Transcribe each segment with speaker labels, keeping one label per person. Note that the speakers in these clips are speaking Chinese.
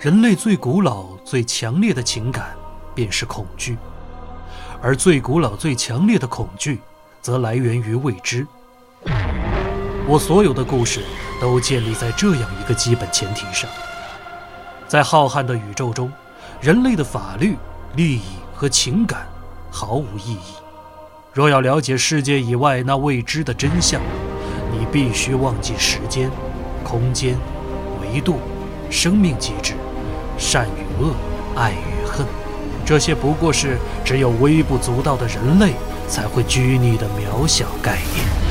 Speaker 1: 人类最古老、最强烈的情感便是恐惧，而最古老、最强烈的恐惧，则来源于未知。我所有的故事都建立在这样一个基本前提上：在浩瀚的宇宙中，人类的法律、利益和情感毫无意义。若要了解世界以外那未知的真相，你必须忘记时间、空间、维度、生命机制、善与恶、爱与恨，这些不过是只有微不足道的人类才会拘泥的渺小概念。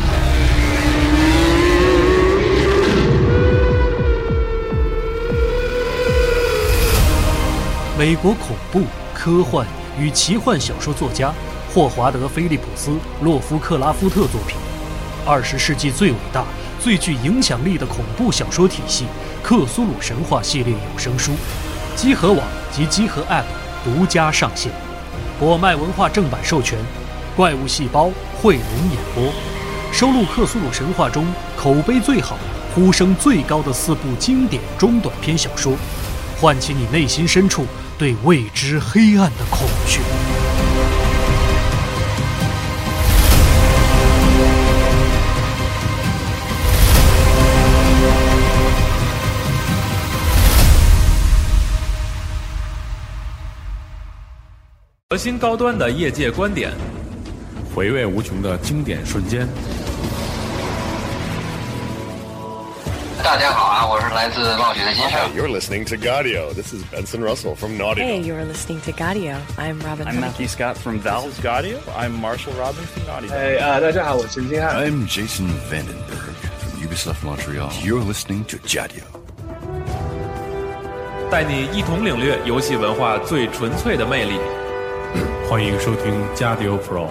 Speaker 1: 美国恐怖、科幻与奇幻小说作家霍华德·菲利普斯·洛夫克拉夫特作品。二十世纪最伟大、最具影响力的恐怖小说体系《克苏鲁神话》系列有声书，集合网及集合 App 独家上线，果麦文化正版授权，怪物细胞汇龙演播，收录《克苏鲁神话》中口碑最好、呼声最高的四部经典中短篇小说，唤起你内心深处对未知黑暗的恐惧。
Speaker 2: 核心高端的业界观点，
Speaker 3: 回味无穷的经典瞬间。
Speaker 4: 大家好啊，我是来自暴雪的金盛。
Speaker 5: You're listening to Gaudio. This is Benson Russell from Naughty.
Speaker 6: Hey, you're listening to Gaudio. I'm Robin.
Speaker 7: I'm Matthew Scott from Valve.
Speaker 8: This is Gaudio. I'm Marshall Robin from Naughty. Dog.
Speaker 9: 哎啊，大家好，我是金汉。
Speaker 10: I'm Jason Vandenberg from Ubisoft Montreal. You're listening to Jadio.
Speaker 2: 带你一同领略游戏文化最纯粹的魅力。
Speaker 3: 欢迎收听《加迪欧 Pro》。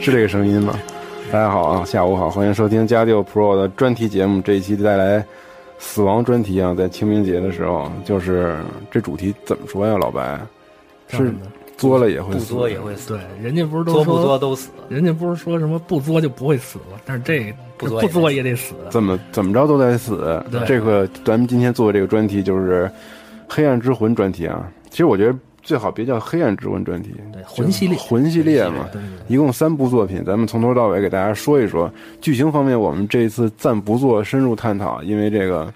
Speaker 11: 是这个声音吗？大家好啊，下午好，欢迎收听加六 Pro 的专题节目。这一期带来死亡专题啊，在清明节的时候，就是这主题怎么说呀，老白？
Speaker 12: 叫什
Speaker 11: 是
Speaker 12: 么
Speaker 11: 作了也会
Speaker 7: 不
Speaker 11: 死
Speaker 7: 作也会死，
Speaker 12: 对，人家不是都
Speaker 7: 作
Speaker 12: 说
Speaker 7: 不作都死。
Speaker 12: 人家不是说什么不作就不会死吗？但是这
Speaker 7: 不
Speaker 12: 不
Speaker 7: 作也得死
Speaker 12: 作也得死。
Speaker 11: 怎么怎么着都得死
Speaker 12: 对。
Speaker 11: 这个咱们今天做的这个专题就是《黑暗之魂》专题啊。其实我觉得最好别叫《黑暗之魂》专题，
Speaker 12: 对魂系列
Speaker 11: 就魂系列嘛。一共三部作品，咱们从头到尾给大家说一说。剧情方面，我们这一次暂不做深入探讨，因为这个，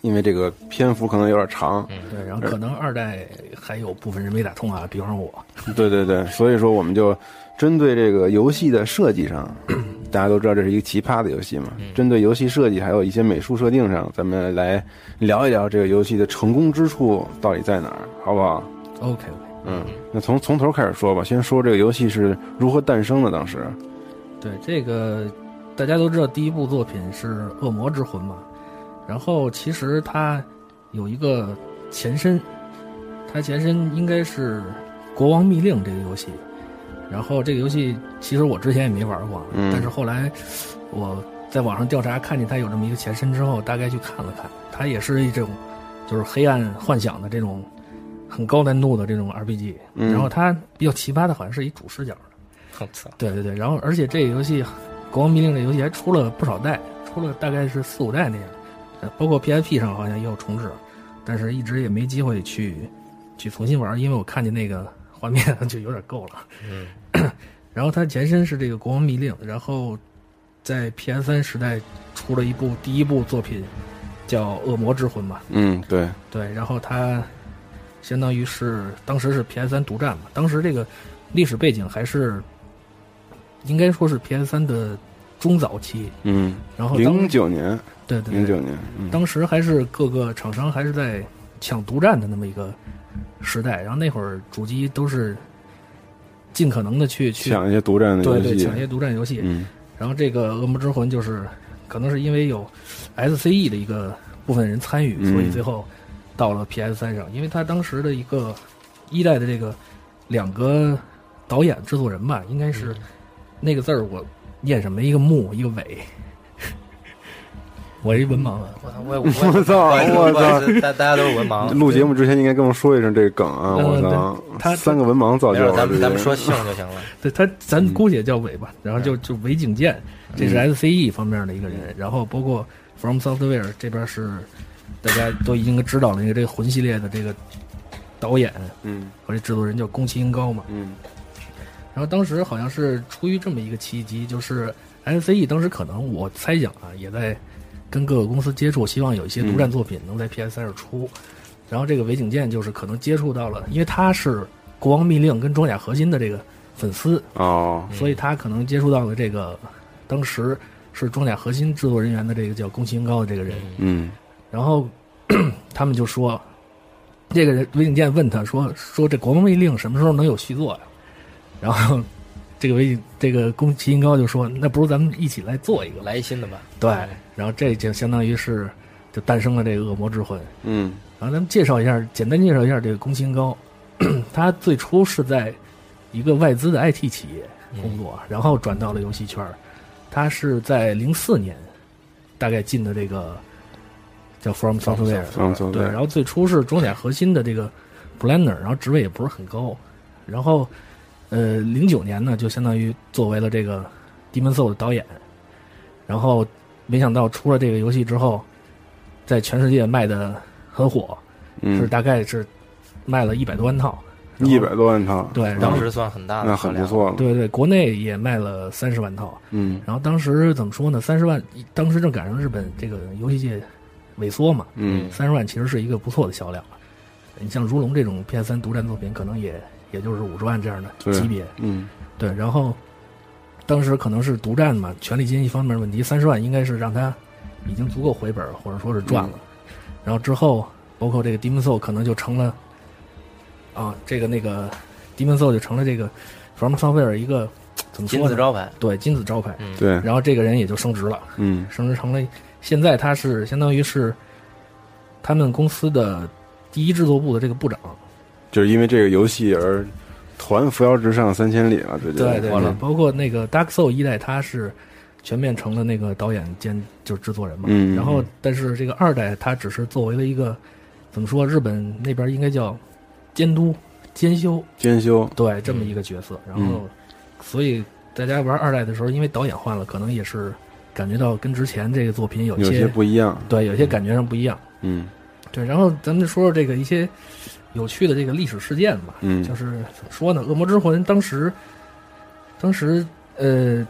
Speaker 11: 因为这个篇幅可能有点长。
Speaker 12: 对，然后可能二代还有部分人没打通啊，比方说我，
Speaker 11: 对对对，所以说我们就针对这个游戏的设计上，大家都知道这是一个奇葩的游戏嘛。针对游戏设计还有一些美术设定上，咱们来聊一聊这个游戏的成功之处到底在哪儿，好不好？
Speaker 12: OK，
Speaker 11: 嗯，那从从头开始说吧，先说这个游戏是如何诞生的。当时，
Speaker 12: 对这个大家都知道，第一部作品是《恶魔之魂》嘛，然后其实它有一个前身，它前身应该是《国王密令》这个游戏，然后这个游戏其实我之前也没玩过啊，
Speaker 11: 嗯
Speaker 12: 但是后来我在网上调查，看见它有这么一个前身之后，大概去看了看，它也是一种就是黑暗幻想的这种很高难度的这种 RPG，、
Speaker 11: 嗯
Speaker 12: 然后它比较奇葩的好像是一主视角的。
Speaker 7: 我操！
Speaker 12: 对对对，然后而且这个游戏《国王密令》这游戏还出了不少代，出了大概是四五代那样，呃包括 PSP 上好像也有重置，但是一直也没机会去去重新玩，因为我看见那个画面 就有点够了。
Speaker 7: 嗯
Speaker 12: 然后它前身是这个《国王密令》，然后在 PS 三时代出了一部第一部作品叫《恶魔之魂》嘛，
Speaker 11: 嗯，对，
Speaker 12: 对，然后它相当于是当时是 PS 三独占嘛，当时这个历史背景还是应该说是 PS 三的中早期，
Speaker 11: 嗯，
Speaker 12: 然后当
Speaker 11: 零九年，
Speaker 12: 对对
Speaker 11: 零
Speaker 12: 对，
Speaker 11: 九年，嗯，
Speaker 12: 当时还是各个厂商还是在抢独占的那么一个时代，然后那会儿主机都是尽可能的去去
Speaker 11: 抢一些独占的
Speaker 12: 对
Speaker 11: 游
Speaker 12: 对
Speaker 11: 戏
Speaker 12: 抢，一些独占游戏，
Speaker 11: 嗯
Speaker 12: 然后这个《恶魔之魂》就是可能是因为有 SCE E 的一个部分人参与，
Speaker 11: 嗯
Speaker 12: 所以最后到了 PS 三上，因为它当时的一个一代的这个两个导演制作人吧，应该是那个字儿我念什么，一个木一个尾， 我是一文盲啊，
Speaker 9: 我也
Speaker 11: 我操我操
Speaker 9: 大大家都是文 盲。
Speaker 11: 录节目之前应该跟我说一声这个梗啊！
Speaker 12: 嗯
Speaker 11: 我
Speaker 12: 对他
Speaker 11: 操，三个文盲造
Speaker 9: 没
Speaker 11: 就
Speaker 9: 事
Speaker 11: 了，
Speaker 9: 咱
Speaker 11: 这
Speaker 9: 们
Speaker 11: 个
Speaker 9: 咱们说姓就行了。
Speaker 12: 对他，咱
Speaker 11: 嗯
Speaker 12: 姑且叫尾吧，然后就就韦景健，这是 SCE 方面的一个
Speaker 11: 嗯
Speaker 12: 人，然后包括 From Software 这边是大家都已经知道了，那个这个魂系列的这个导演
Speaker 11: 嗯
Speaker 12: 和这制作人叫宫崎英高嘛，
Speaker 11: 嗯
Speaker 12: 然后当时好像是出于这么一个契机，就是 SCE 当时可能我猜想啊，也在跟各个公司接触，希望有一些独
Speaker 11: 嗯
Speaker 12: 占作品能在 PS 三上出。然后这个韦景健就是可能接触到了，因为他是《国王密令》跟《装甲核心》的这个粉丝，
Speaker 11: 哦，
Speaker 12: 所以他可能接触到了这个当时是装甲核心制作人员的这个叫宫崎英高的这个人。
Speaker 11: 嗯
Speaker 12: 然后 他们就说，这个人韦景健问他说说这《国王密令》什么时候能有续作呀、然后这个韦景这个宫崎英高就说，那不如咱们一起来做一个吧。
Speaker 9: 来一新的吧。
Speaker 12: 对，然后这就相当于是就诞生了这个恶魔之魂。
Speaker 11: 嗯
Speaker 12: 然后咱们介绍一下，简单介绍一下这个宫崎英高，他最初是在一个外资的 IT 企业工作，然后转到了游戏圈儿。他是在零四年大概进的这个叫 From Software，
Speaker 11: From Software
Speaker 12: 对，然后最初是装甲核心的这个 Planner，然后职位也不是很高，然后呃零九年呢就相当于作为了这个 Demon Soul 的导演，然后没想到出了这个游戏之后，在全世界卖的很火，是
Speaker 11: 嗯，
Speaker 12: 大概是卖了一百多万套，
Speaker 11: 一百多万套，嗯
Speaker 12: 对，然后
Speaker 9: 当时算很大的
Speaker 11: 那
Speaker 9: 销
Speaker 11: 很
Speaker 9: 量
Speaker 11: 不，错了，
Speaker 12: 对对，国内也卖了三十万套。
Speaker 11: 嗯
Speaker 12: 然后当时怎么说呢？三十万，当时正赶上日本这个游戏界萎缩嘛，
Speaker 11: 嗯
Speaker 12: 三十万其实是一个不错的销量了。你像《如龙》这种 PS 三独占作品，可能也也就是五十万这样的
Speaker 11: 对
Speaker 12: 级别。
Speaker 11: 嗯
Speaker 12: 对，然后当时可能是独占嘛，权利金一方面问题，三十万应该是让他已经足够回本，或者说是赚了。
Speaker 9: 嗯
Speaker 12: 然后之后，包括这个 Demon Soul 可能就成了啊，这个那个 Demon Soul 就成了这个 From Software 一个怎么
Speaker 9: 金
Speaker 12: 说
Speaker 9: 字
Speaker 12: 呢？
Speaker 9: 招牌。嗯
Speaker 12: 对，金字招牌。
Speaker 11: 对，
Speaker 12: 嗯然后这个人也就升职了，
Speaker 11: 嗯
Speaker 12: 升职成了现在他是相当于是他们公司的第一制作部的这个部长。
Speaker 11: 就是因为这个游戏而团扶摇直上三千里了，这就
Speaker 12: 对对
Speaker 9: 完
Speaker 12: 对
Speaker 9: 了，
Speaker 12: 包括那个 Dark Soul 一代，他是全面成了那个导演兼就是制作人嘛。
Speaker 11: 嗯
Speaker 12: 然后，但是这个二代，他只是作为了一个怎么说，日本那边应该叫监督、监修，
Speaker 11: 兼修，
Speaker 12: 对
Speaker 11: 嗯
Speaker 12: 这么一个角色。然后，所以大家玩二代的时候，因为导演换了，可能也是感觉到跟之前这个作品有
Speaker 11: 有些不一样，
Speaker 12: 对有些感觉上不一样。
Speaker 11: 嗯
Speaker 12: 对，然后咱们就说说这个一些有趣的这个历史事件吧。
Speaker 11: 嗯
Speaker 12: 就是怎么说呢，《恶魔之魂》当时，当时呃，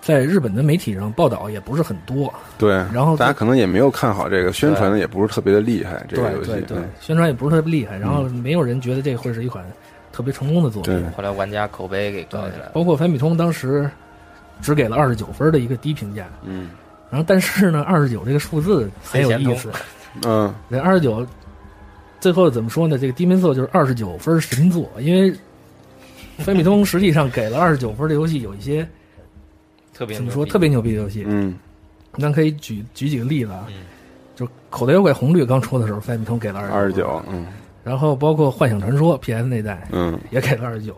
Speaker 12: 在日本的媒体上报道也不是很多，
Speaker 11: 对，
Speaker 12: 然后
Speaker 11: 大家可能也没有看好这个，宣传的也不是特别的厉害，这
Speaker 12: 对
Speaker 11: 个游戏
Speaker 12: 对，对
Speaker 11: 嗯，
Speaker 12: 宣传也不是特别厉害，然后没有人觉得这会是一款特别成功的作品
Speaker 11: 对。
Speaker 9: 后来玩家口碑给搞起来了。
Speaker 12: 包括反米通当时只给了二十九分的一个低评价，
Speaker 11: 嗯
Speaker 12: 然后但是呢，二十九这个数字很有
Speaker 9: 很
Speaker 12: 意
Speaker 9: 显
Speaker 12: 思，
Speaker 11: 嗯
Speaker 12: 对，二十九，最后怎么说呢？这个低门座就是二十九分神作，因为飞米通实际上给了二十九分的游戏有一些
Speaker 9: 特别
Speaker 12: 怎么说特别牛逼的游戏，
Speaker 11: 嗯
Speaker 12: 咱可以举举几个例子啊。就口袋妖怪红绿刚出的时候，飞米通给了
Speaker 11: 二
Speaker 12: 二
Speaker 11: 十，九，嗯
Speaker 12: 然后包括幻想传说 PS 那代
Speaker 11: 嗯
Speaker 12: 也给了二十九，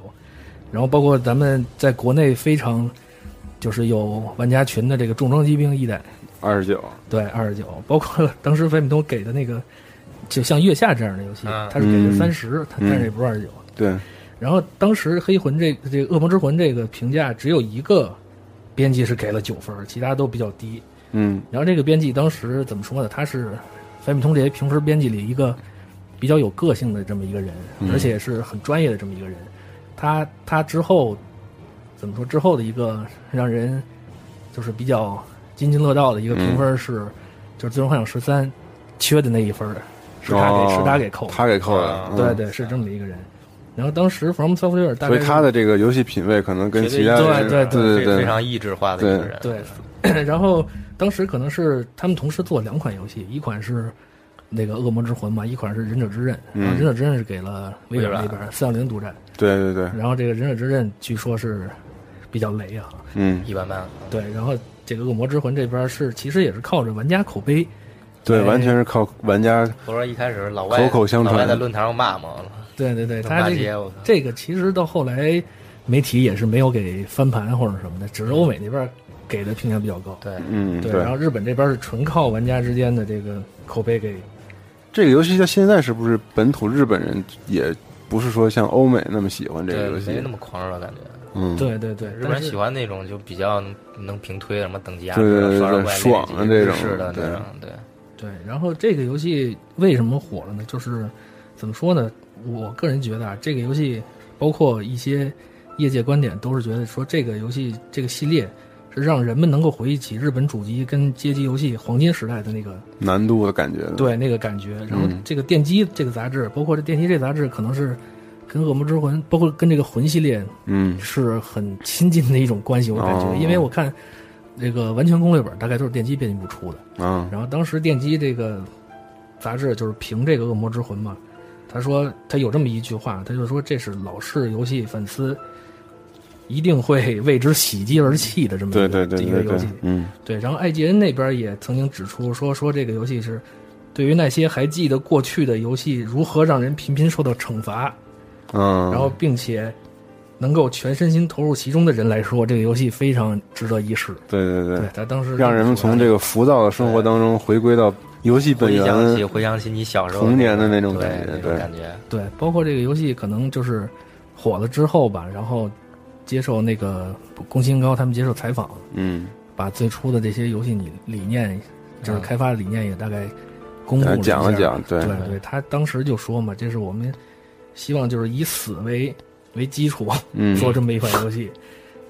Speaker 12: 然后包括咱们在国内非常就是有玩家群的这个重装机兵一代，
Speaker 11: 二十九，
Speaker 12: 对，二十九，包括当时飞米通给的那个，就像月下这样的游戏，
Speaker 9: 嗯
Speaker 12: 它是给的
Speaker 11: 嗯
Speaker 12: 三十、它
Speaker 11: 嗯
Speaker 12: 但是也不是二十九。
Speaker 11: 对，
Speaker 12: 然后当时黑魂这这个恶魔之魂这个评价只有一个编辑是给了九分，其他都比较低。
Speaker 11: 嗯
Speaker 12: 然后这个编辑当时怎么说呢？他是飞米通这些评分编辑里一个比较有个性的这么一个人，
Speaker 11: 嗯
Speaker 12: 而且是很专业的这么一个人。他他之后怎么说？之后的一个让人就是比较津津乐道的一个评分
Speaker 11: 嗯
Speaker 12: 是，就是《最终幻想十三》缺的那一分儿是他给、
Speaker 11: 哦
Speaker 12: 是他给扣的，
Speaker 11: 他给扣的，嗯
Speaker 12: 对，对是这么一个人。然后当时 From Software 大概
Speaker 11: 所以
Speaker 12: 是
Speaker 11: 他的这个游戏品味可能跟其他
Speaker 12: 对
Speaker 11: 人
Speaker 12: 对
Speaker 11: 对
Speaker 9: 非
Speaker 11: 对
Speaker 9: 常意志化的一个人。
Speaker 12: 对， 然后当时可能是他们同时做两款游戏，一款是那个《恶魔之魂》嘛，一款是《忍者之刃》。
Speaker 9: 嗯
Speaker 12: 然后《忍者之刃》是给了微软那边四幺零独占，
Speaker 11: 对对对，
Speaker 9: 嗯
Speaker 12: 然后这个《忍者之刃》据说是比较雷啊，
Speaker 11: 嗯
Speaker 9: 一般般。
Speaker 12: 对，然后这个《恶魔之魂》这边是其实也是靠着玩家口碑
Speaker 11: 对，完全是靠玩家
Speaker 9: 不是一开始老外
Speaker 11: 口口相
Speaker 9: 哎老外
Speaker 11: 传
Speaker 9: 在。论坛上骂嘛了，
Speaker 12: 对对对，
Speaker 9: 弄
Speaker 12: 他
Speaker 9: 大
Speaker 12: 这
Speaker 9: 街
Speaker 12: 个
Speaker 9: 我操
Speaker 12: 这个其实到后来媒体也是没有给翻盘或者什么的，只是欧美那边给的评价比较高。
Speaker 9: 对，
Speaker 11: 嗯，
Speaker 12: 对，然后日本这边是纯靠玩家之间的这个口碑给
Speaker 11: 这个游戏到现在是不是本土日本人也不是说像欧美那么喜欢这个
Speaker 9: 对
Speaker 11: 游戏？
Speaker 9: 没那么狂热了感觉。
Speaker 11: 嗯，
Speaker 12: 对对对，
Speaker 9: 日本人喜欢那种就比较能平推什么等级啊，
Speaker 11: 对对对对
Speaker 9: 刷
Speaker 11: 对爽
Speaker 9: 的
Speaker 11: 的这种
Speaker 9: 是的那
Speaker 11: 对
Speaker 9: 种，对，
Speaker 12: 对，然后这个游戏为什么火了呢？就是怎么说呢？我个人觉得啊，这个游戏包括一些业界观点都是觉得说，这个游戏这个系列是让人们能够回忆起日本主机跟街机游戏黄金时代的那个
Speaker 11: 难度的感觉。，
Speaker 12: 对那个感觉。然后
Speaker 11: 嗯
Speaker 12: 这个《电击》这个杂志，包括这《电击》这杂志，可能是跟《恶魔之魂》，包括跟这个魂系列
Speaker 11: 嗯，
Speaker 12: 是很亲近的一种关系，我感觉，
Speaker 11: 哦
Speaker 12: 因为我看这个完全攻略本大概都是电击编辑部出的，
Speaker 11: 啊，
Speaker 12: 然后当时电击这个杂志就是评这个《恶魔之魂》嘛，他说他有这么一句话，他就说这是老式游戏粉丝一定会为之喜极而泣的这么一
Speaker 11: 对对
Speaker 12: 个
Speaker 11: 对
Speaker 12: 一
Speaker 11: 对
Speaker 12: 个游
Speaker 11: 对
Speaker 12: 戏，，
Speaker 11: 嗯
Speaker 12: 对，然后 IGN 那边也曾经指出说说这个游戏是对于那些还记得过去的游戏如何让人频频受到惩罚，
Speaker 11: 嗯，
Speaker 12: 然后并且能够全身心投入其中的人来说，这个游戏非常值得一试。
Speaker 11: 对对对
Speaker 12: 对，他当时
Speaker 11: 让人们从这个浮躁的生活当中回归到游戏本
Speaker 9: 回想起
Speaker 11: 源。
Speaker 9: 回想起你小时候
Speaker 11: 童年的
Speaker 9: 那
Speaker 11: 那
Speaker 9: 种
Speaker 11: 种感觉
Speaker 9: 对那
Speaker 11: 对
Speaker 9: 感觉，
Speaker 12: 对，包括这个游戏可能就是火了之后吧，然后接受那个宫新高他们接受采访，
Speaker 11: 嗯，
Speaker 12: 把最初的这些游戏理理念，就是
Speaker 9: 嗯
Speaker 12: 开发理念也大概公布
Speaker 11: 给他
Speaker 12: 了
Speaker 11: 呃讲了
Speaker 12: 一下
Speaker 11: 讲对
Speaker 12: 对他当时就说嘛，这是我们希望就是以死为为基础，
Speaker 11: 嗯
Speaker 12: 做这么一款游戏。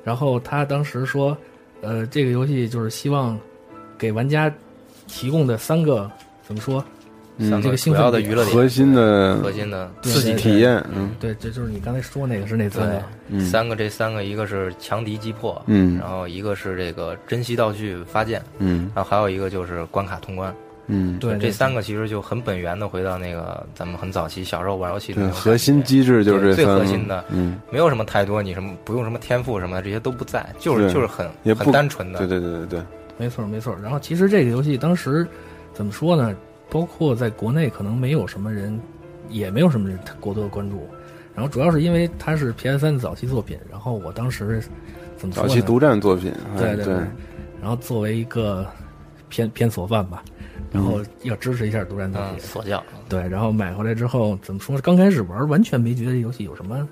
Speaker 12: 然后他当时说，呃，这个游戏就是希望给玩家提供的三个怎么说？呃
Speaker 9: 三个
Speaker 12: 这个
Speaker 9: 主
Speaker 12: 兴
Speaker 9: 要
Speaker 12: 奋
Speaker 9: 的
Speaker 12: 点
Speaker 9: 娱乐点
Speaker 11: 嗯核心的
Speaker 9: 核心的
Speaker 12: 对
Speaker 11: 刺激
Speaker 12: 对
Speaker 11: 体验，嗯
Speaker 12: 对，这就是你刚才说那个是那三
Speaker 9: 对
Speaker 12: 个。，
Speaker 11: 嗯
Speaker 9: 三个这三个，一个是强敌击破，
Speaker 11: 嗯
Speaker 9: 然后一个是这个珍惜道具发现，
Speaker 11: 嗯
Speaker 9: 然后还有一个就是关卡通关。
Speaker 11: 嗯，
Speaker 12: 对，
Speaker 9: 这三个其实就很本源的回到那个咱们很早期小时候玩游戏的那
Speaker 11: 对，
Speaker 9: 种
Speaker 11: 核
Speaker 9: 感
Speaker 11: 心
Speaker 9: 觉
Speaker 11: 机制就是
Speaker 9: 对
Speaker 11: 这
Speaker 9: 最
Speaker 11: 三
Speaker 9: 核
Speaker 11: 个，
Speaker 9: 心的
Speaker 11: 嗯，
Speaker 9: 没有什么太多，你什么不用什么天赋什么的，这些都不在，就是
Speaker 11: 对
Speaker 9: 就是很
Speaker 11: 也
Speaker 9: 很
Speaker 11: 不
Speaker 9: 单纯的。
Speaker 11: 对对对对对，
Speaker 12: 没错没错。然后其实这个游戏当时怎么说呢？包括在国内可能没有什么人，也没有什么人过多的关注。然后主要是因为它是 PS 三的早期作品，然后我当时怎么说
Speaker 11: 早
Speaker 12: 呢？
Speaker 11: 期独占作品，哎
Speaker 12: 对
Speaker 11: 对
Speaker 12: 对。然后作为一个偏偏所饭吧，然后要支持一下独占作
Speaker 9: 嗯，
Speaker 12: 品。
Speaker 9: 锁匠，
Speaker 12: 对，然后买回来之后怎么说？刚开始玩完全没觉得这游戏有什么。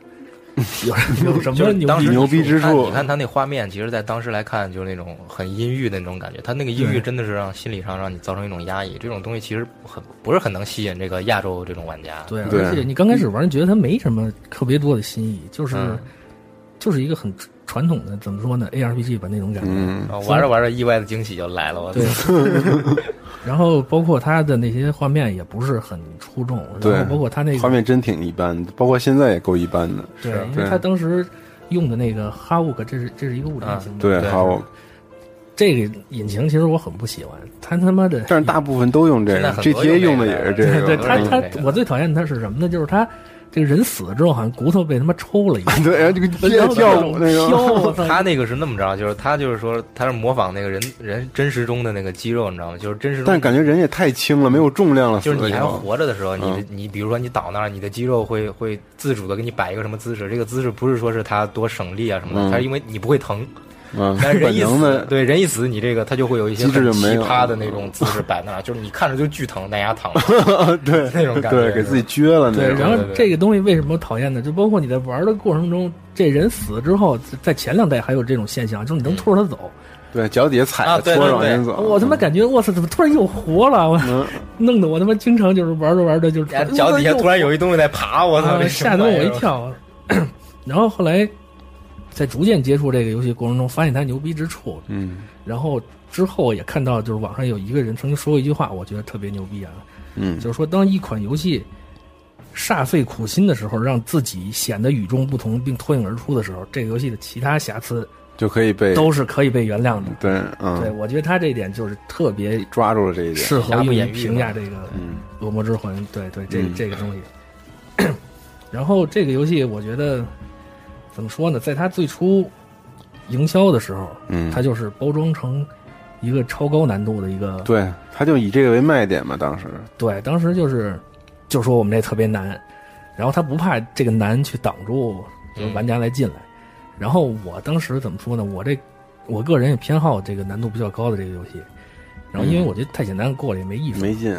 Speaker 12: 有有什
Speaker 9: 就
Speaker 12: 么
Speaker 9: 是
Speaker 12: 牛
Speaker 9: 当
Speaker 12: 逼
Speaker 9: 时
Speaker 11: 牛逼
Speaker 9: 你
Speaker 11: 之
Speaker 9: 看
Speaker 11: 处
Speaker 9: 你看他那画面，其实，在当时来看，就是那种很阴郁的那种感觉。他那个阴郁
Speaker 12: 对
Speaker 9: 真的是让心理上让你造成一种压抑，这种东西其实很不是很能吸引这个亚洲这种玩家。
Speaker 12: 对，
Speaker 11: 对
Speaker 12: 而且你刚开始玩，觉得它没什么特别多的新意，就是、
Speaker 9: 嗯
Speaker 12: 就是一个很传统的，怎么说呢，ARPG 吧那种感觉。
Speaker 11: 嗯，
Speaker 9: 啊，玩着玩着，意外的惊喜就来了。我操
Speaker 12: 对，然后包括它的那些画面也不是很出众，
Speaker 11: 对
Speaker 12: 然后包括它那个
Speaker 11: 画面真挺一般的，包括现在也够一般的。
Speaker 12: 对，因
Speaker 11: 对
Speaker 12: 为它当时用的那个哈乌克，这是这是一个物理引擎嘛，
Speaker 11: 对，
Speaker 9: 啊对
Speaker 11: 好，
Speaker 12: 这个引擎其实我很不喜欢，它他妈的，
Speaker 11: 但是大部分都用这
Speaker 9: 现在
Speaker 11: 个
Speaker 9: 很多
Speaker 11: ，GTA
Speaker 9: 用
Speaker 11: 用
Speaker 9: 这个
Speaker 11: 的也是这 个，，
Speaker 12: 对对它
Speaker 9: 嗯
Speaker 12: 它
Speaker 9: 这个
Speaker 12: 我最讨厌它是什么呢？就是它这个人死了之后，好像骨头被他妈抽了一样
Speaker 11: 对，然哎后这个
Speaker 12: 然
Speaker 11: 跳
Speaker 12: 后
Speaker 11: 跳舞那
Speaker 12: 飘，啊
Speaker 11: 个，
Speaker 12: 我操！
Speaker 9: 他那个是那么着，就是他就是说他是模仿那个人人真实中的那个肌肉，你知道吗？就是真实
Speaker 11: 但
Speaker 9: 中，
Speaker 11: 感觉人也太轻了，没有嗯重量了，
Speaker 9: 就是
Speaker 11: 死了
Speaker 9: 你
Speaker 11: 以
Speaker 9: 还
Speaker 11: 后
Speaker 9: 活着的时候，你的你比如说你倒那儿，你的肌肉会会自主的给你摆一个什么姿势，这个姿势不是说是他多省力啊什么的，
Speaker 11: 嗯
Speaker 9: 他是因为你不会疼，
Speaker 11: 嗯，
Speaker 9: 但是人
Speaker 11: 本
Speaker 9: 一
Speaker 11: 能
Speaker 9: 死，
Speaker 11: 的，
Speaker 9: 对人一死，你这个他就会有一些
Speaker 11: 机制
Speaker 9: 很
Speaker 11: 就
Speaker 9: 奇
Speaker 11: 没有
Speaker 9: 葩的那种姿势摆那儿，就是你看着就巨疼，但丫 躺了。
Speaker 11: 对
Speaker 9: 那种感觉
Speaker 11: 对，给自己撅了那
Speaker 12: 对，
Speaker 11: 种，
Speaker 12: 然后
Speaker 9: 对对
Speaker 12: 这个东西为什么讨厌呢？就包括你在玩的过程中，这人死了之后，在前两代还有这种现象，就是你能拖着他走，
Speaker 11: 对脚底下踩
Speaker 9: 啊
Speaker 11: 着
Speaker 9: 对
Speaker 11: 拖着
Speaker 9: 对
Speaker 11: 往前走，
Speaker 12: 我他妈感觉我操，怎么突然又活了？我
Speaker 11: 嗯
Speaker 12: 弄得我他妈经常就是玩着玩着就是
Speaker 9: 丫脚底下突然有一东西在爬，我操！
Speaker 12: 啊
Speaker 9: 这什么
Speaker 12: 吓得
Speaker 9: 玩意
Speaker 12: 我
Speaker 9: 儿
Speaker 12: 一。跳。然后后来在逐渐接触这个游戏过程中，发现它牛逼之处，
Speaker 11: 嗯
Speaker 12: 然后之后也看到就是网上有一个人曾经说过一句话，我觉得特别牛逼啊，
Speaker 11: 嗯，
Speaker 12: 就是说，当一款游戏煞费苦心的时候，让自己显得与众不同并脱颖而出的时候，这个游戏的其他瑕疵
Speaker 11: 就可以被
Speaker 12: 都是可以被原谅的。
Speaker 11: 对
Speaker 12: 对，
Speaker 11: 嗯
Speaker 12: 我觉得他这一点就是特别
Speaker 11: 抓住了这一点，
Speaker 12: 适合用
Speaker 9: 瑕
Speaker 12: 于
Speaker 9: 不掩瑜嘛
Speaker 12: 评价这个
Speaker 11: 嗯
Speaker 12: 《恶魔之魂》。对对，这
Speaker 11: 嗯
Speaker 12: 这个东西。然后这个游戏，我觉得怎么说呢，在它最初营销的时候，
Speaker 11: 嗯，
Speaker 12: 它就是包装成一个超高难度的一个。
Speaker 11: 对，他就以这个为卖点嘛，当时。
Speaker 12: 对，当时就是就说我们这特别难，然后他不怕这个难去挡住
Speaker 11: 嗯
Speaker 12: 就是玩家来进来。然后我当时怎么说呢？我这我个人也偏好这个难度比较高的这个游戏，然后
Speaker 11: 嗯
Speaker 12: 因为我觉得太简单过了也没意思，
Speaker 11: 没劲。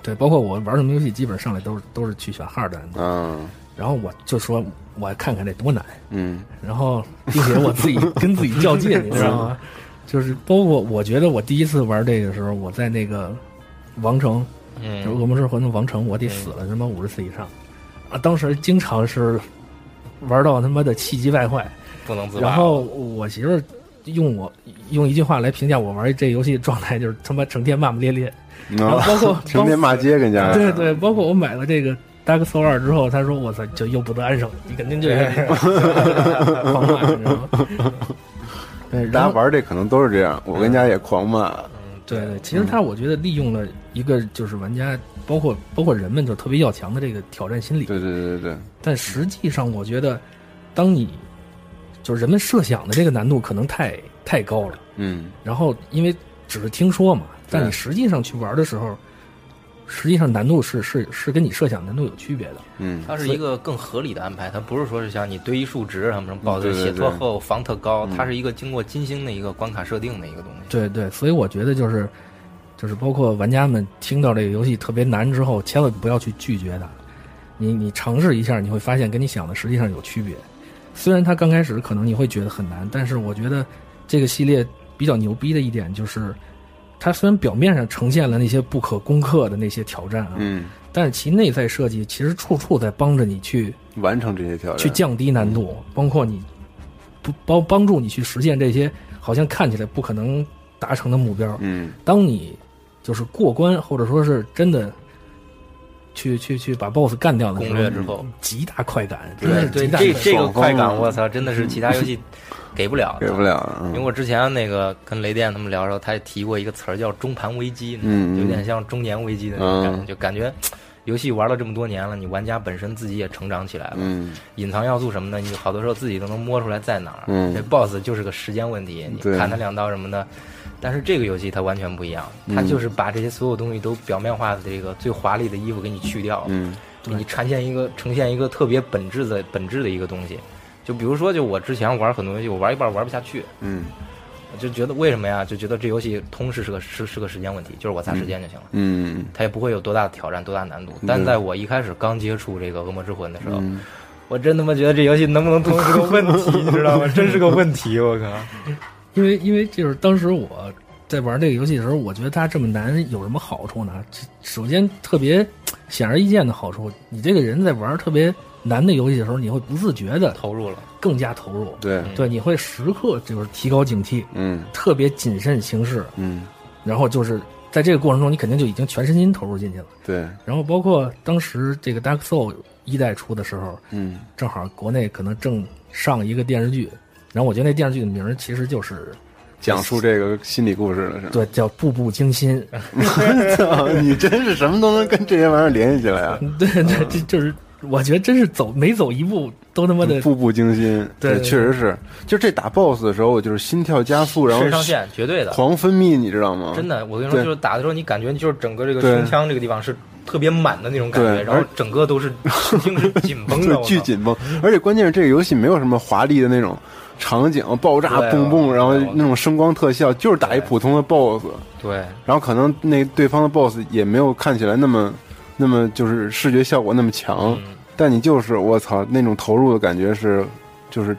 Speaker 12: 对，包括我玩什么游戏，基本上来都是都是去选 hard 的难度。
Speaker 11: 嗯。
Speaker 12: 然后我就说，我看看这多难。
Speaker 11: 嗯。
Speaker 12: 然后，并且我自己跟自己较劲，你知道吗？ 就是包括我觉得我第一次玩这个时候，我在那个王城，
Speaker 9: 嗯
Speaker 12: 就是恶魔之魂的王城，我得死了他妈五十次以上啊！当时经常是玩到他妈的气急败坏，
Speaker 9: 不能自拔。
Speaker 12: 然后我媳妇儿用我用一句话来评价我玩这游戏的状态，就是他妈成天骂骂咧咧，然后包括
Speaker 11: 成天骂街跟家。
Speaker 12: 对对，包括我买了这个 Dark Soul 二之后，他说我操，就又不得安生，你肯定就 狂骂，你知道吗？
Speaker 11: 大
Speaker 12: 对，然
Speaker 11: 家
Speaker 12: 后
Speaker 11: 玩这可能都是这样，我跟家也狂骂。
Speaker 12: 对对，其实他我觉得利用了一个就是玩家，包括包括人们就特别要强的这个挑战心理。
Speaker 11: 对对对对对，
Speaker 12: 但实际上我觉得，当你就是人们设想的这个难度可能太太高了，
Speaker 11: 嗯，
Speaker 12: 然后因为只是听说嘛，但
Speaker 11: 对
Speaker 12: 你实际上去玩的时候，实际上难度是是是跟你设想难度有区别的。
Speaker 11: 嗯
Speaker 9: 它是一个更合理的安排，它不是说是像你堆一数值什么什么，保
Speaker 12: 对
Speaker 9: 证
Speaker 12: 对
Speaker 9: 血特
Speaker 12: 对
Speaker 9: 厚、防特高，
Speaker 12: 嗯
Speaker 9: 它是一个经过精心的一个关卡设定的一个东西。
Speaker 12: 对对，所以我觉得就是，就是包括玩家们听到这个游戏特别难之后，千万不要去拒绝它。你你尝试一下，你会发现跟你想的实际上有区别。虽然它刚开始可能你会觉得很难，但是我觉得这个系列比较牛逼的一点就是，它虽然表面上呈现了那些不可攻克的那些挑战啊，
Speaker 11: 嗯，
Speaker 12: 但是其内在设计其实处处在帮着你去
Speaker 11: 完成这些挑战，
Speaker 12: 去降低难度，包括你不帮帮助你去实现这些好像看起来不可能达成的目标。
Speaker 11: 嗯，
Speaker 12: 当你就是过关，或者说是真的去去去把 BOSS 干掉的时候
Speaker 9: 攻略之后，
Speaker 12: 极大快感，真的
Speaker 9: 对
Speaker 12: 是
Speaker 9: 对，
Speaker 12: 极大
Speaker 9: 这
Speaker 12: 快感
Speaker 9: 这个快感，我操，真的是其他游 戏给不了的，
Speaker 11: 给不了嗯
Speaker 9: 因为我之前那个跟雷电他们聊的时候，他也提过一个词儿叫“中盘危机”，
Speaker 11: 嗯嗯
Speaker 9: 有点像中年危机的那种感觉，
Speaker 11: 嗯
Speaker 9: 就感觉游戏玩了这么多年了，你玩家本身自己也成长起来了，
Speaker 11: 嗯，
Speaker 9: 隐藏要素什么的，你好多时候自己都能摸出来在哪儿。
Speaker 11: 嗯
Speaker 9: 这 BOSS 就是个时间问题，你
Speaker 11: 对
Speaker 9: 砍他两刀什么的。但是这个游戏它完全不一样，它
Speaker 11: 嗯
Speaker 9: 就是把这些所有东西都表面化的这个最华丽的衣服给你去掉，
Speaker 11: 嗯，
Speaker 9: 给你呈现一个呈现一个特别本质的本质的一个东西。就比如说，就我之前玩很多游戏，我玩一半玩不下去，
Speaker 11: 嗯，
Speaker 9: 我就觉得为什么呀？就觉得这游戏通是是个是是个时间问题，就是我砸时间就行了。
Speaker 11: 嗯，
Speaker 9: 它也不会有多大的挑战、多大难度。
Speaker 11: 嗯
Speaker 9: 但在我一开始刚接触这个《恶魔之魂》的时候，
Speaker 11: 嗯
Speaker 9: 我真他妈觉得这游戏能不能通是个问题，你知道吗？真是个问题，我靠！
Speaker 12: 因为因为就是当时我在玩这个游戏的时候，我觉得它这么难有什么好处呢？这首先特别显而易见的好处，你这个人在玩特别难的游戏的时候，你会不自觉的
Speaker 9: 投入了，
Speaker 12: 更加投入。
Speaker 11: 对
Speaker 12: 对，你会时刻就是提高警惕，
Speaker 11: 嗯
Speaker 12: 特别谨慎行事，
Speaker 11: 嗯，
Speaker 12: 然后就是在这个过程中，你肯定就已经全身心投入进去了。
Speaker 11: 对，
Speaker 12: 然后包括当时这个 Dark Soul 一代出的时候，
Speaker 11: 嗯
Speaker 12: 正好国内可能正上一个电视剧，然后我觉得那电视剧的名儿其实就是
Speaker 11: 讲述这个心理故事 了是吧？
Speaker 12: 对，叫《步步惊心》。
Speaker 11: 我操，你真是什么都能跟这些玩意儿联系起来啊！
Speaker 12: 对对，这就是我觉得真是走每走一步都他妈的
Speaker 11: 步步惊心，
Speaker 12: 对
Speaker 11: 确实是。就这打 BOSS 的时候，我就是心跳加速，然后
Speaker 9: 肾上腺绝对的
Speaker 11: 狂分泌，你知道吗？
Speaker 9: 真的，我跟你说，
Speaker 11: 对
Speaker 9: 就是打的时候，你感觉就是整个这个
Speaker 11: 对
Speaker 9: 胸腔这个地方是特别满的那种感觉，
Speaker 11: 对
Speaker 9: 然后
Speaker 11: 而
Speaker 9: 整个都是神经是紧绷的，
Speaker 11: 对，
Speaker 9: 我
Speaker 11: 巨
Speaker 9: 操！
Speaker 11: 紧绷。而且关键是这个游戏没有什么华丽的那种场景，爆炸
Speaker 9: 对啊
Speaker 11: 蹦蹦，然后那种声光特效，就是打一普通的 BOSS。
Speaker 9: 对，
Speaker 11: 然后可能那对方的 BOSS 也没有看起来那么那么就是视觉效果那么
Speaker 9: 嗯
Speaker 11: 强，但你就是我操那种投入的感觉是就是。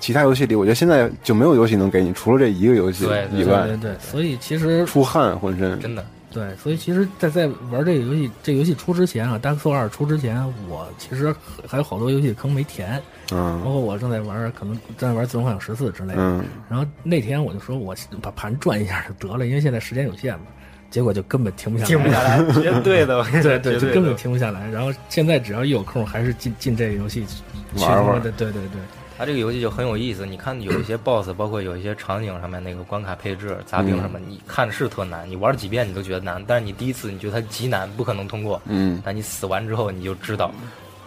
Speaker 11: 其他游戏里，我觉得现在就没有游戏能给你，除了这一个游戏
Speaker 12: 对对
Speaker 11: 以外，
Speaker 12: 对对对所以其实
Speaker 11: 出汗浑身，
Speaker 9: 真的，
Speaker 12: 对，所以其实在，在玩这个游戏，这游戏出之前啊，《Dark Soul 二》出之前，我其实还有好多游戏坑没填，包
Speaker 11: 嗯
Speaker 12: 括我正在玩，可能正在玩《自从幻想十四》之类的。
Speaker 11: 嗯
Speaker 12: 然后那天我就说，我把盘转一下就得了，因为现在时间有限嘛。结果就根本停不下来，
Speaker 9: 停不下来绝对的绝
Speaker 12: 对对，
Speaker 9: 对
Speaker 12: 就
Speaker 9: 的
Speaker 12: 根本停不下来。然后现在只要一有空，还是进进这个游戏去
Speaker 9: 玩会儿
Speaker 12: 对对对对，
Speaker 9: 它这个游戏就很有意思，你看有一些 BOSS，包括有一些场景上面那个关卡配置、杂兵
Speaker 11: 嗯
Speaker 9: 什么，你看是特难，你玩几遍你都觉得难，但是你第一次你觉得它极难，不可能通过，
Speaker 11: 嗯
Speaker 9: 但你死完之后你就知道，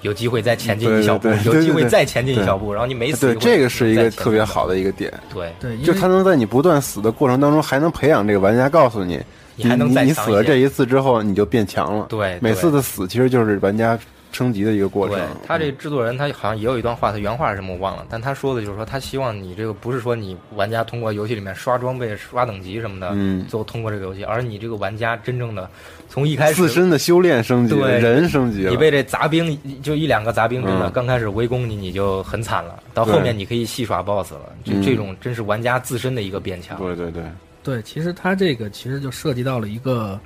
Speaker 9: 有机会再前进一小步，有机会再前进一小步，然后你每死
Speaker 11: 对这个是一个特别好的一个点，
Speaker 9: 对
Speaker 12: 对，
Speaker 11: 就他能在你不断死的过程当中，还能培养这个玩家告诉你，
Speaker 9: 你还能
Speaker 11: 你你死了这一次之后，你就变强了。
Speaker 9: 对，
Speaker 11: 每次的死其实就是玩家升级的一个过程。
Speaker 9: 对他这制作人，他好像也有一段话，他原话是什么我忘了，但他说的就是说，他希望你这个不是说你玩家通过游戏里面刷装备、刷等级什么的，
Speaker 11: 嗯，
Speaker 9: 最后通过这个游戏，而你这个玩家真正的从一开始
Speaker 11: 自身的修炼升级，
Speaker 9: 对
Speaker 11: 人升级了，
Speaker 9: 你被这杂兵就一两个杂兵真的
Speaker 11: 嗯
Speaker 9: 刚开始围攻你，你就很惨了，到后面你可以戏耍 BOSS 了，就
Speaker 11: 嗯
Speaker 9: 这种真是玩家自身的一个变强。
Speaker 11: 对对对，
Speaker 12: 对，其实它这个其实就涉及到了一个，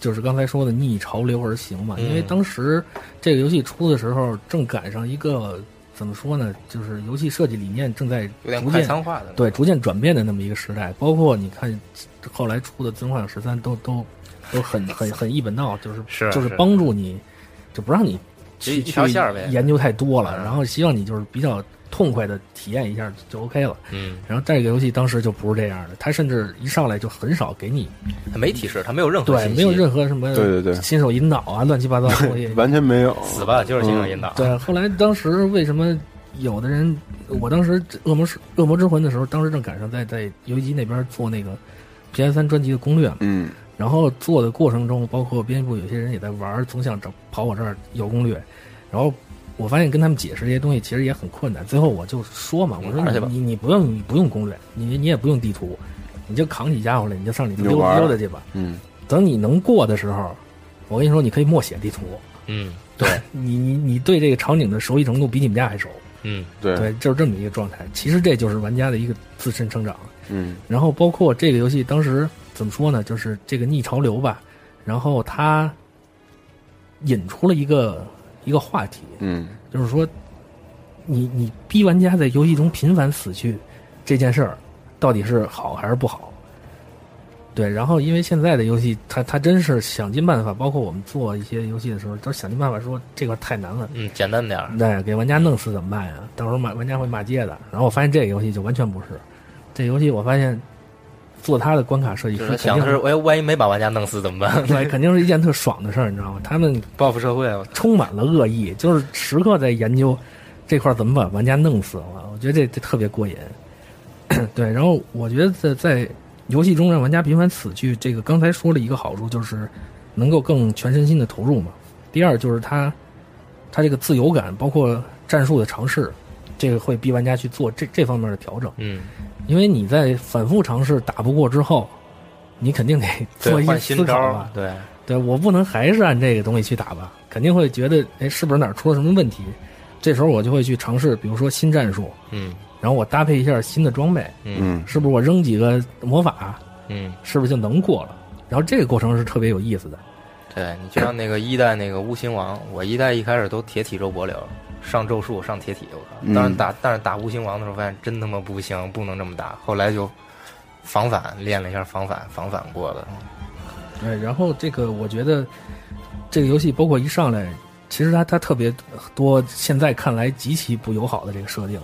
Speaker 12: 就是刚才说的逆潮流而行嘛。
Speaker 9: 嗯
Speaker 12: 因为当时这个游戏出的时候，正赶上一个怎么说呢，就是游戏设计理念正在
Speaker 9: 有点
Speaker 12: 逐
Speaker 9: 快
Speaker 12: 渐
Speaker 9: 餐化的那种
Speaker 12: 对逐渐转变的那么一个时代。包括你看后来出的《真幻想十三》，都都都很很很一本道，就是
Speaker 9: 是
Speaker 12: 就是
Speaker 9: 是
Speaker 12: 帮助你，就不让你
Speaker 9: 直
Speaker 12: 去
Speaker 9: 一条线儿呗嗯
Speaker 12: 去研究太多了，然后希望你就是比较痛快的体验一下就 OK 了。
Speaker 9: 嗯，
Speaker 12: 然后这个游戏当时就不是这样的，它甚至一上来就很少给你，
Speaker 9: 它没提示，它没有任何
Speaker 12: 对，
Speaker 9: 信息
Speaker 12: 没有任何什么
Speaker 11: 对对对，
Speaker 12: 新手引导啊，乱七八糟的东西
Speaker 11: 完全没有
Speaker 9: 死吧，就是新手
Speaker 11: 嗯
Speaker 9: 引
Speaker 11: 啊
Speaker 9: 导。
Speaker 12: 对，后来当时为什么有的人，我当时《恶魔是恶魔之魂》的时候，当时正赶上在在游戏机那边做那个 PS 三专辑的攻略嘛，
Speaker 11: 嗯，
Speaker 12: 然后做的过程中，包括编辑部有些人也在玩，总想找跑我这儿要攻略，然后。我发现跟他们解释这些东西其实也很困难，最后我就说嘛，我说
Speaker 11: 嗯
Speaker 9: 玩去
Speaker 12: 你
Speaker 9: 吧
Speaker 12: 你你不用你不用攻略，你你也不用地图，你就扛起家伙来，你就上里头
Speaker 11: 你就
Speaker 12: 溜
Speaker 11: 玩儿
Speaker 12: 溜达去吧。
Speaker 11: 嗯
Speaker 12: 等你能过的时候，我跟你说，你可以默写地图，
Speaker 9: 嗯，对，
Speaker 12: 你你你对这个场景的熟悉程度比你们家还熟，
Speaker 9: 嗯，
Speaker 11: 对
Speaker 12: 对，就是这么一个状态。其实这就是玩家的一个自身成长。
Speaker 11: 嗯
Speaker 12: 然后包括这个游戏当时怎么说呢，就是这个逆潮流吧，然后它引出了一个一个话题，
Speaker 11: 嗯
Speaker 12: 就是说你你逼玩家在游戏中频繁死去这件事儿，到底是好还是不好？对，然后因为现在的游戏，它它真是想尽办法，包括我们做一些游戏的时候，都想尽办法说这块太难了，
Speaker 9: 嗯，简单点儿。
Speaker 12: 对，给玩家弄死怎么办呀？到时候骂玩家会骂街的。然后我发现这个游戏就完全不是，这游戏我发现做它的关卡设计
Speaker 9: 就
Speaker 12: 师
Speaker 9: 是他
Speaker 12: 肯
Speaker 9: 想
Speaker 12: 定
Speaker 9: 的是，哎，万一没把玩家弄死怎么办？
Speaker 12: 对，肯定是一件特爽的事儿，你知道吗？他们
Speaker 9: 报复社会啊！
Speaker 12: 充满了恶意，就是时刻在研究这块儿怎么把玩家弄死我我觉得这这特别过瘾。 对，然后我觉得在在游戏中让玩家频繁死去，这个刚才说了一个好处就是能够更全身心的投入嘛。第二就是它它这个自由感，包括战术的尝试，这个会逼玩家去做这这方面的调整。
Speaker 9: 嗯，
Speaker 12: 因为你在反复尝试打不过之后，你肯定得 做
Speaker 9: 对，
Speaker 12: 一
Speaker 9: 换
Speaker 12: 些
Speaker 9: 新
Speaker 12: 思
Speaker 9: 招
Speaker 12: 考
Speaker 9: 儿
Speaker 12: 嘛。
Speaker 9: 对，
Speaker 12: 对我不能还是按这个东西去打吧，肯定会觉得哎，是不是哪儿出了什么问题？这时候我就会去尝试，比如说新战术，
Speaker 9: 嗯
Speaker 12: 然后我搭配一下新的装备，
Speaker 9: 嗯
Speaker 11: 嗯
Speaker 12: 是不是我扔几个魔法，
Speaker 9: 嗯，
Speaker 12: 是不是就能过了？然后这个过程是特别有意思的。
Speaker 9: 对你就像那个一代那个巫秦王，我一代一开始都铁体肉搏流，上咒术上铁体，我靠！
Speaker 11: 嗯
Speaker 9: 当然打，但是打巫秦王的时候发现真他妈不行，不能这么打。后来就防反练了一下防反，防反过的。
Speaker 12: 对，然后这个我觉得这个游戏包括一上来，其实它它特别多，现在看来极其不友好的这个设定。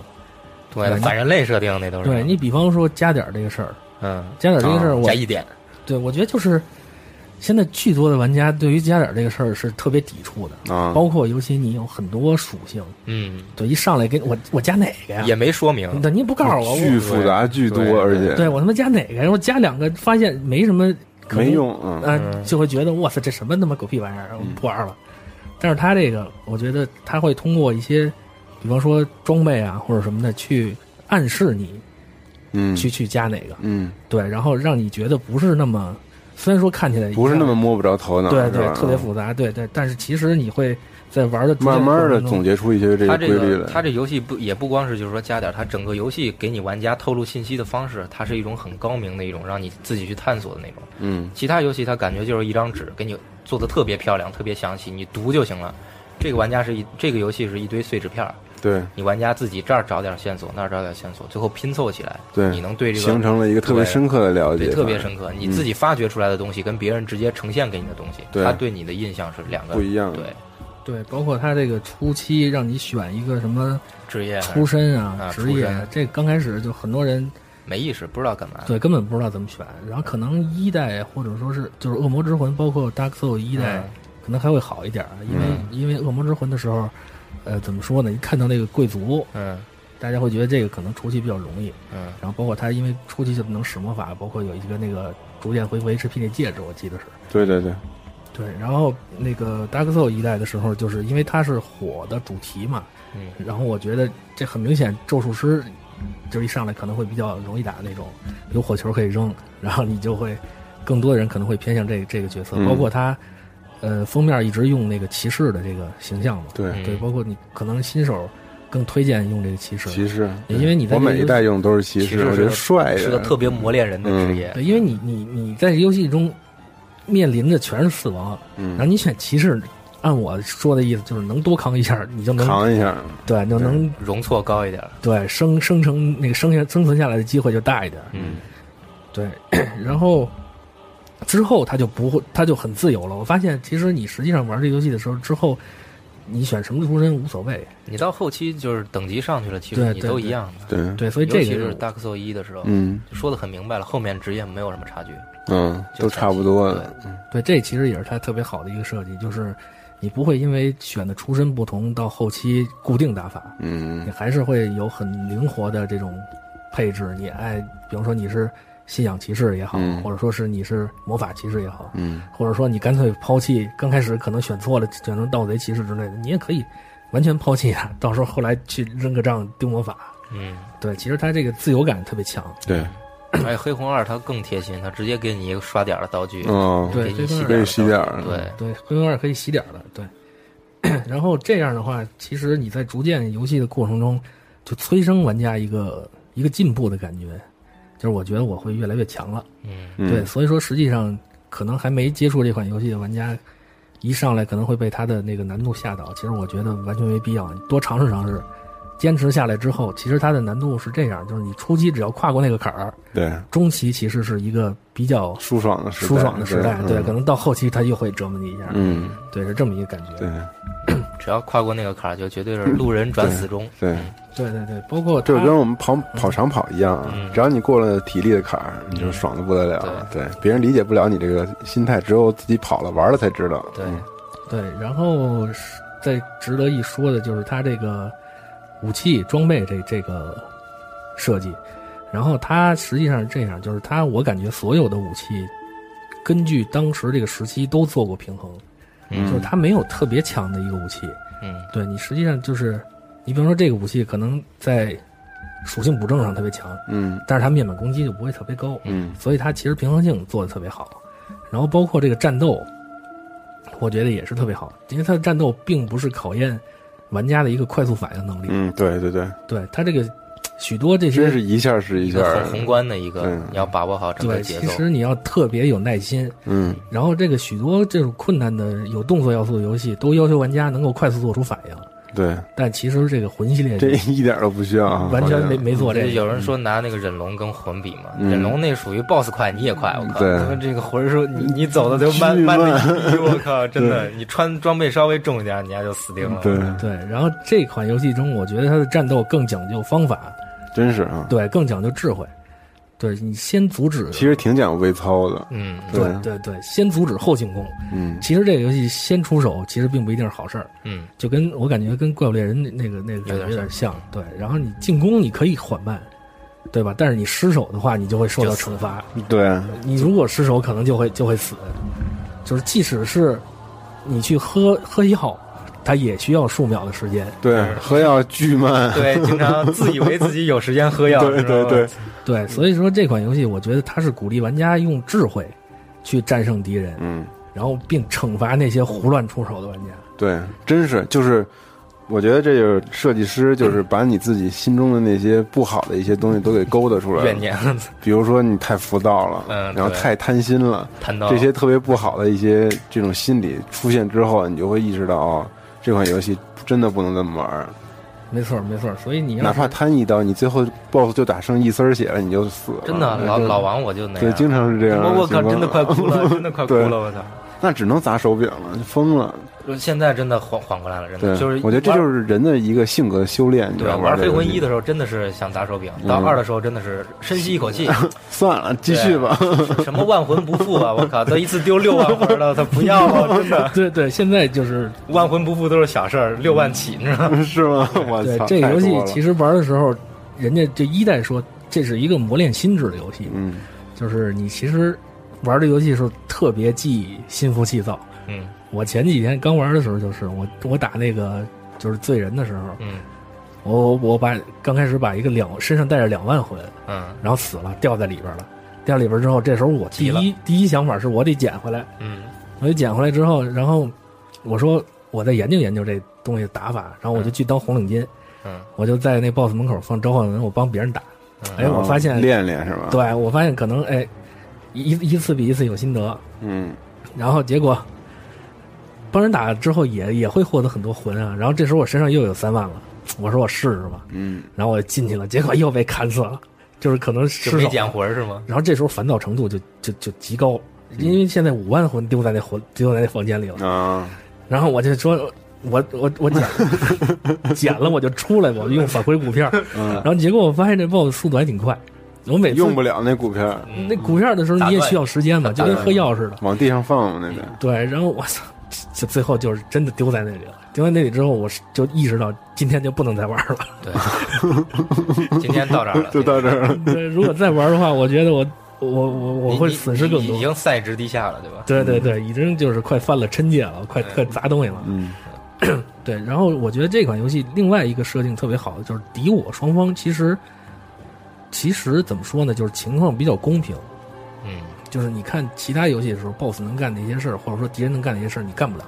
Speaker 9: 对
Speaker 12: 对，你
Speaker 9: 反人类设定那都是。
Speaker 12: 对你比方说加点儿这个事儿，
Speaker 9: 嗯，
Speaker 12: 加点儿这个事儿，我
Speaker 9: 加一点，
Speaker 12: 对，我觉得就是现在巨多的玩家对于加点儿这个事儿是特别抵触的，
Speaker 11: 啊，
Speaker 12: 包括尤其你有很多属性，
Speaker 9: 嗯，
Speaker 12: 对，一上来给我我加哪哎个呀？
Speaker 9: 也没说明。
Speaker 12: 对，你也不告诉我，
Speaker 11: 巨
Speaker 12: 我
Speaker 11: 复杂巨多，
Speaker 9: 对对
Speaker 11: 而且
Speaker 12: 对我他妈加哪个呀？我加两个，发现没什么可
Speaker 11: 没用，嗯
Speaker 12: 啊、就会觉得哇塞，这什么他妈狗屁玩意儿，我不玩了。但是他这个，我觉得他会通过一些，比方说装备啊或者什么的，去暗示你
Speaker 11: 嗯
Speaker 12: 去去加哪个，
Speaker 11: 嗯，
Speaker 12: 对，然后让你觉得不是那么，虽然说看起来
Speaker 11: 不是那么
Speaker 12: 么。
Speaker 11: 摸不着头脑，
Speaker 12: 对
Speaker 11: 是
Speaker 12: 对
Speaker 11: 吧，
Speaker 12: 特别复杂，对对。但是其实你会在玩的
Speaker 11: 慢慢的总
Speaker 12: 结，
Speaker 11: 结出一些这
Speaker 9: 它这
Speaker 11: 个规律
Speaker 9: 个它
Speaker 11: 来，
Speaker 9: 这游戏不也不光是就是说加点儿，它整个游戏给你玩家透露信息的方式，它是一种很高明的一种让你自己去探索的那种。
Speaker 11: 嗯
Speaker 9: 其他游戏它感觉就是一张纸给你做的特别漂亮、特别详细，你读就行了。这个玩家是一这个游戏是一堆碎纸片儿，
Speaker 11: 对
Speaker 9: 你玩家自己这儿找点线索，那儿找点线索，最后拼凑起来，
Speaker 11: 对，
Speaker 9: 你能对这个
Speaker 11: 形成了一嗯个特别深刻的了
Speaker 9: 对
Speaker 11: 解，
Speaker 9: 特别深刻，你自己发掘出来的东西跟别人直接呈现给你的东西，
Speaker 11: 对
Speaker 9: 他对你的印象是两个
Speaker 11: 不一样
Speaker 9: 对
Speaker 12: 对，包括他这个初期让你选一个什么
Speaker 9: 职业还是
Speaker 12: 出身啊、
Speaker 9: 哎啊
Speaker 12: 职业
Speaker 9: 出身啊
Speaker 12: 啊，这刚开始就很多人
Speaker 9: 没意识，不知道干嘛。
Speaker 12: 对根本不知道怎么选，然后可能一代或者说是就是恶魔之魂，包括 Dark Soul 一代，啊
Speaker 9: 嗯
Speaker 12: 可能还会好一点儿，因为、因为恶魔之魂的时候，呃，怎么说呢？一看到那个贵族，
Speaker 9: 嗯，
Speaker 12: 大家会觉得这个可能初期比较容易，
Speaker 9: 嗯，
Speaker 12: 然后包括他因为初期就能使魔法，包括有一个那个逐渐恢复 HP 那戒指，我记得是，
Speaker 11: 对对对，
Speaker 12: 对，然后那个 Dark Soul 一代的时候，就是因为它是火的主题嘛，
Speaker 9: 嗯，
Speaker 12: 然后我觉得这很明显，咒术师就一上来可能会比较容易打那种，有火球可以扔，然后你就会更多的人可能会偏向这这个角色，
Speaker 11: 嗯
Speaker 12: 包括他呃封面一直用那个骑士的这个形象嘛，
Speaker 11: 对
Speaker 12: 对，
Speaker 11: 嗯
Speaker 12: 包括你可能新手更推荐用这个骑士，
Speaker 11: 骑士，
Speaker 12: 因为你在
Speaker 11: 我
Speaker 12: 这个
Speaker 11: 每一
Speaker 12: 游
Speaker 11: 代
Speaker 12: 戏
Speaker 11: 用都是骑
Speaker 9: 骑
Speaker 11: 士，
Speaker 9: 士
Speaker 11: 我
Speaker 9: 是
Speaker 11: 觉得
Speaker 9: 个
Speaker 11: 帅
Speaker 9: 是
Speaker 11: 哎呀嗯
Speaker 9: 个特别磨练人的职业。
Speaker 12: 对，因为你你你在游戏中面临着全是死亡，
Speaker 11: 嗯
Speaker 12: 然后你选骑士，按我说的意思就是能多扛一下，你就能
Speaker 11: 扛一下，
Speaker 12: 对，就能
Speaker 9: 容错高一点。
Speaker 12: 对生生成那个生下生存下来的机会就大一点，
Speaker 9: 嗯，
Speaker 12: 对， 然后之后他就不会，他就很自由了。我发现其实你实际上玩这游戏的时候，之后你选什么出身无所谓，
Speaker 9: 你到后期就是等级上去了，其
Speaker 12: 对
Speaker 9: 实你
Speaker 12: 对
Speaker 9: 都
Speaker 12: 对
Speaker 9: 一样的。
Speaker 11: 对
Speaker 12: 对所以这个
Speaker 9: 尤其
Speaker 12: 就是是
Speaker 9: Dark Soul 一的时候，
Speaker 11: 嗯，
Speaker 9: 就说的很明白了，后面职业没有什么差距。
Speaker 11: 嗯，都差不多的，
Speaker 12: 对，这其实也是它特别好的一个设计，就是你不会因为选的出身不同，到后期固定打法，
Speaker 11: 嗯
Speaker 12: 你还是会有很灵活的这种配置。你爱，比方说你是信仰骑士也好，
Speaker 11: 嗯
Speaker 12: 或者说是你是魔法骑士也好，
Speaker 11: 嗯
Speaker 12: 或者说你干脆抛弃，刚开始可能选错了，选成盗贼骑士之类的，你也可以完全抛弃它，到时候后来去扔个杖丢魔法。
Speaker 9: 嗯，
Speaker 12: 对，其实它这个自由感特别强。
Speaker 11: 对，
Speaker 9: 而且黑红二它更贴心，它直接给你一个刷点儿的道具，
Speaker 11: 哦
Speaker 9: 给你
Speaker 12: 对
Speaker 11: 可
Speaker 9: 洗
Speaker 11: 以洗
Speaker 9: 点
Speaker 11: 点
Speaker 9: 儿的道
Speaker 11: 儿
Speaker 9: 具，对，
Speaker 12: 对， 灰熊二可以洗点儿的，对。然后这样的话，其实你在逐渐游戏的过程中，就催生玩家一个一个进步的感觉，就是我觉得我会越来越强了。
Speaker 9: 嗯，
Speaker 11: 嗯
Speaker 12: 对，所以说实际上可能还没接触这款游戏的玩家，一上来可能会被它的那个难度吓倒。其实我觉得完全没必要，你多尝试尝试，坚持下来之后，其实它的难度是这样，就是你初期只要跨过那个坎儿，
Speaker 11: 对，
Speaker 12: 中期其实是一个比较
Speaker 11: 舒爽的时代，
Speaker 12: 舒爽的时代，对，可
Speaker 11: 嗯
Speaker 12: 能到后期它又会折磨你一下，
Speaker 11: 嗯，
Speaker 12: 对，是这么一个感觉，
Speaker 11: 对
Speaker 9: 只要跨过那个坎儿，就绝对是路人转死忠。
Speaker 11: 对。
Speaker 12: 对对对，包括
Speaker 11: 这
Speaker 12: 它
Speaker 11: 就跟我们跑跑长跑一样啊
Speaker 9: 嗯，
Speaker 11: 只要你过了体力的坎儿，你就爽的不得了。对，别人理解不了你这个心态，只有自己跑了玩了才知道。
Speaker 9: 对，
Speaker 11: 嗯
Speaker 12: 对，然后是再值得一说的就是它这个武器装备这这个设计，然后它实际上是这样，就是它我感觉所有的武器根据当时这个时期都做过平衡，
Speaker 9: 嗯
Speaker 12: 就是它没有特别强的一个武器，
Speaker 9: 嗯
Speaker 12: 对你实际上就是你比方说这个武器可能在属性补正上特别强，
Speaker 11: 嗯
Speaker 12: 但是它面板攻击就不会特别高，
Speaker 11: 嗯
Speaker 12: 所以它其实平衡性做的特别好。然后包括这个战斗，我觉得也是特别好，因为它的战斗并不是考验玩家的一个快速反应能力，
Speaker 11: 嗯，对对对，
Speaker 12: 对它这个许多这
Speaker 11: 真
Speaker 12: 些
Speaker 11: 是一下是一
Speaker 9: 一
Speaker 11: 下
Speaker 9: 个，很宏观的一个
Speaker 11: 对，
Speaker 9: 你要把握好整个
Speaker 12: 对，
Speaker 9: 节
Speaker 12: 其
Speaker 9: 奏。
Speaker 12: 实你要特别有耐心。
Speaker 11: 嗯
Speaker 12: 然后这个许多这种困难的有动作要素的游戏，都要求玩家能够快速做出反应，
Speaker 11: 对，
Speaker 12: 但其实这个魂系列
Speaker 11: 这一点都不需要啊，
Speaker 12: 嗯完全没
Speaker 11: 好
Speaker 12: 没做这
Speaker 9: 就
Speaker 12: 个。
Speaker 9: 有人说拿那个忍龙跟魂比嘛，
Speaker 11: 嗯
Speaker 9: 忍龙那属于 boss 快，你也快，我靠！
Speaker 11: 对
Speaker 9: 他们这个魂说你你走的就慢
Speaker 11: 巨慢
Speaker 9: 慢了一逼，我靠！真的，你穿装备稍微重一点，你家就死定了。
Speaker 11: 像对，
Speaker 12: 对，然后这款游戏中，我觉得它的战斗更讲究方法，
Speaker 11: 真是啊，
Speaker 12: 对，更讲究智慧。对你先阻止，
Speaker 11: 其实挺讲微操的，
Speaker 9: 嗯，
Speaker 12: 对啊对对，先阻止后进攻。
Speaker 11: 嗯
Speaker 12: 其实这个游戏先出手，其实并不一定是好事儿，
Speaker 9: 嗯
Speaker 12: 就跟我感觉跟怪物猎人那那个那个感觉有点像。对，然后你进攻你可以缓慢，对吧？但是你失手的话，你就会受到惩罚。
Speaker 11: 对，
Speaker 12: 你如果失手，可能就会就会死。就是即使是你去喝喝药，它也需要数秒的时间。
Speaker 11: 对，喝药巨慢，
Speaker 9: 对，经常自以为自己有时间喝药，
Speaker 11: 对
Speaker 9: 你知道
Speaker 11: 对
Speaker 9: 吗
Speaker 11: 对，
Speaker 12: 对，所以说这款游戏，我觉得它是鼓励玩家用智慧去战胜敌人，
Speaker 11: 嗯。
Speaker 12: 然后并惩罚那些胡乱出手的玩家。
Speaker 11: 对，真是就是，我觉得这就是设计师，就是把你自己心中的那些不好的一些东西都给勾搭出来
Speaker 9: 怨
Speaker 11: 了。
Speaker 9: 念
Speaker 11: 比如说你太浮躁了，
Speaker 9: 嗯
Speaker 11: 然后
Speaker 9: 对哦
Speaker 11: 太贪心了，
Speaker 9: 谈到
Speaker 11: 这些特别不好的一些这种心理出现之后，你就会意识到哦，这款游戏真的不能这么玩儿。
Speaker 12: 没错，没错。所以你要
Speaker 11: 哪
Speaker 12: 是
Speaker 11: 怕贪一刀，你最后 BOSS 就打剩一丝儿血了，你就死了。
Speaker 9: 真的
Speaker 11: 嗯
Speaker 9: 老
Speaker 11: 就
Speaker 9: 老王我就那
Speaker 11: 对，经
Speaker 9: 样，
Speaker 11: 常是这样的
Speaker 9: 我
Speaker 11: 情
Speaker 9: 我
Speaker 11: 况。
Speaker 9: 靠，真的快哭了，真的快哭
Speaker 11: 对
Speaker 9: 了，我操！
Speaker 11: 那只能砸手柄了，就疯了。
Speaker 9: 就现在真的缓缓过来了，真的
Speaker 11: 对，
Speaker 9: 就是
Speaker 11: 我觉得这就是人的一个性格的修炼。你知
Speaker 9: 对
Speaker 11: 道
Speaker 9: 玩
Speaker 11: 这
Speaker 9: 飞
Speaker 11: 个
Speaker 9: 魂
Speaker 11: 游戏
Speaker 9: 一的时候真的是想砸手柄，
Speaker 11: 嗯
Speaker 9: 到二的时候真的是深吸一口气，
Speaker 11: 算了，继续吧。
Speaker 9: 什么万魂不复啊！我靠，都一次丢六万魂了，他不要了，真的。
Speaker 12: 对对，现在就是
Speaker 9: 万魂不复都是小事儿，六万起，你知道吗？
Speaker 11: 是吗？我
Speaker 12: 对
Speaker 11: 操，
Speaker 12: 这个
Speaker 11: 太
Speaker 12: 游戏
Speaker 11: 多了
Speaker 12: 其实玩的时候，人家这一代说这是一个磨练心智的游戏，
Speaker 11: 嗯，
Speaker 12: 就是你其实玩这游戏的时候特别忌心浮气躁。
Speaker 9: 嗯
Speaker 12: 我前几天刚玩的时候，就是我我打那个就是罪人的时候，
Speaker 9: 嗯
Speaker 12: 我我把刚开始把一个两身上带着两万魂，
Speaker 9: 嗯
Speaker 12: 然后死了，掉在里边了。掉里边之后，这时候我第
Speaker 9: 急了
Speaker 12: 一第一想法是我得捡回来，
Speaker 9: 嗯
Speaker 12: 我就捡回来之后，然后我说我再研究研究这东西打法，然后我就去当红领巾，
Speaker 9: 嗯
Speaker 12: 我就在那 BOSS 门口放召唤文，我帮别人打。哎，
Speaker 11: 然后
Speaker 12: 我发现，
Speaker 11: 练练是吧？，
Speaker 12: 对我发现可能哎，一一次比一次有心得，
Speaker 11: 嗯，
Speaker 12: 然后结果帮人打之后也也会获得很多魂啊。然后这时候我身上又有三万了，我说我试试吧，
Speaker 11: 嗯，
Speaker 12: 然后我进去了，结果又被砍死了，就是可能失
Speaker 9: 就没
Speaker 12: 手。
Speaker 9: 捡魂是吗？
Speaker 12: 然后这时候烦躁程度就就就极高，
Speaker 11: 嗯
Speaker 12: 因为现在五万魂丢在那魂丢在那房间里了。
Speaker 11: 啊，
Speaker 12: 然后我就说，我我 我捡捡了我就出来，我就用返回股票。
Speaker 11: 嗯
Speaker 12: 然后结果我发现这 BOSS 速度还挺快，我每次
Speaker 11: 用不了那股票，
Speaker 12: 嗯那股票的时候
Speaker 9: 打
Speaker 12: 你
Speaker 9: 断
Speaker 12: 也需要时间嘛，就跟喝药似的。
Speaker 11: 往地上放嘛那个。
Speaker 12: 对，然后我操，就最后就是真的丢在那里了。丢在那里之后，我是就意识到今天就不能再玩了。
Speaker 9: 对，今天到这儿了，
Speaker 11: 就到这儿了，
Speaker 12: 对，如果再玩的话，我觉得我我我
Speaker 9: 你，
Speaker 12: 我会
Speaker 9: 你
Speaker 12: 损失更
Speaker 9: 你
Speaker 12: 多
Speaker 9: 已。经赛值低下了，对吧？
Speaker 12: 对对对，已经就是快犯了嗔戒了，快快砸东西了。
Speaker 11: 嗯，
Speaker 12: 对，然后我觉得这款游戏另外一个设定特别好的就是敌我双方其实其实怎么说呢，就是情况比较公平。
Speaker 9: 嗯
Speaker 12: 就是你看其他游戏的时候，BOSS 能干的一些事儿，或者说敌人能干的一些事儿，你干不了。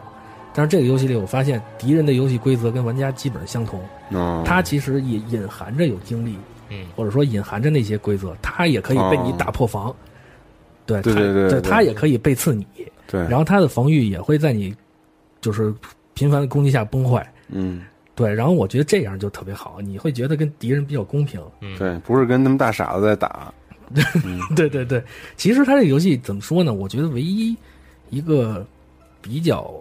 Speaker 12: 但是这个游戏里，我发现敌人的游戏规则跟玩家基本上相同，
Speaker 11: 哦，
Speaker 12: 它其实也隐含着有经历，
Speaker 9: 嗯
Speaker 12: 或者说隐含着那些规则，它也可以被你打破防。对
Speaker 11: 哦对
Speaker 12: 它
Speaker 11: 对对对
Speaker 12: 它也可以背刺你，
Speaker 11: 对，
Speaker 12: 然后它的防御也会在你就是频繁的攻击下崩坏。
Speaker 11: 嗯，
Speaker 12: 对，然后我觉得这样就特别好，你会觉得跟敌人比较公平。
Speaker 11: 对，不是跟他们大傻子在打，
Speaker 12: 对对对，其实它这个游戏怎么说呢？我觉得唯一一个比较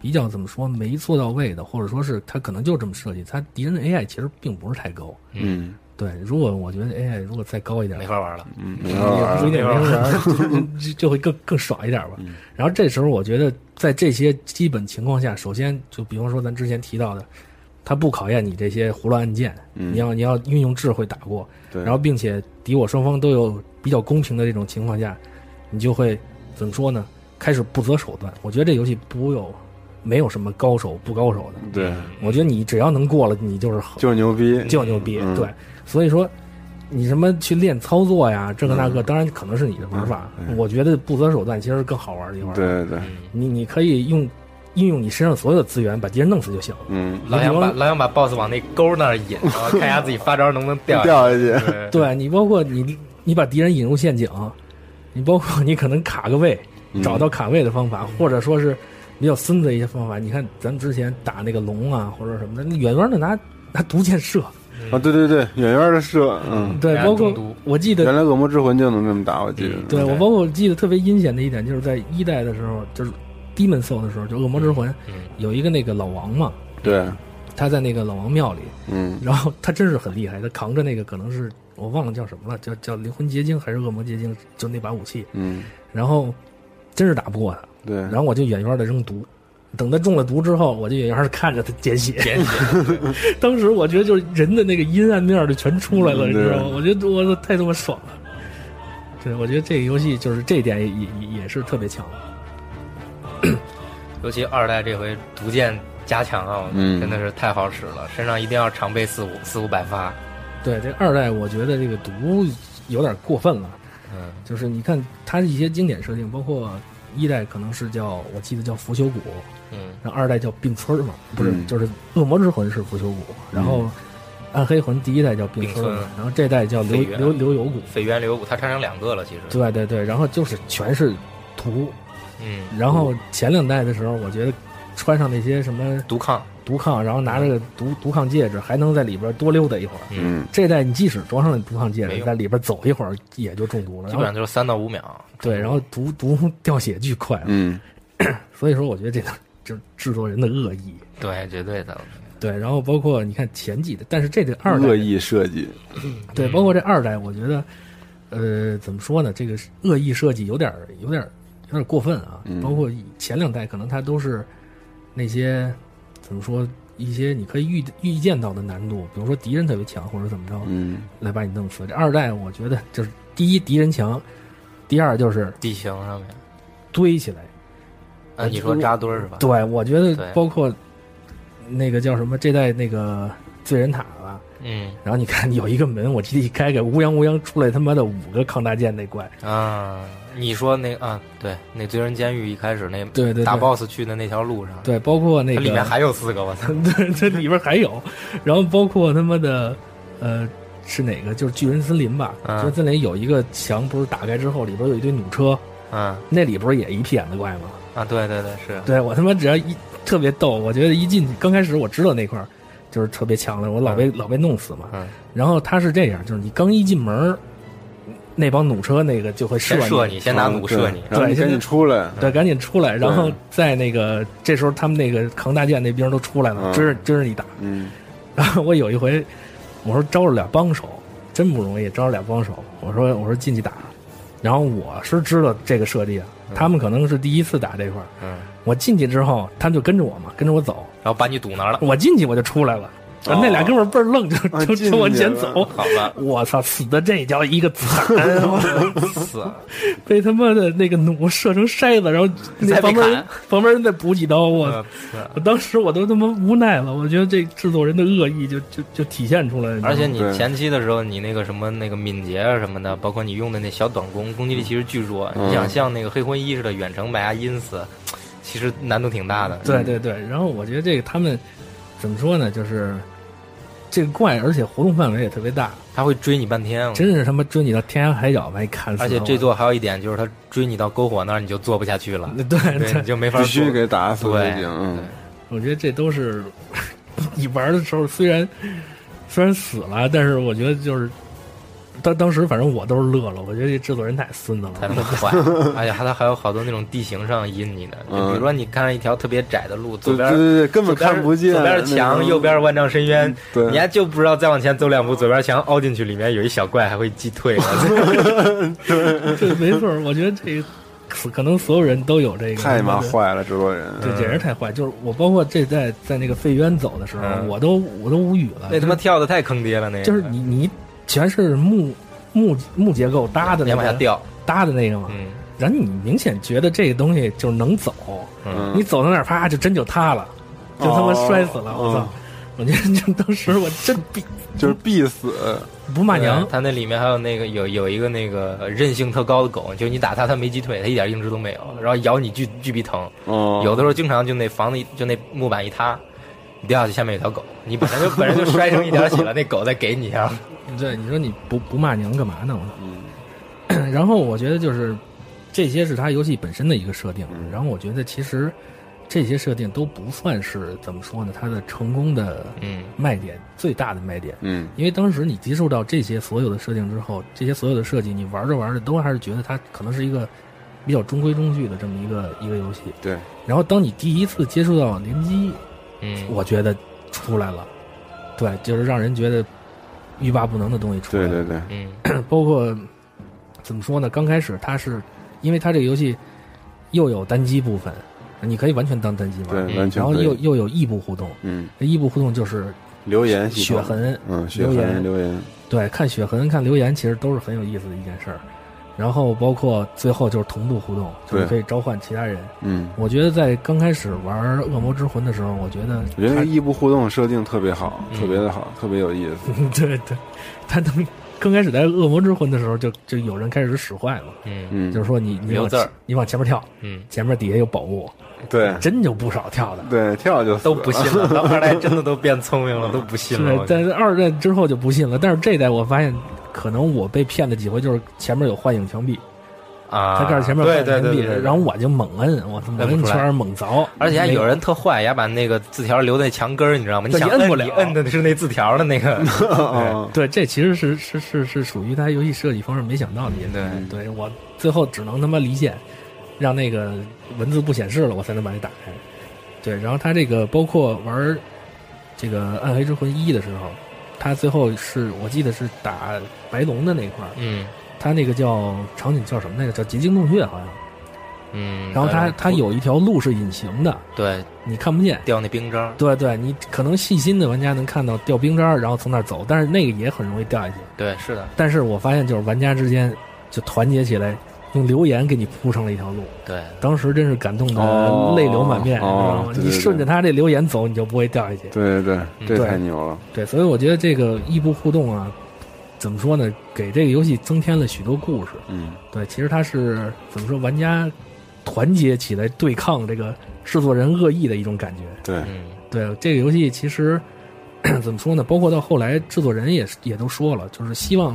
Speaker 12: 比较怎么说没做到位的，或者说是它可能就这么设计，它敌人的 AI 其实并不是太高。
Speaker 11: 嗯
Speaker 12: 对，如果我觉得 AI 如果再高一点，
Speaker 9: 没法玩了，
Speaker 11: 嗯，
Speaker 12: 也不一定没法玩， 就就就会更更爽一点吧。然后这时候我觉得，在这些基本情况下，首先就比方说咱之前提到的，它不考验你这些胡乱按键，你要你要运用智慧打过，
Speaker 11: 对
Speaker 12: 然后并且敌我双方都有比较公平的这种情况下，你就会怎么说呢？开始不择手段。我觉得这游戏不有没有什么高手不高手的，
Speaker 11: 对，
Speaker 12: 我觉得你只要能过了，你就是好
Speaker 11: 就是牛逼，
Speaker 12: 就牛逼。
Speaker 11: 嗯
Speaker 12: 对，所以说你什么去练操作呀，这个那
Speaker 11: 嗯
Speaker 12: 个，当然可能是你的玩法。我觉得不择手段其实是更好玩的一环。
Speaker 11: 对，对对，
Speaker 9: 嗯
Speaker 12: 你你可以用应用你身上所有的资源把敌人弄死就行了。
Speaker 11: 嗯，
Speaker 9: 老想把老想把 boss 往那沟那儿引，然后看一下自己发招能不能掉下
Speaker 11: 掉下去，
Speaker 9: 去。对
Speaker 12: 对你，包括你你把敌人引入陷阱，你包括你可能卡个位，
Speaker 11: 嗯
Speaker 12: 找到卡位的方法，或者说是比较孙子的一些方法。你看咱们之前打那个龙啊，或者什么的，那远远的拿拿毒箭射，
Speaker 11: 啊，对对对，远远的射，嗯，
Speaker 12: 嗯对，
Speaker 9: 然
Speaker 12: 包
Speaker 9: 后
Speaker 12: 括
Speaker 9: 哎中毒
Speaker 12: 我记得
Speaker 11: 原来恶魔之魂就能这么打，我记得，
Speaker 12: 对我包括我记得特别阴险的一点，就是在一代的时候，就是 Demon Soul 的时候，就恶魔之魂，有一个那个老王嘛，
Speaker 11: 对，
Speaker 12: 他在那个老王庙里，
Speaker 11: 嗯，
Speaker 12: 然后他真是很厉害，他扛着那个可能是我忘了叫什么了，叫叫灵魂结晶还是恶魔结晶，就那把武器，
Speaker 11: 嗯，
Speaker 12: 然后真是打不过他，
Speaker 11: 对，
Speaker 12: 然后我就远远的扔毒。等他中了毒之后，我就远远的看着他减血。减血， 当时我觉得就是人的那个阴暗面儿就全出来
Speaker 11: 嗯
Speaker 12: 了，你知道吗？
Speaker 11: 对
Speaker 12: 我觉得我太他妈爽了。对，我觉得这个游戏就是这一点也也也也是特别强。
Speaker 9: 尤其二代这回毒箭加强啊，
Speaker 11: 嗯
Speaker 9: 真的是太好使了，身上一定要常备四五四五百发。
Speaker 12: 对，这二代我觉得这个毒有点过分了，
Speaker 9: 嗯
Speaker 12: 就是你看它的一些经典设定，包括一代可能是叫我记得叫腐朽谷，
Speaker 9: 嗯
Speaker 12: 然后二代叫并村儿嘛，不是，
Speaker 11: 嗯
Speaker 12: 就是恶魔之魂是腐朽谷，然后暗黑魂第一代叫并村儿
Speaker 9: 并
Speaker 12: 嘛
Speaker 9: 村，
Speaker 12: 然后这代叫流
Speaker 9: 飞跃
Speaker 12: 流流油谷，
Speaker 9: 匪源流，它拆成两个了，其实。
Speaker 12: 对对对，然后就是全是毒，
Speaker 9: 嗯，
Speaker 12: 然后前两代的时候，我觉得穿上那些什么
Speaker 9: 毒抗，
Speaker 12: 毒抗，然后拿着个毒毒抗戒指，还能在里边多溜达一会儿。
Speaker 11: 嗯，
Speaker 12: 这代你即使装上了毒抗戒
Speaker 9: 没
Speaker 12: 指，
Speaker 9: 用
Speaker 12: 在里边走一会儿也就中毒
Speaker 11: 嗯
Speaker 12: 了。
Speaker 9: 基
Speaker 12: 然
Speaker 9: 本
Speaker 12: 后
Speaker 9: 上就是三到五秒。
Speaker 12: 对，然后毒毒掉血巨快，啊
Speaker 11: 嗯，
Speaker 12: 所以说我觉得这就是制作人的恶意。
Speaker 9: 对，绝对的。
Speaker 12: 对，然后包括你看前几代，但是这个二代
Speaker 11: 恶意设计，
Speaker 12: 对，包括这二代，我觉得，呃，怎么说呢？这个恶意设计有点儿、有点儿、有点儿过分啊。
Speaker 11: 嗯
Speaker 12: 包括前两代，可能它都是那些怎么说一些你可以预预见到的难度，比如说敌人特别强或者怎么着，
Speaker 11: 嗯，
Speaker 12: 来把你弄死。这二代，我觉得就是第一敌人强，第二就是
Speaker 9: 地形上面，
Speaker 12: 堆起来。
Speaker 9: 啊，你说扎堆儿是吧？
Speaker 12: 呃对，我觉得
Speaker 9: 对
Speaker 12: 包括那个叫什么这代那个罪人塔吧，
Speaker 9: 嗯
Speaker 12: 然后你看有一个门，我记得一开开，乌泱乌泱出来他妈的五个抗大剑那怪，
Speaker 9: 啊，你说那啊，对，那罪人监狱一开始那
Speaker 12: 对对对
Speaker 9: 打 boss 去的那条路上，
Speaker 12: 对，包括那个
Speaker 9: 它里面还有四个，我操！
Speaker 12: 对， 这里边还有，然后包括他妈的呃是哪个？就是巨人森林吧，
Speaker 9: 嗯
Speaker 12: 巨人森林有一个墙不是打开之后里边有一堆弩车，
Speaker 9: 嗯
Speaker 12: 那里不是也一屁眼子怪吗？
Speaker 9: 啊，对对对，是，
Speaker 12: 对我他妈只要一特别逗，我觉得一进去刚开始我知道那块儿就是特别强的，我老被、老被弄死嘛。
Speaker 9: 嗯
Speaker 12: 然后他是这样，就是你刚一进门儿，那帮弩车那个就会射嗯
Speaker 9: 先射你，先拿弩射你，
Speaker 11: 然后你
Speaker 12: 对
Speaker 11: 赶紧出来，
Speaker 12: 对，赶紧出来，然后
Speaker 11: 对
Speaker 12: 在那个这时候，他们那个扛大剑那兵都出来了，
Speaker 11: 嗯
Speaker 12: 追着追着你打。
Speaker 11: 嗯，
Speaker 12: 然后我有一回，我说招了俩帮手，真不容易，招了俩帮手。我说我说进去打，然后我是知道这个设计啊，
Speaker 11: 嗯
Speaker 12: 他们可能是第一次打这块儿。
Speaker 9: 嗯，
Speaker 12: 我进去之后，他们就跟着我嘛，跟着我走。
Speaker 9: 然后把你堵那儿了，
Speaker 12: 我进去我就出来了，
Speaker 11: 哦
Speaker 12: 那俩哥们儿倍儿愣，就
Speaker 11: 啊
Speaker 12: 就
Speaker 11: 进
Speaker 12: 冲我
Speaker 11: 去
Speaker 12: 先
Speaker 11: 了
Speaker 12: 走。
Speaker 9: 好 了，
Speaker 12: 我操，死的这叫一个惨！ 我
Speaker 9: 死了，
Speaker 12: 被他妈的那个弩射成筛子，然后那
Speaker 9: 再被
Speaker 12: 旁边人
Speaker 9: 砍
Speaker 12: 旁边人再补几刀，
Speaker 11: 嗯
Speaker 12: 我
Speaker 9: 呃是
Speaker 12: 我当时我都他妈无奈了，我觉得这制作人的恶意就就就体现出来了。
Speaker 9: 而且你
Speaker 11: 对
Speaker 9: 前期的时候，你那个什么那个敏捷啊什么的，包括你用的那小短弓，攻击力其实巨弱。
Speaker 11: 嗯
Speaker 9: 你想像那个黑魂一似的远程把它阴死，其实难度挺大的。嗯
Speaker 12: 对对对，然后我觉得这个他们怎么说呢，就是这个怪，而且活动范围也特别大，
Speaker 9: 他会追你半天。
Speaker 12: 真是他妈追你到天涯海角把你砍死
Speaker 9: 嗯而
Speaker 12: 了。
Speaker 9: 且这座还有一点就是，他追你到篝火那儿，你就做不下去了，
Speaker 12: 我 对
Speaker 9: 对，你
Speaker 12: 对，
Speaker 9: 就没法
Speaker 11: 必须
Speaker 9: 做。
Speaker 11: 给打死
Speaker 9: 对
Speaker 11: 才行，嗯，
Speaker 12: 我觉得这都是你玩的时候虽然虽然死了，但是我觉得就是。当当时反正我都是乐了，我觉得这制作人太孙子了，
Speaker 9: 才那么快，而且还它还有好多那种地形上阴你的，就比如说你看上一条特别窄的路，左
Speaker 11: 对
Speaker 9: 边
Speaker 11: 对对对， 根本
Speaker 9: 左边
Speaker 11: 看不见，
Speaker 9: 左边是
Speaker 11: 那
Speaker 9: 墙，
Speaker 11: 种嗯
Speaker 9: 右边是万丈深渊，
Speaker 11: 对
Speaker 9: 你还就不知道再往前走两步，左边墙凹进去，里面有一小怪还会击退。
Speaker 12: 对，没错儿，我觉得这个可能所有人都有这个
Speaker 11: 太妈
Speaker 9: 嗯
Speaker 12: 对
Speaker 11: 坏了，制作人，
Speaker 12: 这简直太坏！就是我，包括这在在那个废渊走的时候，
Speaker 9: 嗯
Speaker 12: 我都我都无语了。
Speaker 9: 那他嗯妈跳的太坑爹了，那个
Speaker 12: 就是你你全是木木木结构搭的
Speaker 9: 你还
Speaker 12: 那
Speaker 9: 往下
Speaker 12: 个
Speaker 9: 掉，
Speaker 12: 搭的那个嘛，
Speaker 9: 嗯
Speaker 12: 然后你明显觉得这个东西就是能走，
Speaker 11: 嗯
Speaker 12: 你走到那儿啪就真就塌了，就他妈
Speaker 11: 哦
Speaker 12: 摔死了！我操！我觉得就当时我真必
Speaker 11: 就是必死，
Speaker 12: 不骂娘
Speaker 9: 对，他那里面还有那个有有一个那个韧性特高的狗，就你打它，它没击退，它一点硬直都没有，然后咬你巨巨逼疼，
Speaker 11: 哦，
Speaker 9: 有的时候经常就那房子一就那木板一塌，你掉下去下面有条狗，你本来就本来就摔成一点血了，那狗再给你一啊下，
Speaker 12: 对，你说你不不骂娘干嘛呢？我操！ 然后我觉得就是这些是它游戏本身的一个设定，然后我觉得其实这些设定都不算是怎么说呢，它的成功的
Speaker 9: 嗯
Speaker 12: 卖点最大的卖点。
Speaker 11: 嗯，
Speaker 12: 因为当时你接触到这些所有的设定之后，这些所有的设计，你玩着玩着都还是觉得它可能是一个比较中规中矩的这么一个一个游戏。
Speaker 11: 对，
Speaker 12: 然后当你第一次接触到联机
Speaker 9: 嗯，
Speaker 12: 我觉得出来了，对，就是让人觉得欲罢不能的东西出来
Speaker 11: 对
Speaker 12: 了。
Speaker 11: 对对，
Speaker 9: 嗯
Speaker 12: 包括怎么说呢？刚开始它是因为它这个游戏又有单机部分，你可以完全当单机玩，
Speaker 9: 嗯
Speaker 11: 对，完全
Speaker 12: 然后
Speaker 11: 可以
Speaker 12: 又又有异步互动。
Speaker 11: 嗯，
Speaker 12: 这异步互动就是
Speaker 11: 留言系
Speaker 12: 血
Speaker 11: 统，
Speaker 12: 痕，
Speaker 11: 嗯，血
Speaker 12: 留言
Speaker 11: 痕留言，
Speaker 12: 对，看血痕、看留言，其实都是很有意思的一件事儿。然后包括最后就是同步互动，就是
Speaker 11: 对
Speaker 12: 可以召唤其他人。
Speaker 11: 嗯，
Speaker 12: 我觉得在刚开始玩《恶魔之魂》的时候，我觉得
Speaker 11: 我觉得
Speaker 12: 它
Speaker 11: 异步互动设定特别好，
Speaker 9: 嗯
Speaker 11: 特别的好，特别有意思。
Speaker 12: 对对，他能刚开始在《恶魔之魂》的时候，就就有人开始使坏了，
Speaker 9: 嗯
Speaker 11: 嗯，
Speaker 12: 就是说你你
Speaker 9: 留
Speaker 12: 往
Speaker 9: 字儿
Speaker 12: 前你往前面跳，
Speaker 9: 嗯，
Speaker 12: 前面底下有宝物，
Speaker 11: 对
Speaker 12: 真有不少跳的。
Speaker 11: 对，跳就死
Speaker 9: 都
Speaker 11: 了
Speaker 9: 不信了，到二代真的都变聪明了，都不信了
Speaker 12: 对，，但是二代之后就不信了。但是这代我发现，可能我被骗了几回，就是前面有幻影墙壁，
Speaker 9: 啊，
Speaker 12: 他告诉前面有幻
Speaker 9: 对对
Speaker 12: 影墙
Speaker 9: 对
Speaker 12: 壁，
Speaker 9: 对，对
Speaker 12: 然后。我就猛摁，我操，猛摁圈儿猛凿，
Speaker 9: 而且还有
Speaker 12: 没
Speaker 9: 人特坏，也把那个字条留在墙根儿，你知道吗？你
Speaker 12: 对
Speaker 9: 想
Speaker 12: 你摁不
Speaker 9: 你
Speaker 12: 了
Speaker 9: 摁的是那字条的那 个。
Speaker 11: 哦
Speaker 12: 对，这其实是是是是属于他游戏设计方面没想到的一点。
Speaker 9: 对
Speaker 12: 对我最后只能他妈离线，让那个文字不显示了，我才能把它打开。对，然后他这个包括玩这个《暗黑之魂一》的时候，他最后是我记得是打白龙的那块儿，
Speaker 9: 嗯，
Speaker 12: 他那个叫场景叫什么来着？叫结晶洞穴好像。
Speaker 9: 嗯，
Speaker 12: 然后他
Speaker 9: 呃
Speaker 12: 他有一条路是隐形的，
Speaker 9: 对
Speaker 12: 你看不见。
Speaker 9: 掉那冰渣，
Speaker 12: 对对，你可能细心的玩家能看到掉冰渣儿，然后从那儿走，但是那个也很容易掉下去。
Speaker 9: 对，是的，
Speaker 12: 但是我发现就是玩家之间就团结起来，用留言给你铺成了一条路。
Speaker 9: 对，
Speaker 12: 当时真是感动
Speaker 11: 哦
Speaker 12: 的泪流满面，
Speaker 11: 哦
Speaker 12: 你知道吗？
Speaker 11: 对对
Speaker 12: 你
Speaker 11: 对
Speaker 12: 顺着他这留言走，你就不会掉下去。
Speaker 11: 对对
Speaker 9: 嗯
Speaker 11: 对，这
Speaker 12: 对
Speaker 11: 太牛了。
Speaker 12: 对，所以我觉得这个异步互动啊，怎么说呢，给这个游戏增添了许多故事。
Speaker 11: 嗯，
Speaker 12: 对，其实它是怎么说，玩家团结起来对抗这个制作人恶意的一种感觉。
Speaker 11: 对，
Speaker 9: 嗯
Speaker 12: 对这个游戏其实怎么说呢？包括到后来，制作人也是也都说了，就是希望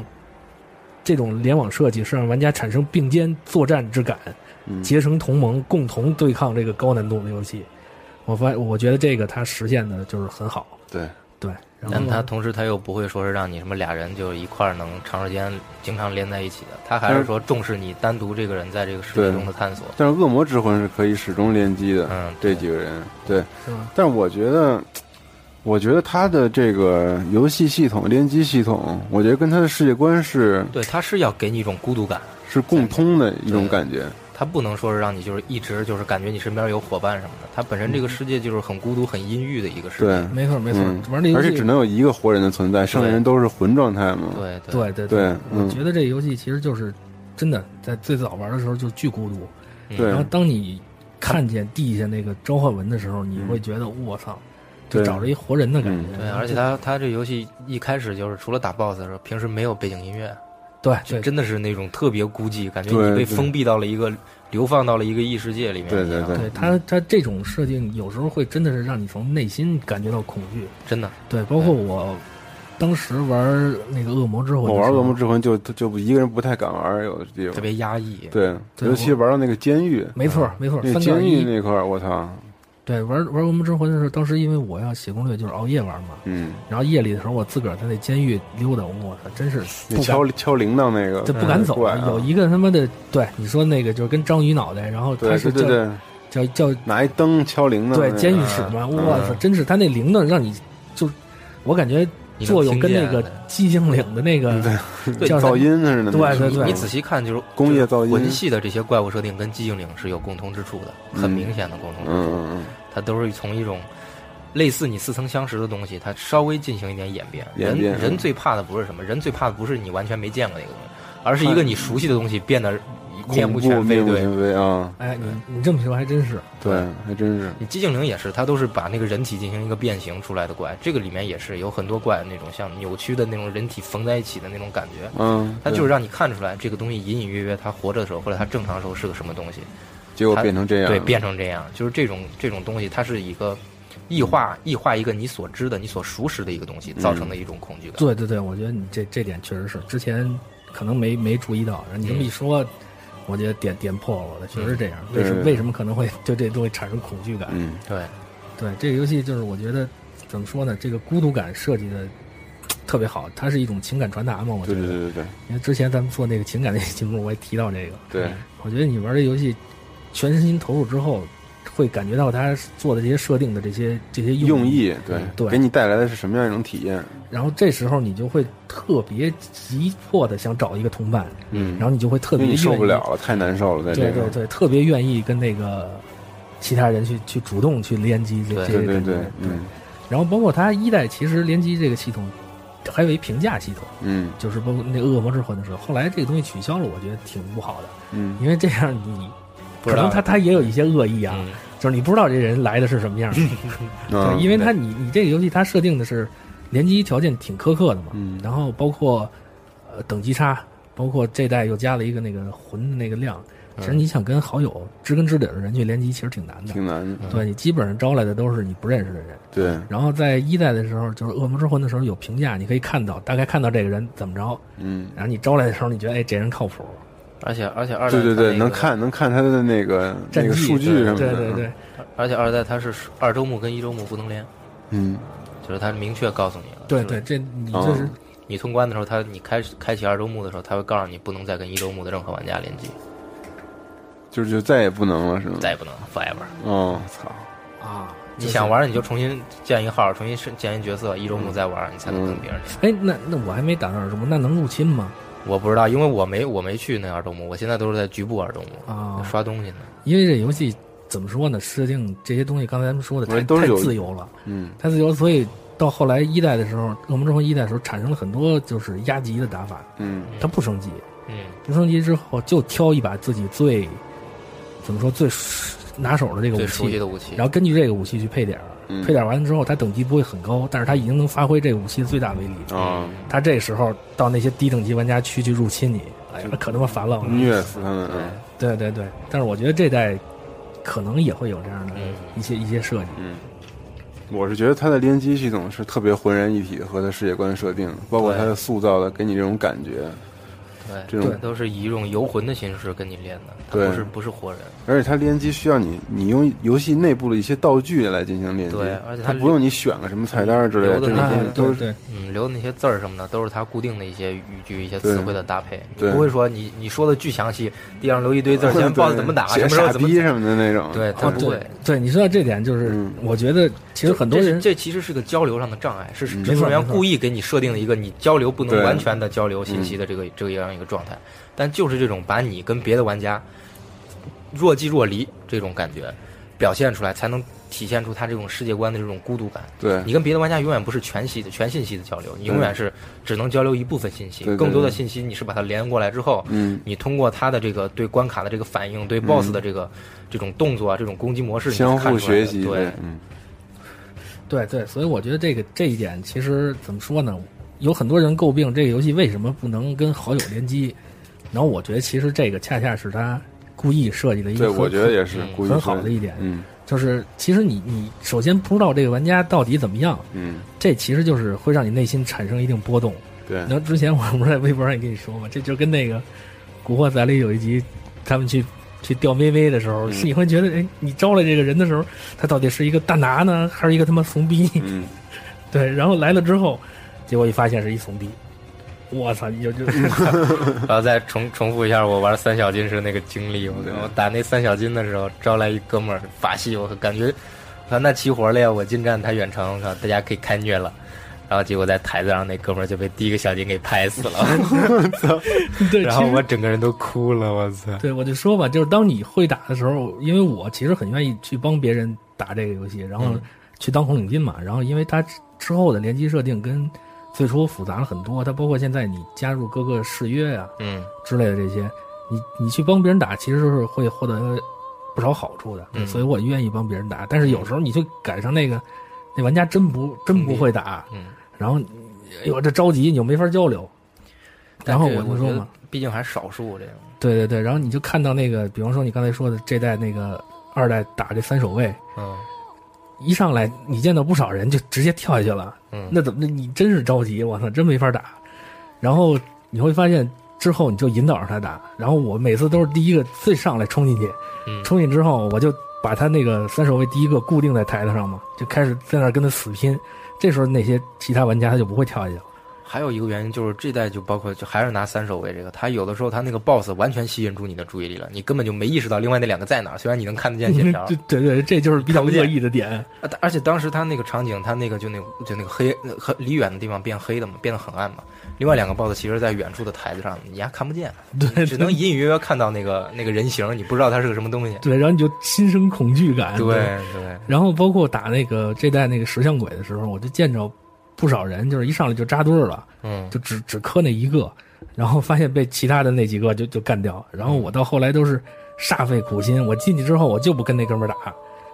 Speaker 12: 这种联网设计是让玩家产生并肩作战之感，
Speaker 11: 嗯
Speaker 12: 结成同盟，共同对抗这个高难度的游戏。我发，我觉得这个它实现的就是很好。
Speaker 11: 对，
Speaker 12: 对，然后
Speaker 9: 但他同时他又不会说是让你什么俩人就一块儿能长时间经常连在一起的，他还
Speaker 11: 但
Speaker 9: 是
Speaker 11: 是
Speaker 9: 说重视你单独这个人在这个世界
Speaker 11: 对
Speaker 9: 中的探索。
Speaker 11: 但是恶魔之魂是可以始终联机的，
Speaker 9: 嗯
Speaker 11: 这几个人对
Speaker 12: 是吗，
Speaker 11: 但是我觉得，我觉得他的这个游戏系统、联机系统，我觉得跟他的世界观是
Speaker 9: 对，他是要给你一种孤独感，
Speaker 11: 是共通的一种感觉。
Speaker 9: 他不能说是让你就是一直就是感觉你身边有伙伴什么的，他本
Speaker 12: 嗯
Speaker 9: 身这个世界就是很孤独、很阴郁的一个世
Speaker 11: 对
Speaker 9: 界。，
Speaker 12: 没错没错
Speaker 11: 嗯
Speaker 12: 玩这游戏
Speaker 11: 而且只能有一个活人的存在，剩下人都是魂状态嘛。
Speaker 9: 对
Speaker 12: 对对
Speaker 11: 对
Speaker 12: 我
Speaker 11: 嗯
Speaker 12: 觉得这游戏其实就是真的，在最早玩的时候就巨孤独。
Speaker 9: 嗯
Speaker 11: 对
Speaker 12: 然后当你看见地下那个召唤文的时候，你会觉得我操，就
Speaker 11: 嗯对
Speaker 12: 找着一活人的感觉。
Speaker 9: 嗯对，而且他他这游戏一开始就是除了打 BOSS 的时候，平时没有背景音乐，
Speaker 12: 对
Speaker 9: 就真的是那种特别孤寂，感觉
Speaker 11: 对
Speaker 9: 你被
Speaker 11: 对
Speaker 9: 封闭到了一个流放到了一个异世界里面
Speaker 11: 对
Speaker 9: 一
Speaker 11: 对
Speaker 9: 样。
Speaker 11: 对
Speaker 12: 对它它这种设定有时候会真的是让你从内心感觉到恐惧。
Speaker 9: 真的，
Speaker 12: 对，包括我当时玩那个恶魔之魂，
Speaker 11: 我玩《恶魔之魂》就就一个人不太敢玩，有的地方
Speaker 9: 特别压抑。
Speaker 11: 对，
Speaker 12: 对
Speaker 11: 尤其玩到那个监狱，
Speaker 12: 没错没错
Speaker 11: 嗯那
Speaker 12: 三杠
Speaker 11: 监
Speaker 12: 一
Speaker 11: 狱那块儿，我操，
Speaker 12: 对玩玩恶魔之魂的时候，当时因为我要写攻略，就是熬夜玩嘛。
Speaker 11: 嗯，
Speaker 12: 然后夜里的时候，我自个儿在那监狱溜达，我操，真是不
Speaker 11: 那
Speaker 12: 敢
Speaker 11: 敲敲铃铛那个，
Speaker 12: 这不敢
Speaker 11: 嗯
Speaker 12: 走
Speaker 11: 怪啊
Speaker 12: 啊。有一个他妈的，对你说那个就是跟章鱼脑袋，然后他
Speaker 11: 对
Speaker 12: 是
Speaker 11: 对
Speaker 12: 叫
Speaker 11: 对对，嗯
Speaker 12: 叫叫
Speaker 11: 拿一灯敲铃铛，
Speaker 12: 对监
Speaker 9: 嗯
Speaker 12: 狱室嘛，我
Speaker 11: 嗯
Speaker 12: 操，真是他那铃铛让你就，我感觉
Speaker 9: 你能
Speaker 12: 作用跟那
Speaker 9: 听见
Speaker 12: 个寂静岭的那个
Speaker 9: 对
Speaker 12: 叫
Speaker 11: 噪音似的那种，
Speaker 12: 对对对
Speaker 9: 你仔细看，就是
Speaker 11: 工业噪音
Speaker 9: 魂系的这些怪物设定跟寂静岭是有共通之处的，很明显的共通之处。
Speaker 11: 嗯嗯
Speaker 9: 它都是从一种类似你似曾相识的东西，它稍微进行一点演变。
Speaker 11: 演变
Speaker 9: 人
Speaker 11: 嗯
Speaker 9: 人最怕的不是什么，人最怕的不是你完全没见过那个东西，而是一个你熟悉的东西变得
Speaker 11: 嗯，
Speaker 9: 面目
Speaker 11: 恐怖
Speaker 9: 全非。
Speaker 11: 面目
Speaker 9: 对，
Speaker 11: 全非啊，
Speaker 12: 哎，你你这么说还真是，
Speaker 11: 对，还真是，
Speaker 9: 你寂静岭也是，它都是把那个人体进行一个变形出来的怪。这个里面也是有很多怪那种像扭曲的那种人体缝在一起的那种感觉。
Speaker 11: 嗯，
Speaker 9: 它就是
Speaker 11: 对
Speaker 9: 让你看出来这个东西隐隐约约，它活着的时候或者它正常的时候是个什么东西。
Speaker 11: 结果
Speaker 9: 它
Speaker 11: 变成这样，
Speaker 9: 对，变成这样，就是这种这种东西，它是一个异化异化一个你所知的、你所熟识的一个东西造成的一种恐惧感。
Speaker 12: 对对对，我觉得你这这点确实是之前可能没没注意到，然后你这么
Speaker 9: 嗯
Speaker 12: 一说，我觉得点点破了我的，确实这样。为什
Speaker 11: 嗯对
Speaker 12: 么为什么可能会对这东西产生恐惧感？
Speaker 11: 嗯，
Speaker 9: 对
Speaker 12: 对这个游戏就是我觉得怎么说呢，这个孤独感设计的特别好，它是一种情感传达嘛，我觉
Speaker 11: 对
Speaker 12: 得
Speaker 11: 对。对对对
Speaker 12: 因为之前咱们做那个情感那节目，我也提到这个。
Speaker 9: 嗯
Speaker 11: 对，
Speaker 12: 我觉得你玩这游戏，全身心投入之后，会感觉到他做的这些设定的这些这些
Speaker 11: 用
Speaker 12: 意
Speaker 11: 意。对
Speaker 12: 对
Speaker 11: 给你带来的是什么样一种体验？
Speaker 12: 然后这时候你就会特别急迫的想找一个同伴，
Speaker 11: 嗯
Speaker 12: 然后你就会特
Speaker 11: 因为
Speaker 12: 别
Speaker 11: 你受不
Speaker 12: 愿意
Speaker 11: 了了，太难受了，在
Speaker 12: 对
Speaker 11: 这
Speaker 12: 对
Speaker 11: 个，
Speaker 12: 对，特别愿意跟那个其他人去去主动去联机这
Speaker 9: 对
Speaker 12: 这些
Speaker 11: 对
Speaker 12: 感觉
Speaker 11: 对，嗯
Speaker 12: 然后包括它一代其实联机这个系统，还有一评价系统，
Speaker 11: 嗯
Speaker 12: 就是包括那恶魔之魂的时候，后来这个东西取消了，我觉得挺不好的。
Speaker 11: 嗯，
Speaker 12: 因为这样你
Speaker 9: 不
Speaker 12: 可
Speaker 9: 知道
Speaker 12: 能他他也有一些恶意啊，
Speaker 9: 嗯
Speaker 12: 就是你不知道这人来的是什么样的，
Speaker 11: 啊
Speaker 12: 嗯对，因为他你你这个游戏它设定的是联机条件挺苛刻的嘛，
Speaker 11: 嗯
Speaker 12: 然后包括呃等级差，包括这代又加了一个那个魂的那个量，其实你想跟好友知根知底的人去联机，其实嗯挺难的。
Speaker 11: 挺难的，
Speaker 12: 对你基本上招来的都是你不认识的人，
Speaker 11: 对，
Speaker 12: 然后在一代的时候，就是《恶魔之魂》的时候有评价，你可以看到大概看到这个人怎么着，
Speaker 11: 嗯。
Speaker 12: 然后你招来的时候，你觉得哎这人靠谱，
Speaker 9: 而且而且二代它那
Speaker 11: 对对对，
Speaker 9: 个
Speaker 11: 能，看能看他的那个那
Speaker 12: 战
Speaker 11: 个
Speaker 12: 绩
Speaker 11: 数据什么的，
Speaker 12: 对对对，
Speaker 9: 而且二代它是二周目跟一周目不能连，
Speaker 11: 嗯，
Speaker 9: 就是它明确告诉你了。
Speaker 12: 对
Speaker 9: 就是
Speaker 12: 对，这你就是
Speaker 11: 嗯
Speaker 9: 你通关的时候，它你开始开启二周目的时候，它会告诉你不能再跟一周目的任何玩家联机，
Speaker 11: 就是就再也不能了，是吗？嗯
Speaker 9: 再也不能 forever。
Speaker 11: 哦，操，
Speaker 12: 啊，
Speaker 9: 你想玩你就重新建一个号，重新是建一角色，一周目再玩，你才能跟别人
Speaker 12: 哎，那那我还没打算什么，那能入侵吗？
Speaker 9: 我不知道，因为我没我没去那二周目，我现在都是在局部二周目
Speaker 11: 哦
Speaker 12: 啊
Speaker 9: 刷东西呢。
Speaker 12: 因为这游戏怎么说呢？设定这些东西，刚才咱们说的太
Speaker 9: 都是
Speaker 12: 太
Speaker 9: 有
Speaker 12: 自由了，
Speaker 11: 嗯，
Speaker 12: 太自由了，所以到后来一代的时候，恶魔之魂一代的时候产生了很多就是压级的打法，
Speaker 11: 嗯，
Speaker 12: 它不升级，
Speaker 9: 嗯，
Speaker 12: 不升级之后就挑一把自己最怎么说最拿手的这个武
Speaker 9: 最
Speaker 12: 器，
Speaker 9: 熟悉的武器
Speaker 12: 然后根据这个武器去配点儿。
Speaker 9: 嗯
Speaker 12: 配点儿完了之后，它等级不会很高，但是它已经能发挥这个武器的最大威力。
Speaker 9: 哦
Speaker 11: 啊，
Speaker 12: 它这时候到那些低等级玩家区去入侵你，哎呀，可他妈烦了！我
Speaker 11: 虐死他们，嗯
Speaker 12: 对对对，但是我觉得这代可能也会有这样的
Speaker 9: 嗯
Speaker 12: 一些、一些设计。
Speaker 11: 嗯，我是觉得它的联机系统是特别浑然一体的，和它世界观设定，包括它的塑造的，给你这种感觉。
Speaker 9: 对，
Speaker 11: 这种
Speaker 9: 都是以一种游魂的形式跟你练的，它
Speaker 11: 对
Speaker 9: 不是不是活人。
Speaker 11: 而且它联机需要你，你用游戏内部的一些道具来进行联机，
Speaker 9: 对而且它
Speaker 11: 它不用你选个什么菜单儿之类
Speaker 9: 留
Speaker 11: 的，
Speaker 9: 的
Speaker 11: 这
Speaker 12: 啊
Speaker 9: 那
Speaker 11: 些
Speaker 9: 些
Speaker 11: 都是
Speaker 9: 嗯，留的那些字儿什么的，都是它固定的一些语句、一些词汇的搭配。你
Speaker 11: 对
Speaker 9: 不会说你你说的巨详细，地上留一堆字儿，前面报
Speaker 11: 对
Speaker 9: 怎么打，
Speaker 11: 写
Speaker 9: 什么时候
Speaker 11: 傻
Speaker 9: 怎么
Speaker 11: 逼啊什么的那种，
Speaker 9: 对，它
Speaker 12: 哦，
Speaker 9: 不会嗯
Speaker 12: 对。对，你说到这点，就是、我觉得其实很多人
Speaker 9: 这这其实是个交流上的障碍，是
Speaker 12: 嗯
Speaker 9: 技术人
Speaker 12: 没
Speaker 9: 员
Speaker 12: 错
Speaker 9: 故意给你设定了一个你交流不能
Speaker 11: 对嗯
Speaker 9: 完全的交流信息的这个这个样一个状态，但就是这种把你跟别的玩家若即若离这种感觉表现出来，才能体现出他这种世界观的这种孤独感。
Speaker 11: 对
Speaker 9: 你跟别的玩家永远不是全息的、全信息的交流，你永远是只能交流一部分信息，
Speaker 11: 嗯对对
Speaker 9: 更多的
Speaker 11: 对
Speaker 9: 信息你是把它连过来之后，
Speaker 11: 嗯
Speaker 9: 你通过他的这个对关卡的这个反应、对 BOSS 的这个、这种动作啊、这种攻击模式，你是
Speaker 11: 相
Speaker 9: 看
Speaker 11: 互
Speaker 9: 出来的
Speaker 11: 学习，
Speaker 9: 对，
Speaker 11: 嗯，
Speaker 12: 对对，所以我觉得这个这一点其实怎么说呢？有很多人诟病这个游戏为什么不能跟好友联机，然后我觉得其实这个恰恰是他故意设计的一个
Speaker 11: 对，
Speaker 12: 很，
Speaker 11: 我觉得也是
Speaker 12: 很
Speaker 11: 故意说
Speaker 12: 很好的一点，
Speaker 11: 嗯
Speaker 12: 就是其实你你首先不知道这个玩家到底怎么样，
Speaker 11: 嗯，
Speaker 12: 这其实就是会让你内心产生一定波动。
Speaker 11: 对，
Speaker 12: 然后之前我不是在微博上也跟你说嘛，这就跟那个《古惑仔》里有一集，他们去去钓妹妹的时候，
Speaker 11: 嗯
Speaker 12: 是你会觉得，哎，你招来这个人的时候，他到底是一个大拿呢，还是一个他妈怂逼？
Speaker 11: 嗯，
Speaker 12: 对，然后来了之后，结果一发现是一怂逼，我操，你就就
Speaker 9: 然后再重重复一下我玩三小金时那个经历。我我打那三小金的时候，招来一哥们儿法系，我感觉，我看那齐活了呀！我近战他远程，我靠大家可以开虐了。然后结果在台子上，那哥们儿就被第一个小金给拍死 了。
Speaker 12: 对，
Speaker 9: 然后
Speaker 12: 其实
Speaker 9: 我整个人都哭了，我操！
Speaker 12: 对，我就说吧，就是当你会打的时候，因为我其实很愿意去帮别人打这个游戏，然后
Speaker 9: 嗯
Speaker 12: 去当红领巾嘛。然后因为它之后的联机设定跟最初复杂了很多，它包括现在你加入各个誓约呀、
Speaker 9: 嗯
Speaker 12: 之类的这些，你你去帮别人打，其实是会获得不少好处的。
Speaker 9: 嗯
Speaker 12: 所以我愿意帮别人打，但是有时候你就赶上那个那玩家真不真不会打，
Speaker 9: 嗯，
Speaker 12: 然后你哎呦这着急你就没法交流。然后我就说嘛，，
Speaker 9: 毕竟还是少数这样。
Speaker 12: 对对对，然后你就看到那个，比方说你刚才说的这代那个二代打这三守卫，
Speaker 9: 嗯
Speaker 12: 一上来你见到不少人就直接跳下去了，
Speaker 9: 嗯，
Speaker 12: 那怎么？那你真是着急，我操，真没法打。然后你会发现之后你就引导着他打，然后我每次都是第一个最上来冲进去，
Speaker 9: 嗯
Speaker 12: 冲进去之后我就把他那个三守卫第一个固定在台子上嘛，就开始在那儿跟他死拼。这时候那些其他玩家他就不会跳下去了。
Speaker 9: 还有一个原因就是这代就包括就还是拿三守卫这个，他有的时候他那个 boss 完全吸引住你的注意力了，你根本就没意识到另外那两个在哪儿，虽然你能看得 见
Speaker 12: 因
Speaker 9: 血
Speaker 12: 为
Speaker 9: 条
Speaker 12: 这。对对，这就是比较恶意的点。
Speaker 9: 啊但而且当时他那个场景，他那个就那就那个黑很离远的地方变黑的嘛，变得很暗嘛。另外两个 boss 其实在远处的台子上，你还看不 见，
Speaker 12: 对，
Speaker 9: 只能隐隐约约看到那个那个人形，你不知道它是个什么东西。
Speaker 12: 对，然后你就心生恐惧感。
Speaker 9: 对对，
Speaker 12: 然后包括打那个这代那个石像鬼的时候，我就见着不少人，就是一上来就扎堆儿了，
Speaker 9: 嗯，
Speaker 12: 就只只磕那一个，然后发现被其他的那几个就就干掉。然后我到后来都是煞费苦心，我进去之后我就不跟那哥们儿打，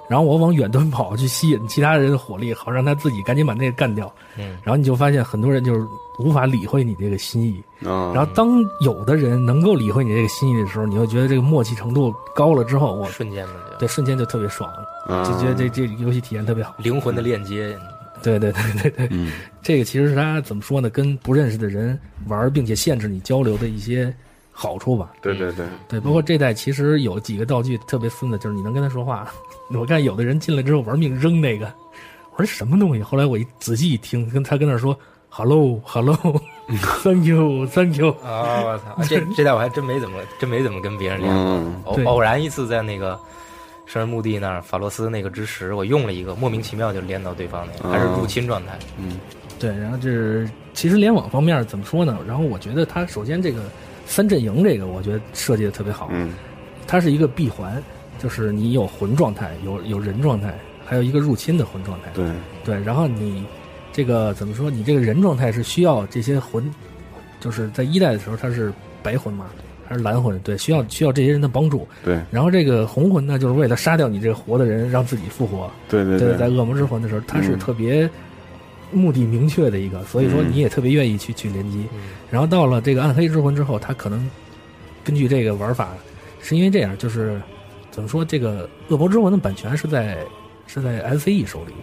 Speaker 12: 然后我往远端跑去吸引其他人的火力，好让他自己赶紧把那个干掉。
Speaker 9: 嗯，
Speaker 12: 然后你就发现很多人就是无法理会你这个心意。
Speaker 9: 嗯
Speaker 11: 啊，
Speaker 12: 然后当有的人能够理会你这个心意的时候，你会觉得这个默契程度高了之后，我
Speaker 9: 瞬间的就
Speaker 12: 对瞬间就特别爽，
Speaker 11: 啊
Speaker 12: 就觉得这这游戏体验特别好。
Speaker 9: 灵魂的链接。
Speaker 12: 对对对对对，
Speaker 11: 嗯
Speaker 12: 这个其实是他怎么说呢？跟不认识的人玩儿，并且限制你交流的一些好处吧。
Speaker 11: 对对对，
Speaker 12: 对，包括这代其实有几个道具特别孙子，就是你能跟他说话。 我看有的人进来之后玩命扔那个，我说什么东西？后来我一仔细一听，跟他跟那儿说 “hello hello thank you thank you”，
Speaker 9: 啊！我操，这这代我还真没怎么真没怎么跟别人聊过，
Speaker 11: 嗯
Speaker 9: 偶
Speaker 12: 对
Speaker 9: 偶然一次在那个圣人墓地那儿法洛斯那个之石，我用了一个，莫名其妙就连到对方那个，还是
Speaker 12: 哦
Speaker 9: 入侵状态。
Speaker 11: 嗯，
Speaker 12: 对，然后就是其实联网方面怎么说呢？然后我觉得它首先这个三阵营这个，我觉得设计的特别好。
Speaker 11: 嗯，
Speaker 12: 它是一个闭环，就是你有魂状态，有有人状态，还有一个入侵的魂状态。
Speaker 11: 对，
Speaker 12: 对，然后你这个怎么说？你这个人状态是需要这些魂，就是在一代的时候它是白魂嘛，还是蓝魂？对，需要需要这些人的帮助。
Speaker 11: 对，
Speaker 12: 然后这个红魂呢，就是为了杀掉你这个活的人，让自己复活。
Speaker 11: 对对
Speaker 12: 对，在恶魔之魂的时候，它是
Speaker 11: 嗯
Speaker 12: 特别目的明确的一个，所以说
Speaker 11: 嗯
Speaker 12: 你也特别愿意去去联机。然后到了这个暗黑之魂之后，它可能根据这个玩法，是因为这样，就是怎么说，这个恶魔之魂的版权是在是在 SCE 手里，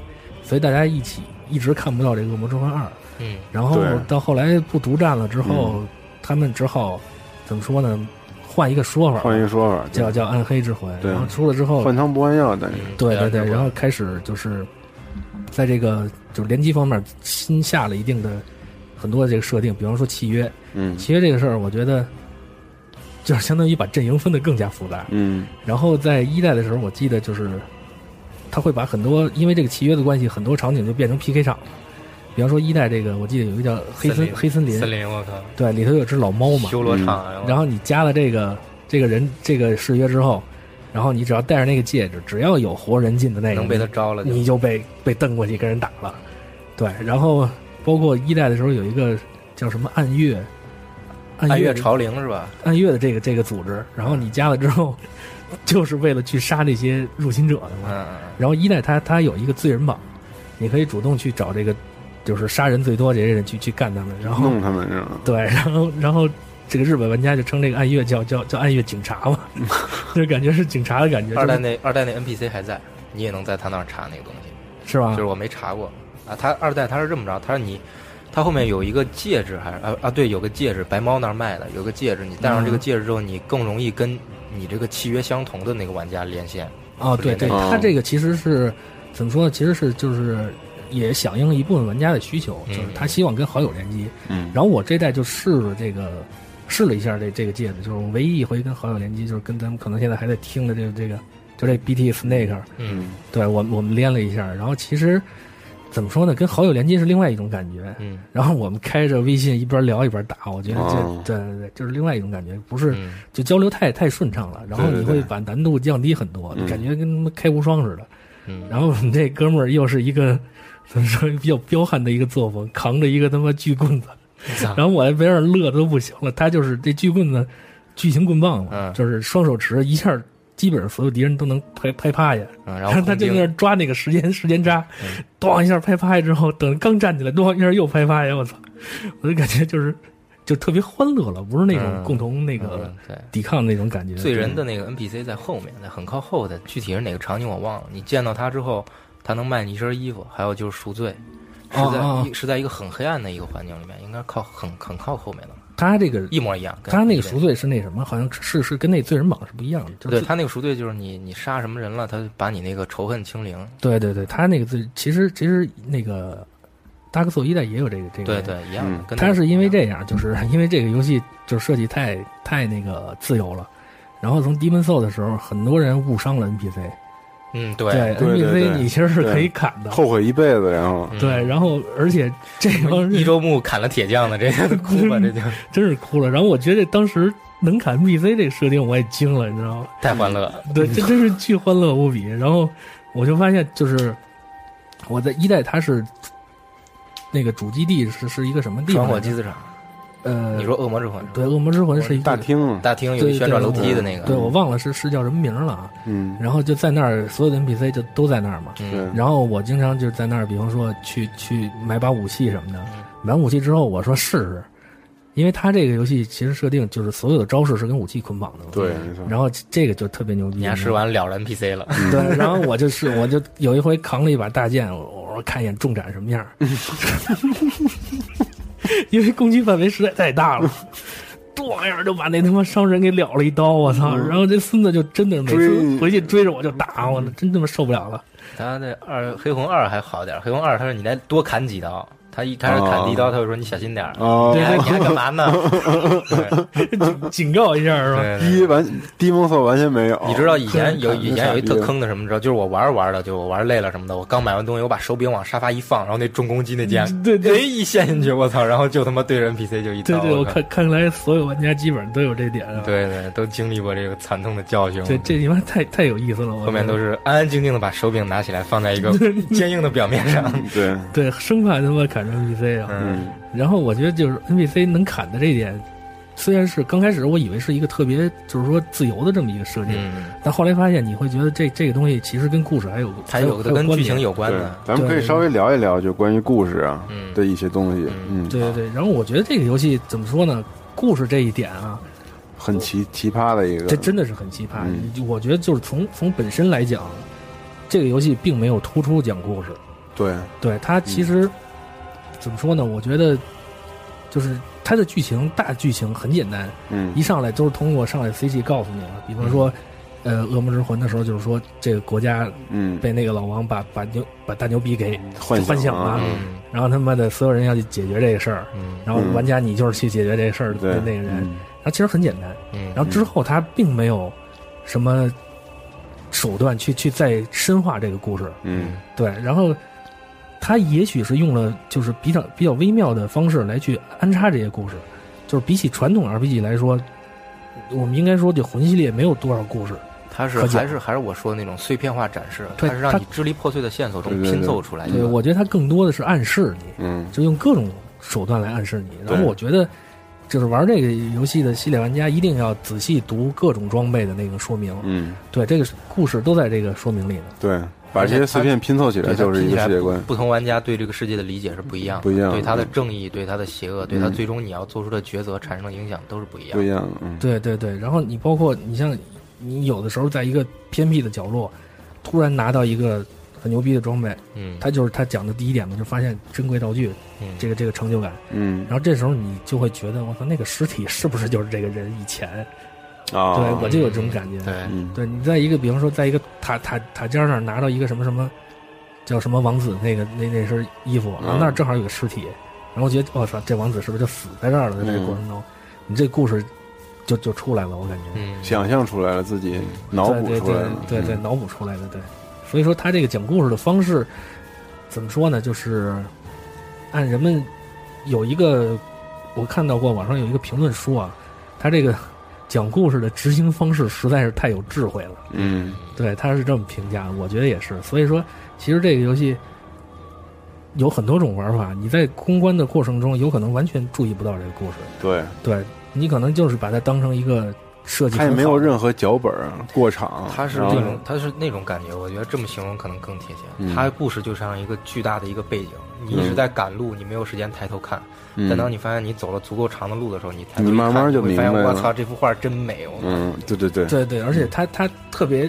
Speaker 12: 所以大家一起一直看不到这个恶魔之魂二。
Speaker 9: 嗯，
Speaker 12: 然后
Speaker 11: 对
Speaker 12: 到后来不独占了之后，
Speaker 11: 嗯
Speaker 12: 他们只好怎么说呢？换一个说法吧，
Speaker 11: 换一个说法，对
Speaker 12: 叫叫暗黑之魂。
Speaker 11: 对
Speaker 12: 然后出了之后，
Speaker 11: 换汤不换药，但是
Speaker 12: 对对
Speaker 9: 对
Speaker 12: 对，然后开始就是在这个就是联机方面新下了一定的很多的这个设定，比方说契约，
Speaker 11: 嗯
Speaker 12: 契约这个事儿，我觉得就是相当于把阵营分得更加复杂。
Speaker 11: 嗯
Speaker 12: 然后在一代的时候，我记得就是他会把很多因为这个契约的关系，很多场景就变成 PK 场了。比方说一代这个，我记得有一个叫黑森
Speaker 9: 森林
Speaker 12: 黑森林，
Speaker 9: 森林，我靠，
Speaker 12: 对，里头有只老猫嘛，嗯
Speaker 9: 修罗场。啊
Speaker 12: 然
Speaker 9: 后
Speaker 12: 后你加了这个这个人这个誓约之后，然后你只要戴上那个戒指，只要有活人进的那个，
Speaker 9: 能被他招了就，
Speaker 12: 你就被被蹬过去跟人打了。对，然后包括一代的时候有一个叫什么暗月，
Speaker 9: 暗
Speaker 12: 月
Speaker 9: 月朝灵是吧？
Speaker 12: 暗月的这个这个组织，然后你加了之后， 就是为了去杀这些入侵者的嘛。
Speaker 9: 嗯嗯
Speaker 12: 然后一代它它有一个罪人榜，你可以主动去找这个就是杀人最多这些人去去干他们，然后
Speaker 9: 嗯
Speaker 11: 弄他们是吧？
Speaker 12: 对，然后然后这个日本玩家就称这个暗月叫叫叫暗月 警察嘛，就是感觉是警察的感觉，
Speaker 9: 嗯。二代
Speaker 12: 就是
Speaker 9: 那二代那 NPC 还在，你也能在他那儿查那个东西。
Speaker 12: 是吧？
Speaker 9: 就是我没查过啊。他二代他是这么着，他说你，他后面有一个戒指还是啊啊对，有个戒指，白猫那儿卖的，有个戒指，你戴
Speaker 12: 嗯
Speaker 9: 上这个戒指之后，你更容易跟你这个契约相同的那个玩家连线。
Speaker 12: 哦，对对，
Speaker 11: 哦
Speaker 12: 它这个其实是怎么说呢？其实是就是也响应了一部分玩家的需求，
Speaker 9: 嗯
Speaker 12: 就是他希望跟好友联机。
Speaker 11: 嗯，
Speaker 12: 然后我这代就试了这个，试了一下这这个戒指，就是我唯一一回跟好友联机，就是跟咱们可能现在还在听的这个这个，就这 BT Snake，
Speaker 9: 嗯
Speaker 12: 对我我们连了一下，然后其实怎么说呢？跟好友联机是另外一种感觉，
Speaker 9: 嗯
Speaker 12: 然后我们开着微信一边聊一边打，我觉得这、
Speaker 11: 哦
Speaker 12: 对对对，就是另外一种感觉，不是
Speaker 9: 嗯
Speaker 12: 就交流太太顺畅了，然后
Speaker 11: 对对
Speaker 12: 你
Speaker 11: 对
Speaker 12: 会把难度降低很多，
Speaker 11: 嗯
Speaker 12: 感觉跟他妈开无双似的。
Speaker 9: 嗯，
Speaker 12: 然后我们这哥们儿又是一个怎么说比较彪悍的一个作风，扛着一个他妈巨棍 子，然后我在边上乐的都不行了。他就是这巨棍子，巨型棍棒嘛，
Speaker 9: 嗯
Speaker 12: 就是双手持，一下基本上所有敌人都能拍拍趴下。
Speaker 9: 嗯然
Speaker 12: 然后
Speaker 9: 后空
Speaker 12: 他
Speaker 9: 嗯
Speaker 12: 就在那
Speaker 9: 军
Speaker 12: 儿抓那个时间 时间差，咣一下拍趴下之后，等刚站起来，咣一下又拍趴下，我操！我就感觉就是就特别欢乐了，不是那种
Speaker 9: 嗯
Speaker 12: 共同那个
Speaker 9: 嗯对。
Speaker 12: 抵抗那种感觉。
Speaker 9: 罪人的那个 NPC 在后面，在很靠后的，具体是哪个场景我忘了。你见到他之后，他能卖你一身衣服，还有就是赎罪，是在、
Speaker 12: 哦哦
Speaker 9: 是在一个很黑暗的一个环境里面，应该靠很很靠后面的，
Speaker 12: 他这个
Speaker 9: 一模一样。跟
Speaker 12: 他那
Speaker 9: 一
Speaker 12: 个赎罪是那什么，好像是是跟那罪人榜是不一样的。就是
Speaker 9: 对他那个赎罪就是你你杀什么人了，他把你那个仇恨清零。
Speaker 12: 对对对，他那个罪其实其实那个达克索一代也有这个这个。
Speaker 9: 对。对，一样的。
Speaker 11: 嗯
Speaker 9: 跟那
Speaker 12: 他
Speaker 9: 个
Speaker 12: 是因为
Speaker 9: 一样
Speaker 12: 这样，就是 因为这个游戏就是设计太太那个自由了，然后从 Demon Soul 的时候，很多人误伤了 NPC，
Speaker 9: 嗯对
Speaker 11: 对对对
Speaker 12: NPC 你其实是可以砍的。
Speaker 11: 后悔一辈子，然后
Speaker 9: 嗯
Speaker 12: 对，然后而且这帮
Speaker 9: 一
Speaker 12: 人
Speaker 9: 周目砍了铁匠的这 个哭吧，这就
Speaker 12: 真是哭了。然后我觉得当时能砍 NPC 这个设定我也惊了，你知道吗？
Speaker 9: 太欢乐 了。
Speaker 12: 对，这真是巨欢乐无比。然后我就发现，就是我在一代它是那个主基地是是一个什么地
Speaker 9: 传
Speaker 12: 方？
Speaker 9: 火机子场，
Speaker 12: 呃，
Speaker 9: 你说恶魔之魂是吧
Speaker 12: 对，恶魔之魂是一个
Speaker 11: 大厅啊嘛，
Speaker 9: 大厅有
Speaker 12: 对
Speaker 9: 一旋转楼梯
Speaker 12: 对
Speaker 9: 的那个，嗯
Speaker 12: 对我忘了是是叫什么名儿了啊。
Speaker 11: 嗯，
Speaker 12: 然后就在那儿，所有的 NPC 就都在那儿嘛。
Speaker 11: 对
Speaker 9: 嗯，
Speaker 12: 然后我经常就是在那儿，比方说去去买把武器什么的，
Speaker 11: 嗯
Speaker 12: 买完武器之后，我说试试，因为它这个游戏其实设定就是所有的招式是跟武器捆绑的嘛。
Speaker 11: 对，没错，
Speaker 12: 然后这个就特别牛逼。
Speaker 9: 你还试完了了 NPC 了，
Speaker 12: 对，然后我就是我就有一回扛了一把大剑，我我说看一眼重斩什么样儿， 因为攻击范围实在太大了。咣一下就把那他妈商人给了了一刀，我操！然后这孙子就真的是
Speaker 11: 嗯
Speaker 12: 每
Speaker 11: 追
Speaker 12: 次
Speaker 11: 你
Speaker 12: 回去追着我就打，我真他妈受不了了。
Speaker 9: 他那二黑魂二还好点儿，黑魂二他说你再多砍几刀，他一开始砍第一刀，他就说你小心点儿，
Speaker 11: 哦
Speaker 9: 你还你还干嘛呢？
Speaker 12: 警告一下是吧？
Speaker 11: 第一完第一蒙索完全没有。
Speaker 9: 你知道以前有以前有一特
Speaker 11: 的。
Speaker 9: 坑的什么知道？就是我玩着玩着，就我玩累了什么的，我刚买完东西，我把手柄往沙发一放，然后那重攻击那键，
Speaker 12: 对对
Speaker 9: 哎一陷进去，我操！然后就他妈对着 NPC 就一
Speaker 12: 对
Speaker 9: 刀，
Speaker 12: 对，我
Speaker 9: 我
Speaker 12: 看看来所有玩家基本上都有这点啊。
Speaker 9: 对对，都经历过这个惨痛的教训。
Speaker 12: 对，这你妈太太有意思了。我觉得
Speaker 9: 后面都是安安静静的把手柄拿起来，放在一个坚硬的表面上。
Speaker 11: 对，
Speaker 12: 对，生怕他妈砍成 NPC 啊。
Speaker 9: 嗯，
Speaker 12: 然后我觉得就是 NPC 能砍的这一点，虽然是刚开始我以为是一个特别就是说自由的这么一个设定，
Speaker 9: 嗯
Speaker 12: 但后来发现你会觉得这这个东西其实跟故事还有
Speaker 9: 它
Speaker 12: 有
Speaker 9: 有的跟
Speaker 12: 关
Speaker 9: 剧
Speaker 12: 联
Speaker 9: 情有关
Speaker 11: 对
Speaker 9: 的，，
Speaker 11: 咱们可以
Speaker 12: 对
Speaker 11: 稍微聊一聊，就关于故事啊
Speaker 9: 嗯
Speaker 11: 的一些东西，嗯，
Speaker 12: 对对对，然后我觉得这个游戏怎么说呢？故事这一点啊，
Speaker 11: 很奇奇葩的一个，
Speaker 12: 这真的是很奇葩。
Speaker 11: 嗯
Speaker 12: 我觉得就是从从本身来讲，这个游戏并没有突出讲故事，
Speaker 11: 对，
Speaker 12: 对它
Speaker 9: 嗯
Speaker 12: 其实、怎么说呢？我觉得就是它的剧情大剧情很简单，
Speaker 11: 嗯
Speaker 12: 一上来都是通过上来 CG 告诉你了，比方
Speaker 9: 嗯
Speaker 12: 说。呃，恶魔之魂的时候，就是说这个国家
Speaker 11: 嗯，
Speaker 12: 被那个老王把把牛把大牛逼给
Speaker 11: 幻想
Speaker 12: 幻想
Speaker 11: 啊
Speaker 12: 了，
Speaker 9: 嗯
Speaker 12: 然后他妈的所有人要去解决这个事儿，
Speaker 9: 嗯
Speaker 12: 然后
Speaker 11: 嗯
Speaker 12: 玩家你就是去解决这事儿
Speaker 11: 对
Speaker 12: 的那个人，
Speaker 11: 嗯
Speaker 12: 然后其实很简单。
Speaker 9: 嗯，
Speaker 12: 然后之后他并没有什么手段去去再深化这个故事，
Speaker 11: 嗯
Speaker 12: 对。然后他也许是用了就是比较比较微妙的方式来去安插这些故事，就是比起传统 RPG 来说，我们应该说这魂系列没有多少故事，
Speaker 9: 它是
Speaker 12: 可讲
Speaker 9: 还是还是我说的那种碎片化展示，它
Speaker 12: 对
Speaker 9: 是让
Speaker 12: 它
Speaker 9: 你支离破碎的线索中
Speaker 11: 对对对
Speaker 9: 拼凑出来的。
Speaker 12: 对我觉得它更多的是暗示你，
Speaker 11: 嗯
Speaker 12: 就用各种手段来暗示你。然后
Speaker 11: 对
Speaker 12: 我觉得，就是玩这个游戏的系列玩家一定要仔细读各种装备的那个说明。
Speaker 11: 嗯，
Speaker 12: 对，这个故事都在这个说明里呢。
Speaker 11: 对，把这
Speaker 9: 而且
Speaker 11: 些
Speaker 9: 它
Speaker 11: 碎片拼凑起来
Speaker 9: 对它
Speaker 11: 就是一
Speaker 9: 拼起
Speaker 11: 个
Speaker 9: 来
Speaker 11: 世界
Speaker 9: 不
Speaker 11: 观，
Speaker 9: 不同玩家对这个世界的理解是不一样的，
Speaker 11: 不一样
Speaker 9: 对它的
Speaker 11: 嗯
Speaker 9: 正义、对它的邪恶、对它最终你要做出的抉择产生的影响都是不一样
Speaker 11: 不
Speaker 9: 的。
Speaker 11: 一样，嗯，
Speaker 12: 对对对，然后你包括你像你有的时候在一个偏僻的角落，突然拿到一个很牛逼的装备，
Speaker 9: 嗯，
Speaker 12: 它就是他讲的第一点嘛，就发现珍贵道具，
Speaker 9: 嗯
Speaker 12: 这个这个成就感。
Speaker 11: 嗯
Speaker 12: 然后这时候你就会觉得，我操，那个实体是不是就是这个人以前？
Speaker 11: 啊，
Speaker 12: 对我就有这种感觉。
Speaker 9: 对，
Speaker 11: 嗯
Speaker 12: 对你在一个，比方说，在一个塔塔塔尖儿那儿拿到一个什么什么，叫什么王子那个那那身衣服，然后那儿正好有个尸体，然后我觉得我操，这王子是不是就死在这儿了？在这个过程中，你这故事就就出来了，我感觉，
Speaker 9: 嗯，
Speaker 11: 想象出来了，自己脑补
Speaker 12: 对对
Speaker 11: 出来
Speaker 12: 对
Speaker 11: 了，
Speaker 12: 对对，
Speaker 11: 嗯
Speaker 12: 脑补出来的，对。所以说他这个讲故事的方式，怎么说呢？就是按人们有一个，我看到过网上有一个评论说啊，他这个讲故事的执行方式实在是太有智慧了。
Speaker 11: 嗯
Speaker 12: 对，他是这么评价的，我觉得也是。所以说，其实这个游戏有很多种玩法，你在公关的过程中，有可能完全注意不到这个故事，
Speaker 11: 对，
Speaker 12: 对你可能就是把它当成一个设计很
Speaker 11: 他
Speaker 12: 好的，
Speaker 11: 也没有任何脚本儿过场，
Speaker 9: 它是
Speaker 11: 然
Speaker 9: 那
Speaker 11: 后
Speaker 9: 种，它是那种感觉，我觉得这么形容可能更贴切。
Speaker 11: 嗯
Speaker 9: 它故事就像一个巨大的一个背景，你一直
Speaker 11: 嗯
Speaker 9: 在赶路，你没有时间抬头看。
Speaker 11: 嗯
Speaker 9: 但当你发现你走了足够长的路的时候，你抬头
Speaker 11: 你
Speaker 9: 一
Speaker 11: 慢
Speaker 9: 看
Speaker 11: 慢就
Speaker 9: 会
Speaker 11: 明
Speaker 9: 发现
Speaker 11: 白
Speaker 9: 我
Speaker 11: 了
Speaker 9: 操，这幅画真美！我
Speaker 11: 嗯，对对对，
Speaker 12: 对对，而且它它特别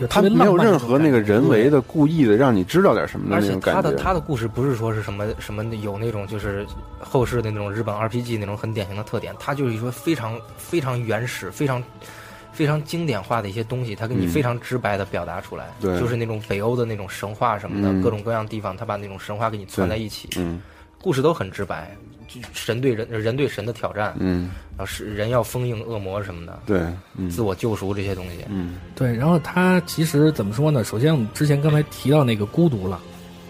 Speaker 12: 有
Speaker 11: 他
Speaker 12: 特别
Speaker 11: 没有
Speaker 12: 浪漫的
Speaker 11: 任何那个人为的故意的让你知道点什么的
Speaker 9: 而
Speaker 11: 那
Speaker 9: 且
Speaker 11: 种
Speaker 9: 他
Speaker 11: 感觉
Speaker 9: 的，他的故事不是说是什么什么有那种就是后世的那种日本 RPG 那种很典型的特点，它就是说非常非常原始、非常非常经典化的一些东西，它给你
Speaker 11: 嗯
Speaker 9: 非常直白的表达出来，
Speaker 11: 对
Speaker 9: 就是那种北欧的那种神话什么的，
Speaker 11: 嗯
Speaker 9: 各种各样地方，它把那种神话给你串在一起，
Speaker 11: 嗯
Speaker 9: 故事都很直白，就神对人人对神的挑战，
Speaker 11: 嗯，
Speaker 9: 然后是人要封印恶魔什么的，
Speaker 11: 对，嗯
Speaker 9: 自我救赎这些东西，
Speaker 11: 嗯
Speaker 12: 对，然后它其实怎么说呢？首先，我们之前刚才提到那个孤独了，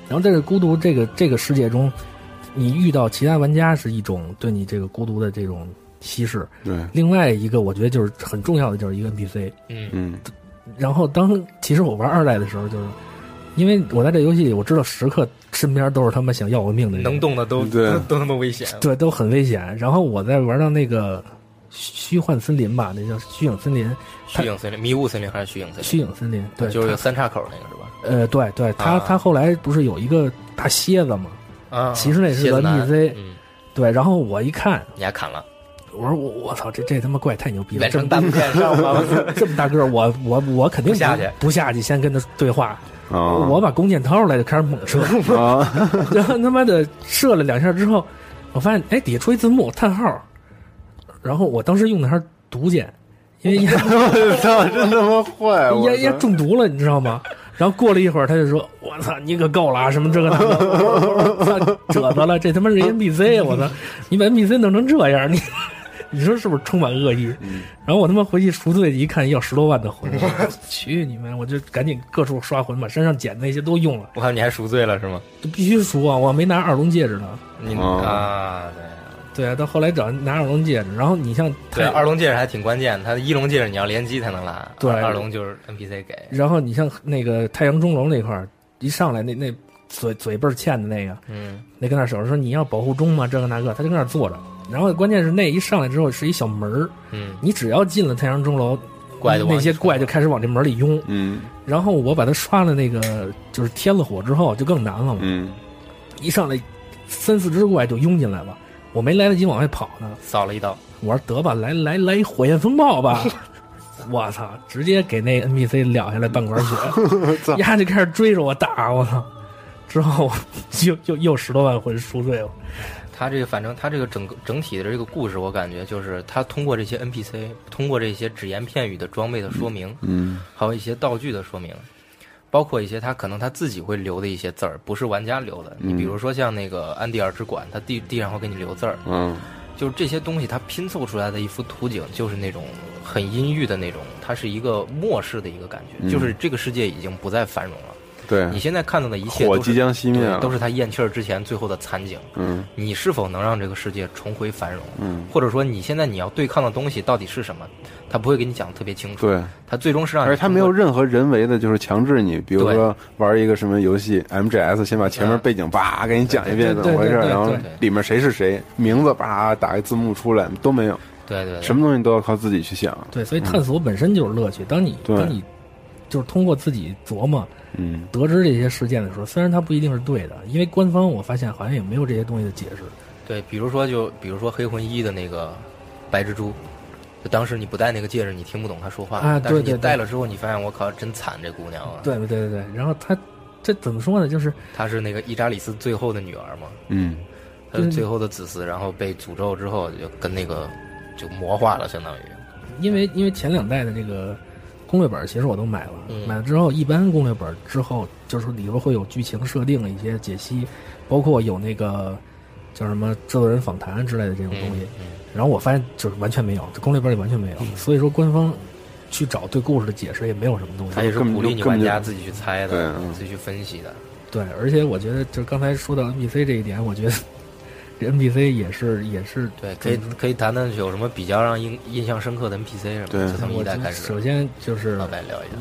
Speaker 12: 然后在这孤独这个这个世界中，你遇到其他玩家是一种对你这个孤独的这种稀释。
Speaker 11: 对，
Speaker 12: 另外一个，我觉得就是很重要的，就是一个 NPC。
Speaker 9: 嗯
Speaker 11: 嗯
Speaker 12: 然后当其实我玩二代的时候，就是因为我在这游戏里，我知道时刻身边都是他们想要我命的人，
Speaker 9: 能动的都
Speaker 11: 嗯 对
Speaker 9: 都都那么危险，
Speaker 12: 对都很危险。然后我在玩到那个虚虚幻森林吧，那叫虚影森林，
Speaker 9: 虚影森林、迷雾森林还是虚影森林？
Speaker 12: 虚影森林，对，
Speaker 9: 就是
Speaker 12: 它
Speaker 9: 有三岔口那个是吧？
Speaker 12: 呃，对对，他
Speaker 9: 啊
Speaker 12: 他后来不是有一个大蝎子嘛？
Speaker 9: 啊，
Speaker 12: 其实那是
Speaker 9: 蝎子
Speaker 12: 个
Speaker 9: 男
Speaker 12: NPC
Speaker 9: 嗯，
Speaker 12: 对，然后我一看，
Speaker 9: 你还砍了，
Speaker 12: 我说我我操，这这他妈怪太牛逼了，
Speaker 9: 远
Speaker 12: 这么
Speaker 9: 程
Speaker 12: 大
Speaker 9: 大不见上吗？
Speaker 12: 这么大个儿，我我我肯定
Speaker 9: 不下去
Speaker 12: 不下去，先跟他对话。
Speaker 11: 啊，
Speaker 12: 我把弓箭掏出来就开始猛射，
Speaker 11: 啊，
Speaker 12: 然后他妈的射了两下之后，我发现哎底下出一字幕叹号，然后我当时用的还是毒箭，因 为
Speaker 11: 我操，真他妈坏！
Speaker 12: 人
Speaker 11: 哎我
Speaker 12: 家人家
Speaker 11: 操
Speaker 12: 中毒了，你知道吗？然后过了一会儿，他就说：“我操，你可够了啊！什么这个那个我说，操，褶子了，这他妈是 NPC！我操，你把 NPC 弄成这样，你你说是不是充满恶意？”
Speaker 11: 嗯
Speaker 12: 然后我他妈回去赎罪一看，要十多万的魂，我说去你妈！我就赶紧各处刷魂，把身上捡的那些都用了，
Speaker 9: 我看你还赎罪了是吗？
Speaker 12: 就必须赎啊！我没拿二龙戒指呢。
Speaker 9: 你、
Speaker 12: 哦
Speaker 9: 啊，对。
Speaker 12: 对啊，到后来找拿二龙戒指，然后你像
Speaker 9: 对，
Speaker 11: 啊
Speaker 12: 太
Speaker 9: 二龙戒指还挺关键，它的一龙戒指你要联机才能拉，
Speaker 12: 对
Speaker 9: 二龙就是 NPC 给。
Speaker 12: 然后你像那个太阳钟楼那块儿，一上来那那嘴嘴倍儿欠的那个，
Speaker 9: 嗯，
Speaker 12: 那跟那手势说你要保护钟吗？这个那个，他就跟那儿坐着。然后关键是那一上来之后是一小门儿，
Speaker 9: 嗯，
Speaker 12: 你只要进了太阳钟楼，
Speaker 9: 怪就往
Speaker 12: 那些怪就开始往这门里拥。
Speaker 11: 嗯，
Speaker 12: 然后我把他刷了那个就是添了火之后就更难了嘛，
Speaker 11: 嗯，
Speaker 12: 一上来三四只怪就拥进来了，我没来得及往外跑呢，
Speaker 9: 扫了一道，
Speaker 12: 我说得吧，来来来一火焰风 暴吧。我操！直接给那 NPC 撂下来半管 血，丫就开始追着我打，我操！之后我 又又又十多万魂赎罪了，
Speaker 9: 他这个反正他这个整个整体的这个故事，我感觉就是他通过这些 NPC，通过这些只言片语的装备的说明，
Speaker 11: 嗯，
Speaker 9: 还有一些道具的说明，包括一些他可能他自己会留的一些字儿，不是玩家留的。你
Speaker 11: 嗯
Speaker 9: 比如说像那个安第尔之管，他地地上会给你留字儿，
Speaker 11: 嗯，
Speaker 9: 就是这些东西它拼凑出来的一幅图景，就是那种很阴郁的那种，它是一个末世的一个感觉，
Speaker 11: 嗯
Speaker 9: 就是这个世界已经不再繁荣了。
Speaker 11: 对，
Speaker 9: 你现在看到的一切
Speaker 11: 火
Speaker 9: 都是
Speaker 11: 即将熄灭
Speaker 9: 对
Speaker 11: 了
Speaker 9: 都是他咽气儿之前最后的残景。
Speaker 11: 嗯
Speaker 9: 你是否能让这个世界重回繁荣？
Speaker 11: 嗯，
Speaker 9: 或者说你现在你要对抗的东西到底是什么？他不会给你讲得特别清楚。
Speaker 11: 对，
Speaker 9: 他最终是让你
Speaker 11: 而且它没有任何人为的，就是强制你，比如说玩一个什么游戏 MGS，先把前面背景叭给你讲一遍
Speaker 12: 对
Speaker 11: 哎怎
Speaker 12: 对
Speaker 11: 么回事，
Speaker 12: 对对对
Speaker 11: 然后
Speaker 12: 对
Speaker 11: 里面谁是谁，名字叭打个字幕出来都没有，
Speaker 9: 对对对
Speaker 11: 什么东西都要靠自己去想。
Speaker 12: 对，所以探索本身就是乐趣。当你
Speaker 11: 嗯对
Speaker 12: 当你就是通过自己琢磨
Speaker 11: 嗯
Speaker 12: 得知这些事件的时候，虽然它不一定是对的，因为官方我发现好像也没有这些东西的解释。
Speaker 9: 对，比如说就比如说黑魂一的那个白蜘蛛，就当时你不戴那个戒指，你听不懂他说话。
Speaker 12: 啊对
Speaker 9: 但是
Speaker 12: 对
Speaker 9: 你
Speaker 12: 对
Speaker 9: 戴了之后，你发现我靠，真惨这姑娘啊！
Speaker 12: 对对对对，然后他这怎么说呢？就是
Speaker 9: 她是那个伊扎里斯最后的女儿嘛，
Speaker 11: 嗯，
Speaker 9: 她
Speaker 12: 嗯
Speaker 9: 是最后的子嗣，然后被诅咒之后就跟那个就魔化了，相当于。
Speaker 12: 因为因为前两代的这个攻略本，其实我都买了，
Speaker 9: 嗯
Speaker 12: 买了之后，一般攻略本之后，就是里边会有剧情设定的一些解析，包括有那个叫什么制作人访谈之类的这种
Speaker 9: 嗯
Speaker 12: 东西。然后我发现就是完全没有，这攻略本里完全没有，
Speaker 9: 嗯
Speaker 12: 所以说官方去找对故事的解释也没有什么东西。
Speaker 9: 他也是鼓励你玩家自己去猜
Speaker 11: 对
Speaker 9: 的，自己去分析的。
Speaker 12: 对，而且我觉得就是刚才说到 NPC 这一点，我觉得 这 NPC 也是也是
Speaker 9: 对，可以
Speaker 12: 嗯
Speaker 9: 可以谈谈有什么比较让印印象深刻的 NPC 是吗？
Speaker 12: 对
Speaker 9: 就从一代开始。
Speaker 12: 首先就是
Speaker 9: 老白聊一下，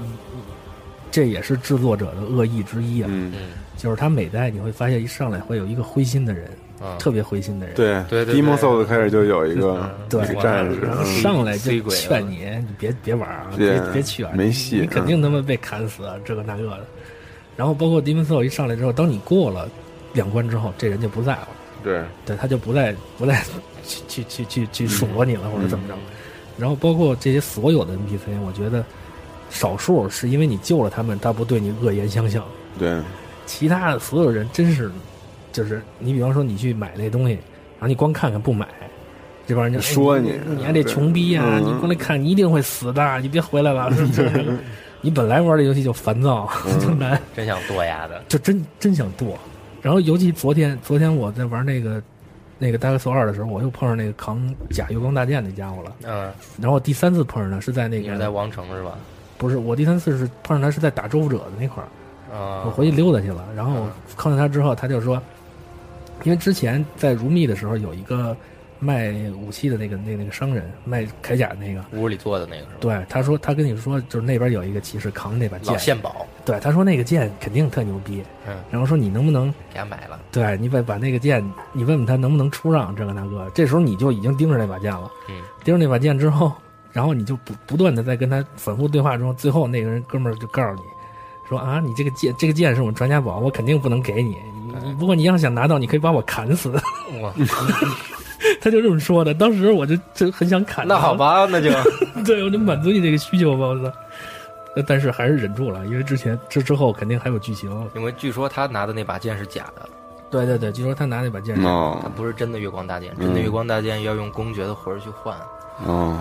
Speaker 12: 这也是制作者的恶意之一啊。
Speaker 11: 嗯，
Speaker 12: 就是他每代你会发现一上来会有一个灰心的人，
Speaker 9: 嗯
Speaker 12: 特别灰心的人。
Speaker 11: 对 Demon Souls 开始就有一个
Speaker 9: 嗯
Speaker 12: 对
Speaker 11: 一个战士
Speaker 12: 然后，
Speaker 11: 嗯
Speaker 12: 上来就
Speaker 11: C
Speaker 12: 劝你，你别别玩啊，
Speaker 11: 对
Speaker 12: 别别去啊，
Speaker 11: 没戏嗯
Speaker 12: 你肯定他妈被砍死啊，这个那个的。然后包括 Demon Soul 一上来之后，当你过了两关之后，这人就不在了，
Speaker 11: 对，
Speaker 12: 对，他就不再不再去去去去
Speaker 11: 嗯
Speaker 12: 去数落你了，或者怎么着。然后包括这些所有的 NPC，我觉得少数是因为你救了他们，他不对你恶言相向，
Speaker 11: 对，
Speaker 12: 其他的所有人真是，就是你比方说你去买那东西，然后你光看看不买，这帮人就哎
Speaker 11: 说
Speaker 12: 你
Speaker 11: 你，
Speaker 12: 你还这穷逼呀、
Speaker 11: 嗯
Speaker 12: 你过来看，你一定会死的，你别回来了。 你本来玩这游戏就烦躁，就
Speaker 11: 嗯
Speaker 12: 难，
Speaker 9: 真想剁丫的。
Speaker 12: 就真真想剁。然后尤其昨天，昨天我在玩那个那个《大概索二》的时候，我又碰上那个扛假月光大剑那家伙了。
Speaker 9: 嗯，
Speaker 12: 然后第三次碰上他是在那
Speaker 9: 你
Speaker 12: 个
Speaker 9: 是在王城是吧？
Speaker 12: 不是我第三次是碰上他是在打周武者的那块儿。
Speaker 9: 啊，
Speaker 12: 我回去溜达去了。然后我碰见他之后，他就说，因为之前在如密的时候有一个卖武器的那个那那个商人卖铠甲的那个，
Speaker 9: 屋里做的那个是吧？
Speaker 12: 对，他说他跟你说就是那边有一个骑士扛那把
Speaker 9: 老
Speaker 12: 剑，
Speaker 9: 献宝，
Speaker 12: 对，他说那个剑肯定特牛逼，
Speaker 9: 嗯，
Speaker 12: 然后说你能不能
Speaker 9: 给他买了。
Speaker 12: 对你把把那个剑，你问问他能不能出让这个那个，这时候你就已经盯着那把剑了，
Speaker 9: 嗯，
Speaker 12: 盯着那把剑之后，然后你就不不断的在跟他反复对话中，最后那个人哥们儿就告诉你说啊，你这个剑这个剑是我们传家宝，我肯定不能给你，你你不过你要想拿到，你可以把我砍死。
Speaker 9: 哇，
Speaker 12: 他就这么说的，当时我就就很想砍 他。
Speaker 9: 那好吧，那就
Speaker 12: 对，我就满足你这个需求吧，我操。呃但是还是忍住了，因为之前这之后肯定还有剧情。
Speaker 9: 因为据说他拿的那把剑是假的，
Speaker 12: 对对对，据说他拿那把剑是，
Speaker 9: 他
Speaker 11: 哦
Speaker 9: 不是真的月光大剑，
Speaker 11: 嗯
Speaker 9: 真的月光大剑要用公爵的魂儿去换。
Speaker 11: 哦，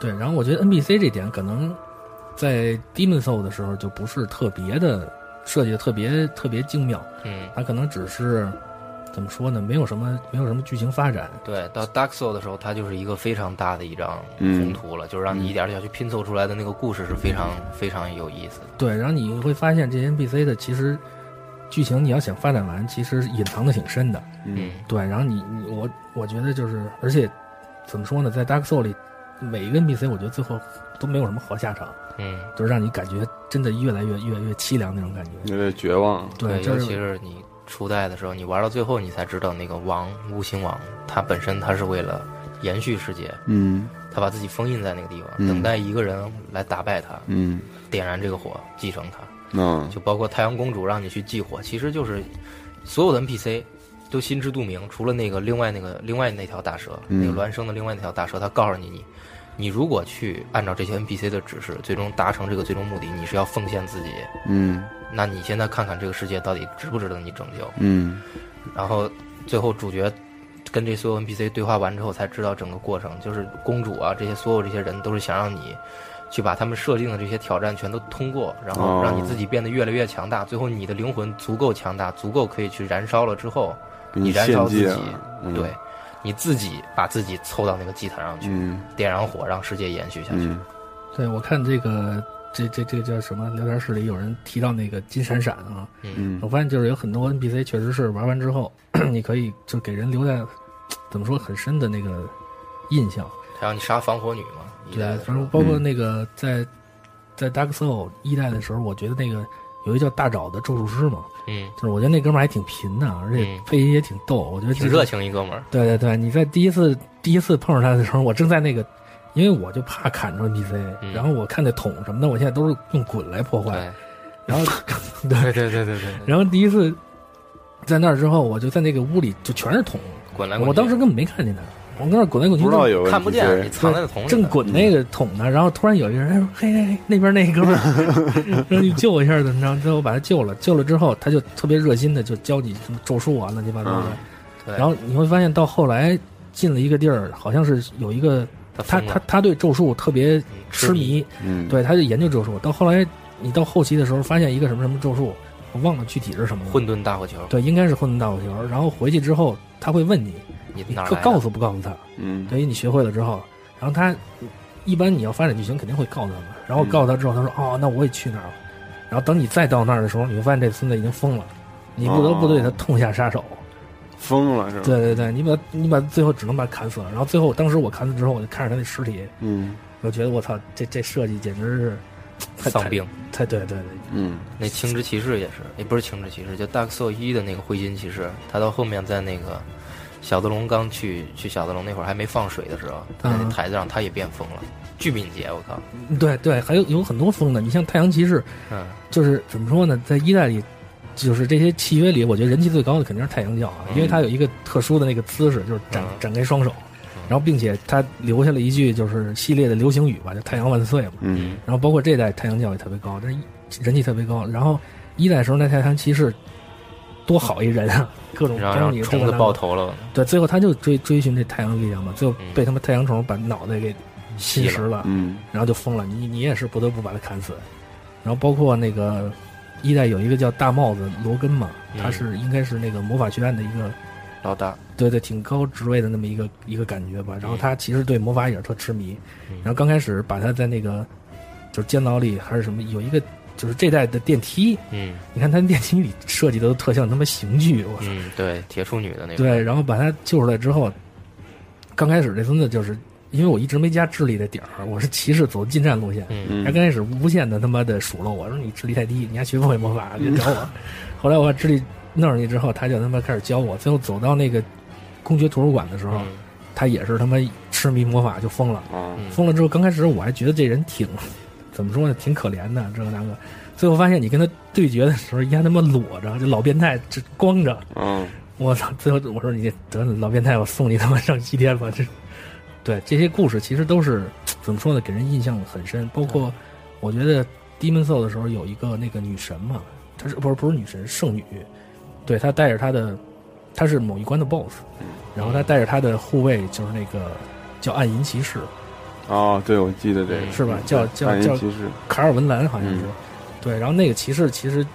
Speaker 12: 对，然后我觉得 NPC 这点可能在 Demon Soul 的时候就不是特别的设计，特别特别精妙。
Speaker 9: 嗯，
Speaker 12: 它可能只是怎么说呢？没有什么没有什么剧情发展。
Speaker 9: 对，到 Dark Soul 的时候，它就是一个非常大的一张
Speaker 12: 嗯
Speaker 9: 宏图了，就是让你一点儿一点儿去拼凑出来的那个故事是非常非常有意思的。
Speaker 12: 对，然后你会发现这些 NPC 的其实剧情你要想发展完，其实隐藏的挺深的。
Speaker 9: 嗯，
Speaker 12: 对，然后你你我我觉得就是，而且怎么说呢，在 Dark Soul 里，每一个 NPC 我觉得最后都没有什么好下场，
Speaker 9: 嗯，
Speaker 12: 就是让你感觉真的越来越越越凄凉那种感觉。
Speaker 11: 有点绝望。
Speaker 12: 对就
Speaker 9: 尤
Speaker 12: 是
Speaker 9: 其是你初代的时候，你玩到最后，你才知道那个王巫行王，他本身他是为了延续世界，
Speaker 11: 嗯，
Speaker 9: 他把自己封印在那个地方，
Speaker 11: 嗯
Speaker 9: 等待一个人来打败他，
Speaker 11: 嗯，
Speaker 9: 点燃这个火，继承他，
Speaker 11: 嗯
Speaker 9: 就包括太阳公主让你去祭火，其实就是所有的 NPC 都心知肚明，除了那个另外那个另外那条大蛇，
Speaker 11: 嗯
Speaker 9: 那个孪生的另外那条大蛇，他告诉你你。你如果去按照这些 NPC 的指示，最终达成这个最终目的，你是要奉献自己，
Speaker 11: 嗯
Speaker 9: 那你现在看看这个世界到底值不值得你拯救？
Speaker 11: 嗯
Speaker 9: 然后最后主角跟这所有 NPC 对话完之后，才知道整个过程，就是公主啊这些所有这些人都是想让你去把他们设定的这些挑战全都通过，然后
Speaker 11: 哦
Speaker 9: 让你自己变得越来越强大。最后你的灵魂足够强大，足够可以去燃烧了之后，
Speaker 11: 给你
Speaker 9: 你燃烧自
Speaker 11: 献
Speaker 9: 己
Speaker 11: 祭了，嗯
Speaker 9: 对，你自己把自己凑到那个祭坛上去，
Speaker 11: 嗯
Speaker 9: 点燃火，让世界延续下去。
Speaker 11: 嗯
Speaker 12: 对，我看这个这这这个叫什么聊天室里有人提到那个金闪闪啊，
Speaker 9: 嗯
Speaker 12: 我发现就是有很多 NPC 确实是玩完之后， 你可以就给人留下怎么说很深的那个印象。
Speaker 9: 还让你杀防火女嘛，一代
Speaker 12: 对
Speaker 9: 的，时
Speaker 12: 反
Speaker 9: 候
Speaker 12: 正包括那个在在 Dark Soul 一代的时候，我觉得那个有一叫大爪的咒术师嘛，
Speaker 9: 嗯
Speaker 12: 就是我觉得那哥们儿还挺贫的，而且
Speaker 9: 嗯
Speaker 12: 配音也挺逗，我觉得
Speaker 9: 挺
Speaker 12: 这个
Speaker 9: 热情一哥们儿。
Speaker 12: 对对对，你在第一次第一次碰上他的时候，我正在那个，因为我就怕砍着 NPC，、
Speaker 9: 嗯
Speaker 12: 然后我看那桶什么的，我现在都是用滚来破坏，然后
Speaker 9: 对对对对对，
Speaker 12: 然后第一次在那儿之后，我就在那个屋里就全是桶，
Speaker 9: 滚来滚去
Speaker 12: 我当时根本没看见他，我跟那儿滚来滚去，
Speaker 11: 不知道有
Speaker 12: 正
Speaker 11: 看不见 NPC 你藏在
Speaker 12: 对
Speaker 11: 桶里
Speaker 12: 正滚那个桶呢，然后突然有一个人哎说：“嘿嘿嘿，那边那哥们儿， 说你救我一下怎么着？”最后把他救了，救了之后，他就特别热心的就教你什么咒术啊，乱七八糟的。
Speaker 9: 对
Speaker 12: 然后你会发现，到后来进了一个地儿，好像是有一个
Speaker 9: 他
Speaker 12: 他
Speaker 9: 疯了
Speaker 12: 他他对咒术特别痴迷，
Speaker 11: 嗯
Speaker 12: 对，他就研究咒术。到后来，你到后期的时候，发现一个什么什么咒术，我忘了具体是什么了。
Speaker 9: 混沌大火球，
Speaker 12: 对，应该是混沌大火球。然后回去之后，他会问你，
Speaker 9: 你
Speaker 12: 你
Speaker 9: 哪儿
Speaker 12: 告
Speaker 9: 来的
Speaker 12: 告诉不告诉他？
Speaker 11: 嗯
Speaker 12: 等于你学会了之后，然后他一般你要发展剧情肯定会告诉他嘛。然后告诉他之后，他说：“哦，那我也去那儿了。”然后等你再到那儿的时候，你会发现这孙子已经疯了，你不得不
Speaker 9: 哦
Speaker 12: 对他痛下杀手。
Speaker 11: 疯了是吧？
Speaker 12: 对对对，你把你把最后只能把他砍死了。然后最后，当时我砍死之后，我就看着他那尸体，
Speaker 11: 嗯
Speaker 12: 我觉得我操，这这设计简直是 太
Speaker 9: 丧病。
Speaker 12: 太太对对对，
Speaker 11: 嗯，
Speaker 9: 那青之骑士也是，也不是青之骑士，就 Dark Soul 一的那个灰金骑士，他到后面在那个小德龙刚去去小德龙那会儿还没放水的时候，他在那
Speaker 12: 嗯
Speaker 9: 台子上他也变疯了，巨敏捷，我靠，
Speaker 12: 对对，还有有很多风的，你像太阳骑士，
Speaker 9: 嗯，
Speaker 12: 就是怎么说呢，在一代里，就是这些契约里，我觉得人气最高的肯定是太阳教啊，因
Speaker 9: 嗯
Speaker 12: 为他有一个特殊的那个姿势，就是展展开双手，
Speaker 9: 嗯
Speaker 12: 然后并且他留下了一句就是系列的流行语吧，叫“太阳万岁”嘛。
Speaker 11: 嗯
Speaker 12: 然后包括这代太阳教也特别高，但是一人气特别高。然后一代的时候那太阳骑士多好一人啊，各种
Speaker 9: 然后
Speaker 12: 帮
Speaker 9: 让
Speaker 12: 你
Speaker 9: 虫子爆头了，
Speaker 12: 对，最后他就追追寻这太阳力量嘛，最后被他们太阳虫把脑袋给吸食了，
Speaker 11: 嗯，
Speaker 12: 然后就疯了。你你也是不得不把他砍死。然后包括那个一代有一个叫大帽子罗根嘛，
Speaker 9: 嗯
Speaker 12: 他是应该是那个魔法学院的一个
Speaker 9: 老大，
Speaker 12: 对对挺高职位的那么一个一个感觉吧。然后他其实对魔法也是特痴迷，然后刚开始把他在那个就是监牢里还是什么有一个就是这代的电梯，
Speaker 9: 嗯
Speaker 12: 你看他电梯里设计的都特像他妈刑具，我操！
Speaker 9: 嗯，对，铁处女的那个，
Speaker 12: 对，然后把他救出来之后，刚开始这孙子就是因为我一直没加智力的点儿，我是骑士走近战路线，
Speaker 9: 嗯
Speaker 12: 他刚开始无限的他妈的数落我说你智力太低，你还学不会魔法，别 找我。后来我把智力弄上去之后，他就他妈开始教我，最后走到那个公学图书馆的时候，
Speaker 9: 嗯
Speaker 12: 他也是他妈痴迷魔法就疯了，
Speaker 11: 啊
Speaker 12: 疯了之后刚开始我还觉得这人挺怎么说呢，挺可怜的这个那个。最后发现你跟他对决的时候，一下他妈裸着，就老变态，这光着，
Speaker 11: 嗯
Speaker 12: 我操！最后我说你得老变态，我送你他妈上西天吧！这，对这些故事其实都是怎么说呢，给人印象很深。包
Speaker 11: 嗯
Speaker 12: 括我觉得《Demon Soul》的时候有一个那个女神嘛，她是不是不是女神圣女？对，她带着她的，她是
Speaker 11: 嗯
Speaker 12: 某一关的 BOSS，然后她带着她的护卫就是那个叫暗银骑士，
Speaker 11: 哦，对，我记得这
Speaker 9: 嗯
Speaker 11: 个
Speaker 12: 是吧？叫
Speaker 11: 嗯
Speaker 12: 叫
Speaker 11: 暗
Speaker 12: 叫
Speaker 11: 影骑士，
Speaker 12: 卡尔文兰好像是
Speaker 11: 嗯，
Speaker 12: 对。然后那个骑士其实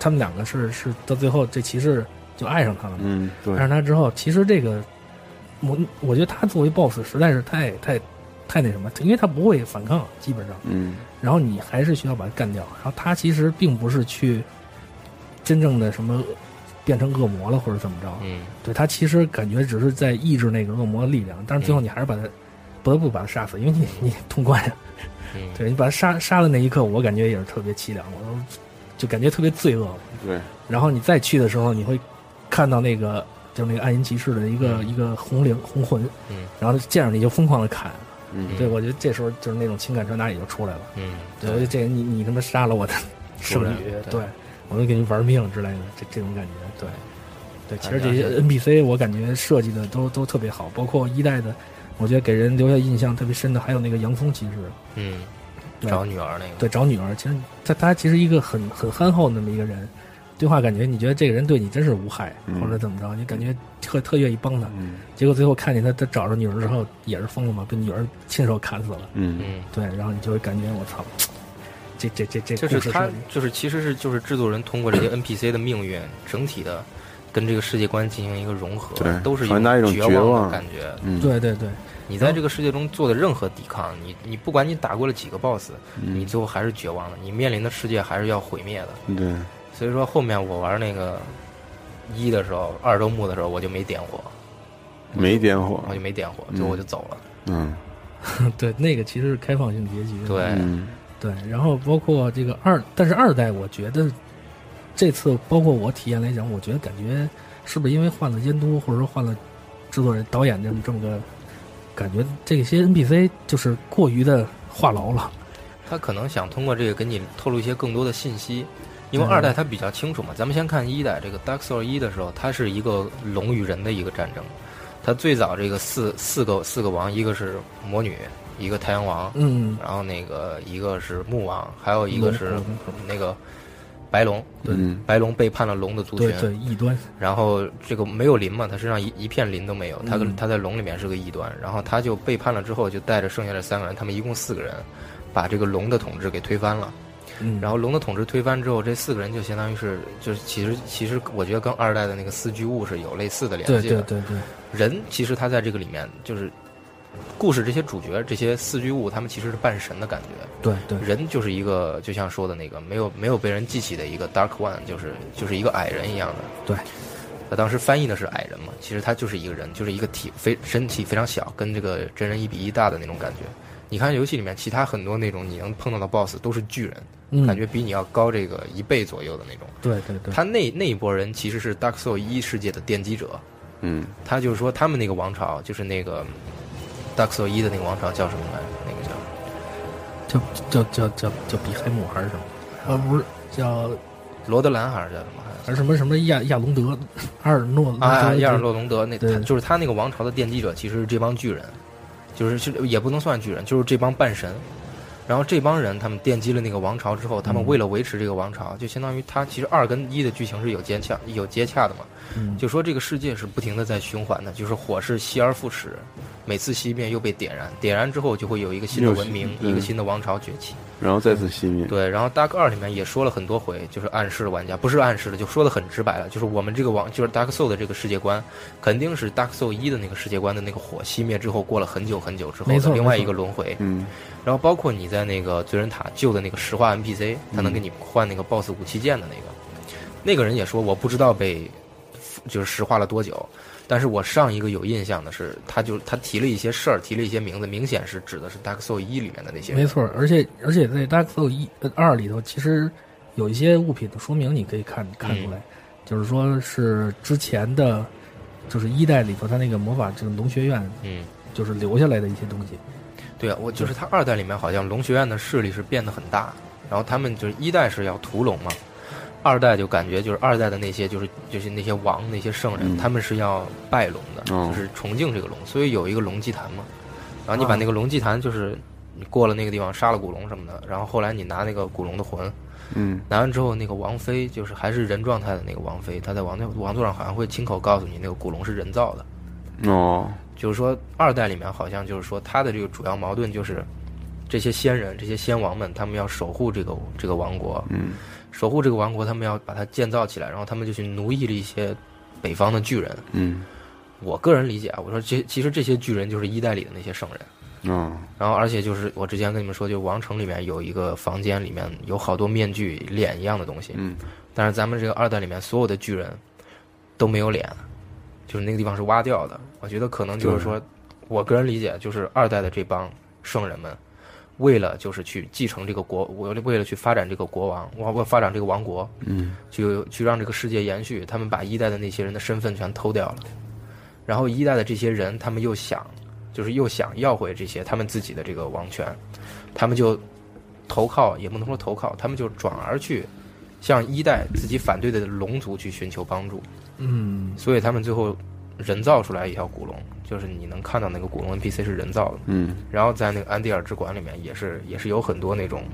Speaker 12: 他们两个是是到最后这骑士就爱上他了嘛，
Speaker 11: 嗯，对
Speaker 12: 爱，上他之后，其实这个我我觉得他作为 BOSS 实在是太太太那什么，因为他不会反抗，基本上。
Speaker 11: 嗯
Speaker 12: 然后你还是需要把它干掉。然后他其实并不是去真正的什么变成恶魔了或者怎么着，
Speaker 9: 嗯，
Speaker 12: 对他其实感觉只是在抑制那个恶魔的力量，但是最后你还是把他、不得不把他杀死，因为你 你通关呀、
Speaker 9: 嗯
Speaker 12: 对你把他杀杀的那一刻，我感觉也是特别凄凉，我都就感觉特别罪恶。
Speaker 11: 对，
Speaker 12: 然后你再去的时候，你会看到那个就是那个暗影骑士的一个、一个红灵红魂，
Speaker 9: 嗯
Speaker 12: 然后见着你就疯狂的砍。
Speaker 11: 嗯
Speaker 12: 对，我觉得这时候就是那种情感传达也就出来了。
Speaker 9: 嗯，
Speaker 12: 对，我觉得这你你他妈杀了我的
Speaker 9: 熟
Speaker 12: 剩
Speaker 9: 人
Speaker 12: 女，
Speaker 9: 对
Speaker 12: 对我都给你玩命之类的，这这种感觉，对，对，其实这
Speaker 9: 哎呀
Speaker 12: 些 NPC 我感觉设计的都都特别好，包括一代的，我觉得给人留下印象特别深的还有那个洋葱骑士，
Speaker 9: 嗯，
Speaker 12: 对
Speaker 9: 找女儿那个，
Speaker 12: 对，找女儿，其实他他其实一个很很憨厚那么一个人，对话感觉你觉得这个人对你真是无害，
Speaker 11: 嗯
Speaker 12: 或者怎么着，你感觉特特愿意帮他，
Speaker 11: 嗯
Speaker 12: 结果最后看见他他找着女儿之后也是疯了嘛，被女儿亲手砍死了，
Speaker 11: 嗯
Speaker 9: 嗯，
Speaker 12: 对，然后你就会感觉我操，这这这这
Speaker 9: 就
Speaker 12: 故
Speaker 9: 是
Speaker 12: 事
Speaker 9: 他
Speaker 12: 设计
Speaker 9: 就是其实是就是制作人通过这些 NPC 的命运整体的。跟这个世界观进行一个融合，
Speaker 11: 对
Speaker 9: 都是
Speaker 11: 传达一种绝
Speaker 9: 望
Speaker 11: 望
Speaker 9: 的感觉。
Speaker 11: 嗯，
Speaker 12: 对对 对，
Speaker 9: 你在这个世界中做的任何抵抗，你你不管你打过了几个 BOSS，
Speaker 11: 嗯
Speaker 9: 你最后还是绝望的，你面临的世界还是要毁灭的。
Speaker 11: 对，
Speaker 9: 所以说后面我玩那个一的时候，二周目的时候我就没点火，
Speaker 11: 没点火，
Speaker 9: 我就没点火，
Speaker 11: 嗯
Speaker 9: 就我就走了。
Speaker 11: 嗯
Speaker 12: 对，那个其实是开放性结局。
Speaker 9: 对，
Speaker 11: 嗯
Speaker 12: 对，然后包括这个二，但是二代我觉得这次包括我体验来讲，我觉得感觉是不是因为换了监督，或者说换了制作人、导演这么这么个感觉，这些 NPC 就是过于的话痨了。
Speaker 9: 他可能想通过这个给你透露一些更多的信息，因
Speaker 12: 嗯
Speaker 9: 为二代他比较清楚嘛。咱们先看一代，这个 Dark Soul 一的时候，它是一个龙与人的一个战争。它最早这个四四个四个王，一个是魔女，一个太阳王，
Speaker 12: 嗯，
Speaker 9: 然后那个一个是木王，还有一个是
Speaker 12: 龙
Speaker 9: 那个白龙，
Speaker 11: 嗯
Speaker 9: 白龙背叛了龙的族群
Speaker 12: 对，对，异端。
Speaker 9: 然后这个没有鳞嘛，他身上一一片鳞都没有，他跟
Speaker 12: 嗯
Speaker 9: 他在龙里面是个异端，然后他就背叛了之后，就带着剩下的三个人，他们一共四个人，把这个龙的统治给推翻了。
Speaker 12: 嗯，
Speaker 9: 然后龙的统治推翻之后，这四个人就相当于是，就是其实其实我觉得跟二代的那个四巨物是有类似的联
Speaker 12: 对
Speaker 9: 系
Speaker 12: 对
Speaker 9: 的。
Speaker 12: 对对，
Speaker 9: 人其实他在这个里面就是，故事这些主角这些四巨物，他们其实是半神的感觉。
Speaker 12: 对对
Speaker 9: 人就是一个，就像说的那个没有没有被人记起的一个 Dark One，就是就是一个矮人一样的。
Speaker 12: 对，
Speaker 9: 他当时翻译的是矮人嘛，其实他就是一个人，就是一个体非身体非常小，跟这个真人一比一大的那种感觉。你看游戏里面其他很多那种你能碰到的 BOSS 都是巨人，
Speaker 12: 嗯，
Speaker 9: 感觉比你要高这个一倍左右的那种。
Speaker 12: 对对对，
Speaker 9: 他那那一波人其实是 Dark Soul 一世界的奠基者，
Speaker 11: 嗯
Speaker 9: 他就是说他们那个王朝就是那个 Dark Soul 一的那个王朝叫什么来着？那个叫。
Speaker 12: 叫叫叫叫叫比海姆还是什么？呃，不是叫
Speaker 9: 罗德兰还是叫什么？还是
Speaker 12: 还是什么什么亚亚龙德、阿尔诺
Speaker 9: 啊
Speaker 12: 德
Speaker 9: 啊，亚尔
Speaker 12: 之
Speaker 9: 洛隆德那，
Speaker 12: 对
Speaker 9: 他就是他那个王朝的奠基者，其实是这帮巨人，就是是也不能算巨人，就是这帮半神。然后这帮人他们奠基了那个王朝之后，他们为了维持这个王朝，就相当于他其实二跟一的剧情是有接洽有接洽的嘛，
Speaker 12: 嗯
Speaker 9: 就说这个世界是不停的在循环的，就是火是熄而复始，每次熄灭又被点燃，点燃之后就会有一个新的
Speaker 11: 又是
Speaker 9: 文明，
Speaker 11: 对
Speaker 9: 一个新的王朝崛起。
Speaker 11: 然后再次熄灭，
Speaker 9: 对，然后 Dark 二里面也说了很多回，就是暗示玩家，不是暗示的，就说的很直白了，就是我们这个王，就是 Dark Soul 的这个世界观，肯定是 Dark Soul 一的那个世界观的那个火熄灭之后，过了很久很久之后
Speaker 12: 没
Speaker 9: 的
Speaker 12: 错
Speaker 9: 另外
Speaker 12: 没错
Speaker 9: 一个轮回。
Speaker 11: 嗯
Speaker 9: 然后包括你在那个罪人塔救的那个石化 NPC，他能给你换那个 BOSS 武器剑的那个，那个人也说我不知道被就是石化了多久，但是我上一个有印象的是，他就他提了一些事儿，提了一些名字，明显是指的是 Dark Soul 一里面的那些人。
Speaker 12: 没错，而且而且在 Dark Soul 一呃二里头，其实有一些物品的说明，你可以看看出来，就是说是之前的，就是一代里头它那个魔法这个龙学院，
Speaker 9: 嗯。
Speaker 12: 就是留下来的一些东西。
Speaker 9: 对啊，我就是他二代里面好像龙学院的势力是变得很大，然后他们就是一代是要屠龙嘛，二代就感觉就是二代的那些就是就是那些王那些圣人，
Speaker 11: 嗯
Speaker 9: 他们是要拜龙的，
Speaker 11: 哦
Speaker 9: 就是崇敬这个龙，所以有一个龙祭坛嘛，然后
Speaker 11: 哦
Speaker 9: 你把那个龙祭坛就是你过了那个地方杀了古龙什么的，然后后来你拿那个古龙的魂，
Speaker 11: 嗯
Speaker 9: 拿完之后那个王妃就是还是人状态的那个王妃，她在王座王座上好像会亲口告诉你那个古龙是人造的。
Speaker 11: 哦，
Speaker 9: 就是说二代里面好像就是说他的这个主要矛盾就是这些先人、这些先王们，他们要守护这个这个王国，
Speaker 11: 嗯，
Speaker 9: 守护这个王国，他们要把它建造起来，然后他们就去奴役了一些北方的巨人。
Speaker 11: 嗯，
Speaker 9: 我个人理解啊，我说这其实这些巨人就是一代里的那些圣人。
Speaker 11: 哦，
Speaker 9: 然后，而且就是我之前跟你们说，就王城里面有一个房间，里面有好多面具、脸一样的东西。
Speaker 11: 嗯，
Speaker 9: 但是咱们这个二代里面所有的巨人都没有脸，就是那个地方是挖掉的。我觉得可能就是说，我个人理解就是二代的这帮圣人们，为了就是去继承这个国，我为了去发展这个国王，我我发展这个王国，
Speaker 11: 嗯，
Speaker 9: 去去让这个世界延续，他们把一代的那些人的身份全偷掉了，然后一代的这些人，他们又想就是又想要回这些他们自己的这个王权，他们就投靠，也不能说投靠，他们就转而去向一代自己反对的龙族去寻求帮助，
Speaker 12: 嗯
Speaker 9: 所以他们最后人造出来一条古龙，就是你能看到那个古龙 NPC 是人造的。
Speaker 11: 嗯，
Speaker 9: 然后在那个安第尔之馆里面，也是也是有很多那种，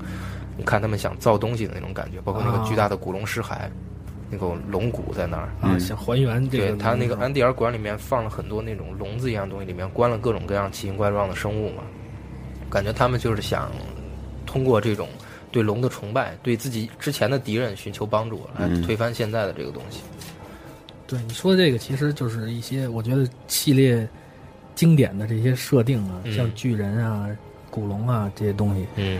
Speaker 9: 你看他们想造东西的那种感觉，包括那个
Speaker 12: 啊
Speaker 9: 巨大的古龙尸骸，那个龙骨在那儿。
Speaker 12: 啊，想还原
Speaker 9: 嗯
Speaker 12: 这
Speaker 9: 对
Speaker 12: 个嗯
Speaker 9: 他那个安第尔馆里面放了很多那种笼子一样的东西，里面关了各种各样奇形怪状的生物嘛，感觉他们就是想通过这种对龙的崇拜，对自己之前的敌人寻求帮助，来
Speaker 12: 嗯
Speaker 9: 推翻现在的这个东西。
Speaker 12: 对你说的这个，其实就是一些我觉得系列经典的这些设定啊，
Speaker 9: 嗯
Speaker 12: 像巨人啊、古龙啊这些东西。
Speaker 9: 嗯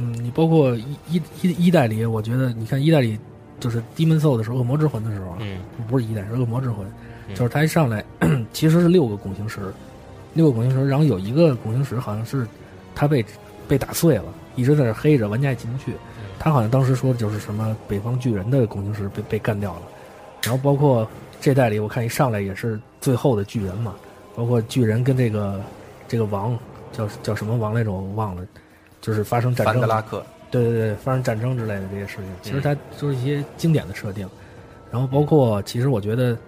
Speaker 12: 嗯，你包括一一一一代里，我觉得你看一代里就是 Demon Soul 的时候，恶魔之魂的时候啊，
Speaker 9: 嗯
Speaker 12: 不是一代是恶魔之魂，
Speaker 9: 嗯
Speaker 12: 就是他一上来 其实是六个拱形石，六个拱形石，然后有一个拱形石好像是他被被打碎了，一直在那儿黑着，玩家也进不去。
Speaker 9: 嗯
Speaker 12: 他好像当时说的就是什么北方巨人的拱形石被被干掉了，然后包括这代里我看一上来也是最后的巨人嘛，包括巨人跟这个这个王叫叫什么王来着我忘了，就是发生战
Speaker 9: 凡
Speaker 12: 争
Speaker 9: 德
Speaker 12: 了
Speaker 9: 拉克，
Speaker 12: 对对对，发生战争之类的这些事情，其实
Speaker 9: 嗯
Speaker 12: 它就是一些经典的设定。然后包括，其实我觉得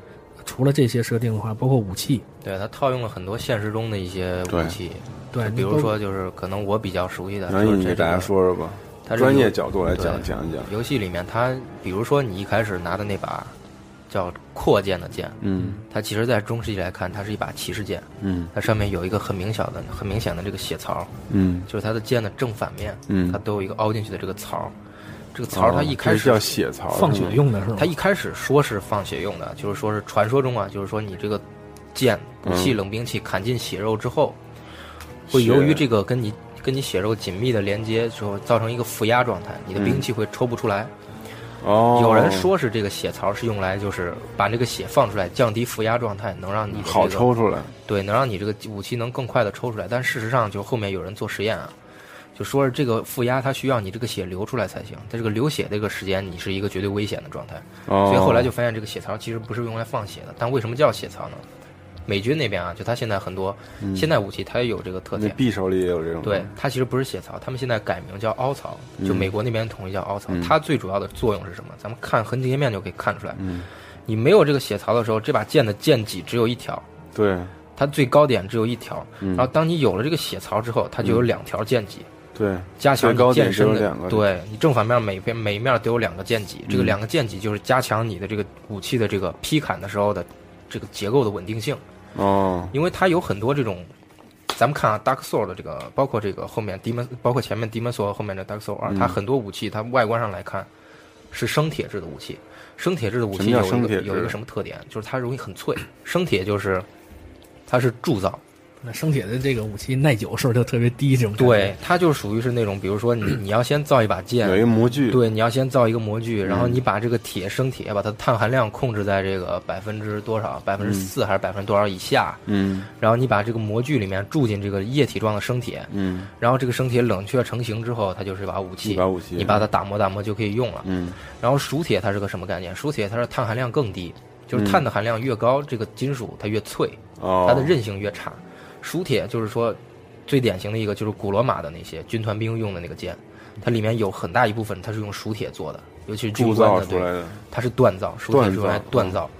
Speaker 12: 除了这些设定的话，包括武器，
Speaker 9: 对他套用了很多现实中的一些武器，
Speaker 12: 对
Speaker 9: 就
Speaker 12: 你
Speaker 9: 比如
Speaker 12: 包
Speaker 9: 说就是可能我比较熟悉的，
Speaker 11: 然后
Speaker 9: 就是
Speaker 11: 你
Speaker 9: 这
Speaker 11: 给大家
Speaker 9: 个
Speaker 11: 说说吧
Speaker 9: 它，是
Speaker 11: 专
Speaker 9: 有
Speaker 11: 业角度来
Speaker 9: 对
Speaker 11: 讲讲一讲。
Speaker 9: 游戏里面它，比如说你一开始拿的那把叫扩剑的剑，
Speaker 11: 嗯，
Speaker 9: 它其实在中世纪来看，它是一把骑士剑，
Speaker 11: 嗯
Speaker 9: 它上面有一个很明显的、很明显的这个血槽，
Speaker 11: 嗯
Speaker 9: 就是它的剑的正反面，
Speaker 11: 嗯
Speaker 9: 它都有一个凹进去的这个槽，这个槽它
Speaker 11: 哦
Speaker 9: 一
Speaker 11: 这
Speaker 9: 开
Speaker 11: 是
Speaker 9: 始
Speaker 11: 叫血槽
Speaker 12: 放血用的是吗
Speaker 9: 它一开始说是放血用的，就是说是传说中啊，就是说你这个剑武器
Speaker 11: 嗯
Speaker 9: 冷兵器砍进血肉之后，会由于这个跟你跟你血肉紧密的连接之后，造成一个负压状态，你的兵器会抽不出来。
Speaker 11: 嗯哦，
Speaker 9: 有人说是这个血槽是用来就是把这个血放出来，降低负压状态，能让你的这个
Speaker 11: 好抽出来，
Speaker 9: 对，能让你这个武器能更快的抽出来。但事实上，就后面有人做实验啊，就说是这个负压它需要你这个血流出来才行，它这个流血这个时间你是一个绝对危险的状态。
Speaker 11: 哦
Speaker 9: 所以后来就发现这个血槽其实不是用来放血的，但为什么叫血槽呢？美军那边啊，就他现在很多
Speaker 11: 嗯
Speaker 9: 现代武器，它也有这个特
Speaker 11: 那
Speaker 9: 点。
Speaker 11: 匕首里也有这种，
Speaker 9: 对，，它其实不是血槽，他们现在改名叫凹槽，就
Speaker 11: 嗯
Speaker 9: 美国那边统一叫凹槽。
Speaker 11: 嗯
Speaker 9: 它最主要的作用是什么？咱们看痕迹页面就可以看出来。
Speaker 11: 嗯，
Speaker 9: 你没有这个血槽的时候，这把剑的剑脊只有一条，
Speaker 11: 对，
Speaker 9: 它最高点只有一条。
Speaker 11: 嗯
Speaker 9: 然后当你有了这个血槽之后，它就有两条剑脊，
Speaker 11: 对，
Speaker 9: 加强
Speaker 11: 最高
Speaker 9: 你
Speaker 11: 点嗯
Speaker 9: 剑
Speaker 11: 只有
Speaker 9: 身的
Speaker 11: 两。个，，
Speaker 9: 对你正反面每边每一面都有两个剑脊，这个两个剑脊就是加强你的这个武器的这个劈砍的时候的这个结构的稳定性。
Speaker 11: 哦，
Speaker 9: 因为它有很多这种，咱们看啊，Dark Soul 的这个，包括这个后面 Demon，包括前面 Demon Soul 后面的 Dark Soul 二、
Speaker 11: 嗯
Speaker 9: 它很多武器，它外观上来看是生铁制的武器。生铁制的武器
Speaker 11: 什么叫
Speaker 9: 有一
Speaker 11: 生
Speaker 9: 个
Speaker 11: 铁制
Speaker 9: 有一个什么特点，就是它容易很脆。生铁就是它是铸造，
Speaker 12: 那生铁的这个武器耐久是不是就特别低？这种感觉
Speaker 9: 对，，它就属于是那种，比如说 你你要先造一把剑，
Speaker 11: 有一个嗯模具，
Speaker 9: 对，你要先造一个模具，然后你把这个铁生铁把它的碳含量控制在这个百分之多少，百分之四还是百分之多少以下，
Speaker 11: 嗯
Speaker 9: 然后你把这个模具里面注进这个液体状的生铁，
Speaker 11: 嗯
Speaker 9: 然后这个生铁冷却成型之后，它就是一把武器，
Speaker 11: 一把武器
Speaker 9: 你把它打磨打磨就可以用了。
Speaker 11: 嗯
Speaker 9: 然后熟铁它是个什么概念？熟铁它是碳含量更低，就是
Speaker 11: 嗯
Speaker 9: 碳的含量越高，这个金属它越脆，
Speaker 11: 哦，
Speaker 9: 它的韧性越差。熟铁就是说最典型的一个就是古罗马的那些军团兵用的那个剑，它里面有很大一部分它是用熟铁做的，尤其是军
Speaker 11: 铸
Speaker 9: 官
Speaker 11: 造
Speaker 9: 的
Speaker 11: 出
Speaker 9: 对
Speaker 11: 来，的，
Speaker 9: 它是锻造，熟铁是用来
Speaker 11: 锻造嗯
Speaker 9: 锻造。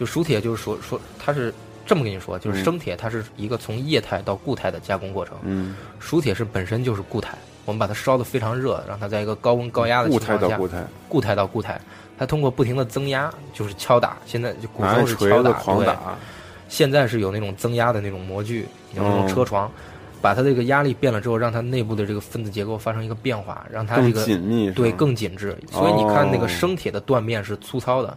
Speaker 9: 就熟铁就是说说它是这么跟你说，就是
Speaker 11: 嗯
Speaker 9: 生铁它是一个从液态到固态的加工过程。
Speaker 11: 嗯，
Speaker 9: 熟铁是本身就是固态，我们把它烧得非常热，让它在一个高温高压的
Speaker 11: 固
Speaker 9: 情
Speaker 11: 态
Speaker 9: 况
Speaker 11: 到
Speaker 9: 下，
Speaker 11: 固态，
Speaker 9: 固态到固态，它通过不停的增压，就是敲打。现在就古时
Speaker 11: 拿
Speaker 9: 候
Speaker 11: 着
Speaker 9: 是
Speaker 11: 锤
Speaker 9: 敲
Speaker 11: 子
Speaker 9: 打，
Speaker 11: 狂
Speaker 9: 对
Speaker 11: 打，
Speaker 9: 现在是有那种增压的那种模具，有
Speaker 11: 嗯
Speaker 9: 那种车床，把它这个压力变了之后，让它内部的这个分子结构发生一个变化，让它这个
Speaker 11: 更紧密是吧
Speaker 9: 对更紧致。所以你看那
Speaker 11: 哦
Speaker 9: 个生铁的断面是粗糙的，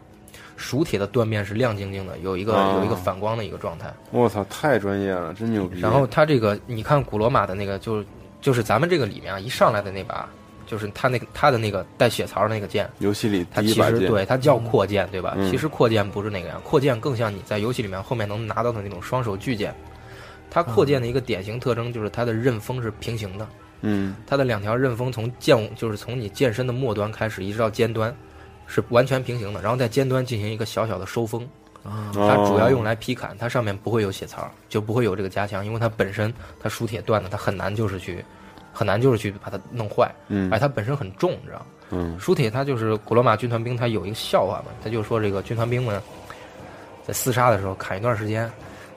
Speaker 9: 熟铁的断面是亮晶晶的，有一个
Speaker 11: 哦
Speaker 9: 有一个反光的一个状态。
Speaker 11: 我操，太专业了，真牛逼。
Speaker 9: 然后它这个，你看古罗马的那个，就就是咱们这个里面啊，一上来的那把，就是它那个它的那个带血槽那个剑，
Speaker 11: 游戏里
Speaker 9: 它
Speaker 11: 第
Speaker 9: 其
Speaker 11: 一把
Speaker 9: 实
Speaker 11: 剑，
Speaker 9: 对它叫扩剑，对吧？
Speaker 11: 嗯
Speaker 9: 其实扩剑不是那个样，扩剑更像你在游戏里面后面能拿到的那种双手巨剑。它扩剑的一个典型特征就是它的刃锋是平行的，
Speaker 11: 嗯，
Speaker 9: 它的两条刃锋从剑就是从你剑身的末端开始一直到尖端，是完全平行的，然后在尖端进行一个小小的收锋。
Speaker 12: 啊
Speaker 11: 哦
Speaker 9: 它主要用来劈砍，它上面不会有血槽，就不会有这个加强，因为它本身它熟铁断的，它很难就是去很难就是去把它弄坏，哎
Speaker 11: 嗯
Speaker 9: 而它本身很重，你知道吗？
Speaker 11: 嗯
Speaker 9: 熟铁它就是古罗马军团兵，它有一个笑话嘛，他就说这个军团兵们在厮杀的时候砍一段时间，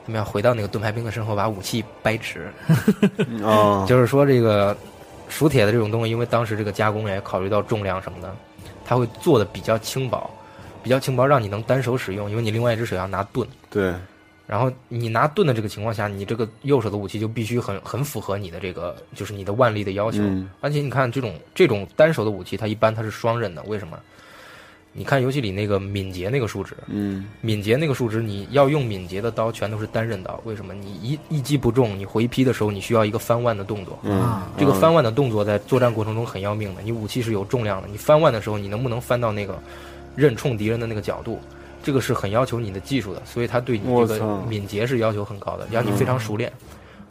Speaker 9: 他们要回到那个盾牌兵的身后，把武器掰直，
Speaker 11: 哦
Speaker 9: 就是说这个熟铁的这种东西，因为当时这个加工也考虑到重量什么的，它会做的比较轻薄，比较轻薄，让你能单手使用，因为你另外一只手要拿盾。
Speaker 11: 对，
Speaker 9: 然后你拿盾的这个情况下，你这个右手的武器就必须很很符合你的这个就是你的腕力的要求。
Speaker 11: 嗯
Speaker 9: 而且你看这种这种单手的武器，它一般它是双刃的，为什么？你看游戏里那个敏捷那个数值，
Speaker 11: 嗯，
Speaker 9: 敏捷那个数值，你要用敏捷的刀，全都是单刃刀。为什么？你一一击不中，你回劈的时候，你需要一个翻腕的动作。
Speaker 11: 嗯
Speaker 9: 啊这个翻腕的动作在作战过程中很要命的。你武器是有重量的，你翻腕的时候，你能不能翻到那个刃冲敌人的那个角度？这个是很要求你的技术的，所以它对你
Speaker 11: 我
Speaker 9: 这个
Speaker 11: 操嗯
Speaker 9: 敏捷是要求很高的，要你非常熟练。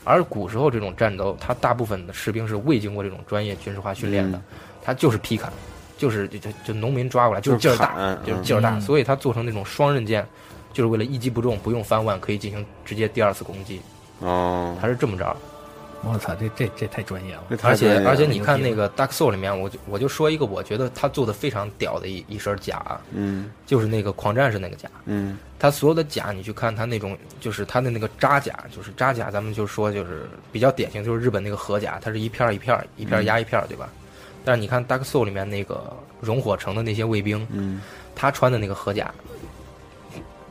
Speaker 9: 而古时候这种战斗，它大部分的士兵是未经过这种专业军事化训练
Speaker 11: 嗯
Speaker 9: 的，他就是劈砍，就是就就就农民抓过来就是劲儿大，
Speaker 11: 砍
Speaker 9: 就是劲儿大，
Speaker 12: 嗯
Speaker 9: 所以它做成那种双刃剑，就是为了一击不中，不用翻腕，可以进行直接第二次攻击，
Speaker 11: 哦，
Speaker 9: 它是这么着。
Speaker 12: 我操，这这这太专业了。
Speaker 11: 这太
Speaker 9: 而
Speaker 11: 专业
Speaker 9: 且
Speaker 11: 了
Speaker 9: 而且你看那个《Dark Soul》里面，我就我就说一个我觉得他做的非常屌的一一身甲啊，
Speaker 11: 嗯
Speaker 9: 就是那个狂战士那个甲，
Speaker 11: 嗯
Speaker 9: 他所有的甲，你去看他那种就是他的那个扎甲，就是扎甲，咱们就说就是比较典型，就是日本那个和甲，它是一片儿一片儿一片儿压一片儿，对吧？但是你看《Dark Soul》里面那个熔火城的那些卫兵，
Speaker 11: 嗯，
Speaker 9: 他穿的那个和甲，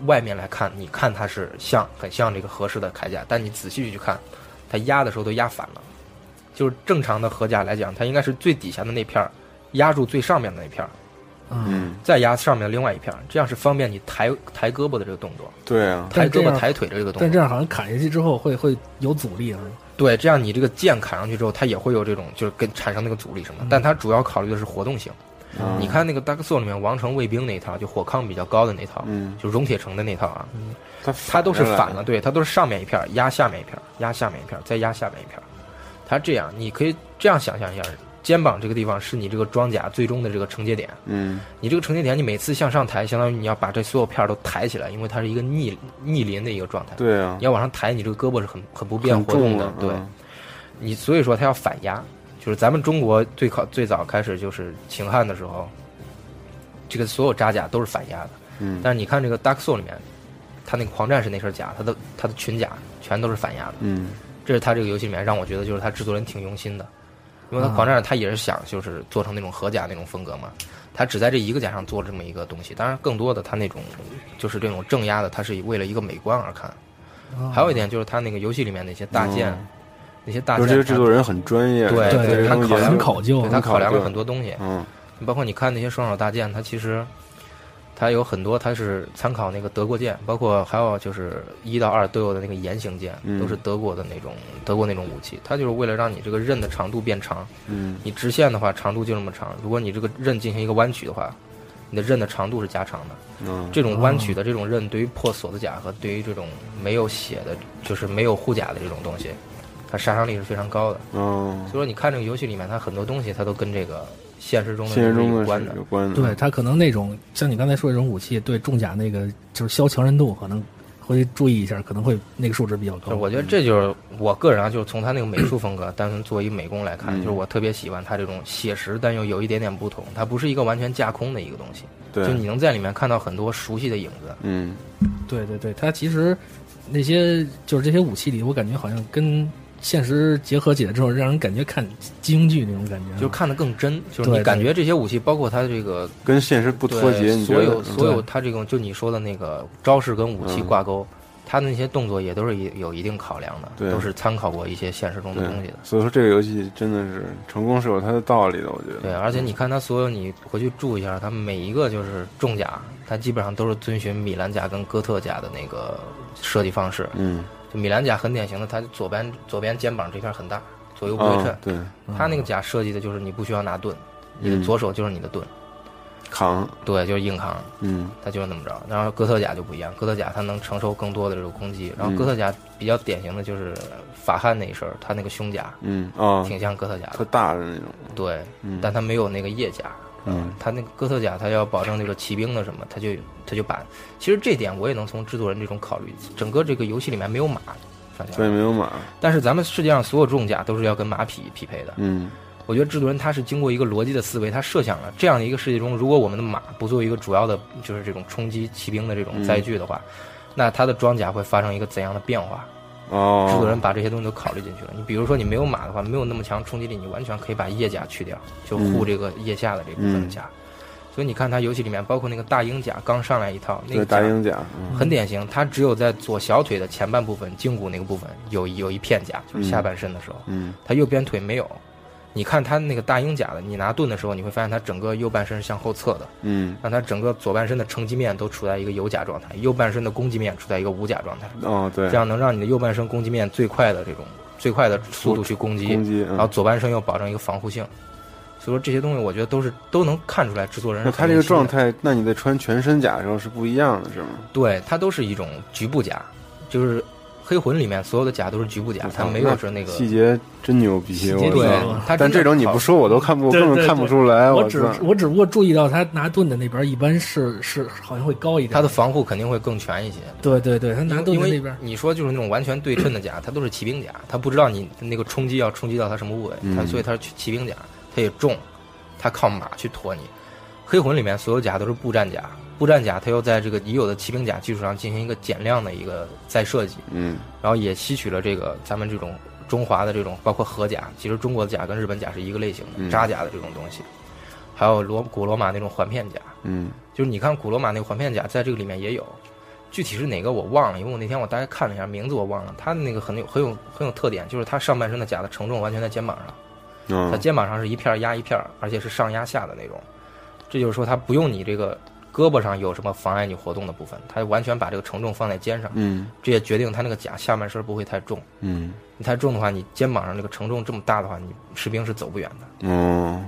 Speaker 9: 外面来看，你看它是像很像这个合适的铠甲，但你仔细去看，它压的时候都压反了。就是正常的合甲来讲，它应该是最底下的那片儿压住最上面的那片儿，
Speaker 11: 嗯，
Speaker 9: 再压上面的另外一片儿，这样是方便你抬抬胳膊的这个动作，
Speaker 11: 对啊，
Speaker 9: 抬
Speaker 12: 但这
Speaker 9: 胳
Speaker 12: 样
Speaker 9: 膊抬腿的这个动
Speaker 12: 但这
Speaker 9: 作。
Speaker 12: 样好像砍下去之后会会有阻力啊。
Speaker 9: 对，这样你这个剑砍上去之后，它也会有这种就是跟产生那个阻力什么的，
Speaker 12: 嗯
Speaker 9: 但它主要考虑的是活动性。
Speaker 11: 嗯
Speaker 9: 你看那个《Dark Soul》里面王城卫兵那一套，就火抗比较高的那套，
Speaker 11: 嗯
Speaker 9: 就熔铁城的那套啊，
Speaker 11: 它
Speaker 9: 它都是反
Speaker 11: 着
Speaker 9: 了，
Speaker 11: 来，
Speaker 9: 对，它都是上面一片儿压下面一片儿，压下面一片儿，再压下面一片儿。它这样，你可以这样想象一下，肩膀这个地方是你这个装甲最终的这个承接点。
Speaker 11: 嗯
Speaker 9: 你这个承接点，你每次向上抬，相当于你要把这所有片儿都抬起来，因为它是一个逆逆临的一个状态。
Speaker 11: 对啊
Speaker 9: 你，要往上抬，你这个胳膊是很很不便
Speaker 11: 很
Speaker 9: 活动
Speaker 11: 重
Speaker 9: 的
Speaker 11: 啊，，
Speaker 9: 对。
Speaker 11: 嗯
Speaker 9: 你所以说它要反压，就是咱们中国最靠最早开始就是秦汉的时候，这个所有扎甲都是反压的。
Speaker 11: 嗯
Speaker 9: 但是你看这个《Dark Soul》里面，他那个狂战士那身甲，他的他的裙甲全都是反压的，
Speaker 11: 嗯
Speaker 9: 这是他这个游戏里面让我觉得就是他制作人挺用心的，因为他
Speaker 12: 啊
Speaker 9: 狂战士他也是想就是做成那种荷甲那种风格嘛，他只在这一个甲上做了这么一个东西，当然更多的他那种就是这种正压的，他是为了一个美观而看。
Speaker 12: 啊
Speaker 9: 还有一点就是他那个游戏里面那些大剑，那些大
Speaker 11: 就
Speaker 9: 剑它，
Speaker 11: 嗯是这个制作人很专业，
Speaker 9: 对
Speaker 11: 这个
Speaker 12: 对，他
Speaker 11: 东西
Speaker 12: 考很
Speaker 11: 很
Speaker 12: 考究
Speaker 9: 对，他
Speaker 11: 很
Speaker 9: 考量了
Speaker 11: 究
Speaker 9: 很多东西，
Speaker 11: 嗯
Speaker 9: 包括你看那些双手大剑，它其实它有很多，它是参考那个德国剑，包括还有就是一到二都有的那个圆形剑，
Speaker 11: 嗯
Speaker 9: 都是德国的那种德国那种武器，它就是为了让你这个刃的长度变长。
Speaker 11: 嗯
Speaker 9: 你直线的话，长度就那么长；如果你这个刃进行一个弯曲的话，你的刃的长度是加长的。
Speaker 11: 嗯，
Speaker 9: 这种弯曲的这种刃，对于破锁子甲和对于这种没有血的，就是没有护甲的这种东西，它杀伤力是非常高的。
Speaker 11: 嗯
Speaker 9: 所以，说，你看这个游戏里面，它很多东西它都跟这个现实中的
Speaker 11: 现实中
Speaker 9: 是有
Speaker 11: 的
Speaker 9: 关
Speaker 11: 是
Speaker 9: 的
Speaker 11: 有。关的，
Speaker 12: 对他可能那种像你刚才说这种武器，对重甲那个就是消强韧度，可能会注意一下，可能会那个数值比较
Speaker 9: 就是
Speaker 12: 高。
Speaker 9: 我觉得这就是我个人啊，就是从他那个美术风格，单纯作为美工来
Speaker 11: 嗯
Speaker 9: 看，就是我特别喜欢他这种写实，但又有一点点不同。它不是一个完全架空的一个东西，
Speaker 11: 对
Speaker 9: 就你能在里面看到很多熟悉的影子。
Speaker 11: 嗯
Speaker 12: 对对对，他其实那些就是这些武器里，我感觉好像跟现实结合起来之后，让人感觉看金庸剧那种感觉啊。
Speaker 9: 就看得更真，就是
Speaker 12: 对
Speaker 9: 你
Speaker 12: 对
Speaker 9: 感觉这些武器，包括它这个
Speaker 11: 跟现实不脱
Speaker 9: 对
Speaker 11: 节，你觉
Speaker 9: 所有
Speaker 11: 得？嗯
Speaker 9: 所有
Speaker 12: 对
Speaker 9: 它这种就你说的那个招式跟武器挂钩，他的那些动作也都是有有一定考量的，
Speaker 11: 对
Speaker 9: 都是参考过一些现实中的东西的。
Speaker 11: 所以说这个游戏真的是成功是有它的道理的，我觉得。
Speaker 9: 对，而且你看他所有，你回去注意一下，他每一个就是重甲，他基本上都是遵循米兰甲跟哥特甲的那个设计方式。
Speaker 11: 嗯，
Speaker 9: 就米兰甲很典型的，它左边左边肩膀这片很大，左右不对称。
Speaker 11: 啊对
Speaker 9: 他那个甲设计的就是你不需要拿盾，你的
Speaker 11: 嗯
Speaker 9: 左手就是你的盾，
Speaker 11: 扛，
Speaker 9: 对，就是硬扛。
Speaker 11: 嗯，
Speaker 9: 它就是那么着。然后哥特甲就不一样，哥特甲它能承受更多的这个攻击。然后哥
Speaker 11: 嗯
Speaker 9: 特甲比较典型的就是法汉那一身儿，它那个胸甲，
Speaker 11: 嗯啊
Speaker 9: 挺像哥特甲的
Speaker 11: 特，大的那种，
Speaker 9: 对，
Speaker 11: 嗯
Speaker 9: 但它没有那个叶甲。
Speaker 11: 嗯
Speaker 9: 他那个哥特甲，他要保证这个骑兵的什么，他就他就把，其实这点我也能从制作人这种考虑，整个这个游戏里面没有马，上下
Speaker 11: 对，没有马，
Speaker 9: 但是咱们世界上所有重甲都是要跟马匹匹配的。
Speaker 11: 嗯，
Speaker 9: 我觉得制作人他是经过一个逻辑的思维，他设想了这样的一个世界中，如果我们的马不作为一个主要的就是这种冲击骑兵的这种
Speaker 11: 嗯
Speaker 9: 载具的话，那它的装甲会发生一个怎样的变化？
Speaker 11: 哦，
Speaker 9: 制作人把这些东西都考虑进去了。你比如说，你没有马的话，没有那么强冲击力，你完全可以把腋甲去掉，就护
Speaker 11: 嗯
Speaker 9: 这个腋下的这部分的甲。所以你看，它游戏里面包括那个大鹰甲，刚上来一套，那
Speaker 11: 对
Speaker 9: 个
Speaker 11: 大鹰
Speaker 9: 甲
Speaker 11: 甲，嗯
Speaker 9: 很典型，它只有在左小腿的前半部分胫骨那个部分有有一片甲，就是下半身的时候，
Speaker 11: 嗯
Speaker 9: 它右边腿没有。你看它那个大鹰甲的，你拿盾的时候，你会发现它整个右半身是向后侧的，
Speaker 11: 嗯，
Speaker 9: 让它整个左半身的承击面都处在一个有甲状态，右半身的攻击面处在一个无甲状态。
Speaker 11: 哦对，嗯
Speaker 9: 这样能让你的右半身攻击面最快的这种最快的速度去攻击，
Speaker 11: 攻击嗯
Speaker 9: 然后左半身又保证一个防护性。所以说这些东西，我觉得都是都能看出来制作人
Speaker 11: 那
Speaker 9: 是
Speaker 11: 他
Speaker 9: 很
Speaker 11: 这
Speaker 9: 用
Speaker 11: 个
Speaker 9: 心的
Speaker 11: 状，态，那你在穿全身甲的时候是不一样的，是吗？
Speaker 9: 对它都是一种局部甲，就是黑魂里面所有的甲都是局部甲，它没有是那个
Speaker 11: 细节真牛逼，
Speaker 9: 节
Speaker 11: 我
Speaker 9: 对
Speaker 11: 操
Speaker 9: 他真的
Speaker 11: 但这种你
Speaker 9: 好
Speaker 11: 不说我都看不，
Speaker 12: 对
Speaker 11: 根本
Speaker 12: 对
Speaker 11: 看不
Speaker 12: 对
Speaker 11: 出来，
Speaker 12: 我
Speaker 11: 我
Speaker 12: 只
Speaker 11: 操，
Speaker 12: 我只不过注意到他拿盾的那边一般是是好像会高一点，
Speaker 9: 它的防护肯定会更全一些。
Speaker 12: 对对对，他拿盾
Speaker 9: 因
Speaker 12: 的那
Speaker 9: 为
Speaker 12: 边
Speaker 9: 你说就是那种完全对称的 甲，它都是骑兵甲，它不知道你那个冲击要冲击到它什么部位，它
Speaker 11: 嗯
Speaker 9: 所以它是骑兵甲，它也重，它靠马去驮你。黑魂里面所有甲都是步战甲，步战甲它又在这个已有的骑兵甲基础上进行一个减量的一个再设计，
Speaker 11: 嗯
Speaker 9: 然后也吸取了这个咱们这种中华的这种包括荷甲，其实中国的甲跟日本甲是一个类型的
Speaker 11: 嗯
Speaker 9: 扎甲的这种东西，还有罗古罗马那种环片甲，
Speaker 11: 嗯
Speaker 9: 就是你看古罗马那个环片甲，在这个里面也有，具体是哪个我忘了，因为我那天我大概看了一下，名字我忘了。它的那个很有很有很有特点，就是它上半身的甲的承重完全在肩膀上，它
Speaker 11: 嗯
Speaker 9: 肩膀上是一片儿压一片儿，而且是上压下的那种。这就是说，它不用你这个胳膊上有什么妨碍你活动的部分，它完全把这个承重放在肩上，
Speaker 11: 嗯
Speaker 9: 这也决定它那个甲下半身不会太重。
Speaker 11: 嗯
Speaker 9: 你太重的话，你肩膀上这个承重这么大的话，你士兵是走不远的。
Speaker 11: 哦，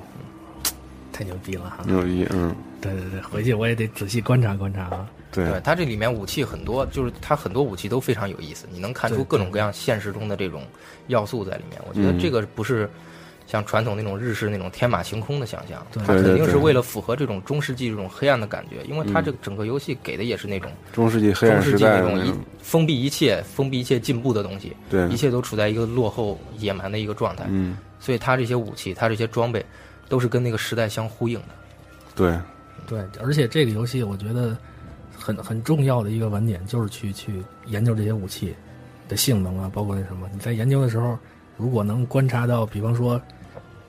Speaker 12: 太牛逼了哈！
Speaker 11: 牛逼，嗯，
Speaker 12: 对对对，回去我也得仔细观察观察啊。
Speaker 11: 对，
Speaker 9: 对，它这里面武器很多，就是它很多武器都非常有意思，你能看出
Speaker 12: 对
Speaker 9: 各种各样现实中的这种要素在里面。我觉得
Speaker 11: 嗯
Speaker 9: 这个不是像传统那种日式那种天马行空的想象，
Speaker 12: 对
Speaker 9: 它肯
Speaker 11: 对对
Speaker 9: 定是
Speaker 11: 对
Speaker 9: 为了符合这种中世纪这种黑暗的感觉，因为它这个整个游戏给的也是那种
Speaker 11: 中世纪黑
Speaker 9: 中
Speaker 11: 暗
Speaker 9: 世
Speaker 11: 时
Speaker 9: 纪
Speaker 11: 代
Speaker 9: 那
Speaker 11: 的
Speaker 9: 种
Speaker 11: 那
Speaker 9: 一
Speaker 11: 种，
Speaker 9: 封闭一切、封闭一切进步的东西，
Speaker 11: 对
Speaker 9: 一切都处在一个落后野蛮的一个状态，
Speaker 11: 嗯，
Speaker 9: 所以它这些武器、它这些装备都是跟那个时代相呼应的。
Speaker 11: 对，
Speaker 12: 对，而且这个游戏我觉得很很重要的一个玩点就是去去研究这些武器的性能啊，包括那什么。你在研究的时候，如果能观察到，比方说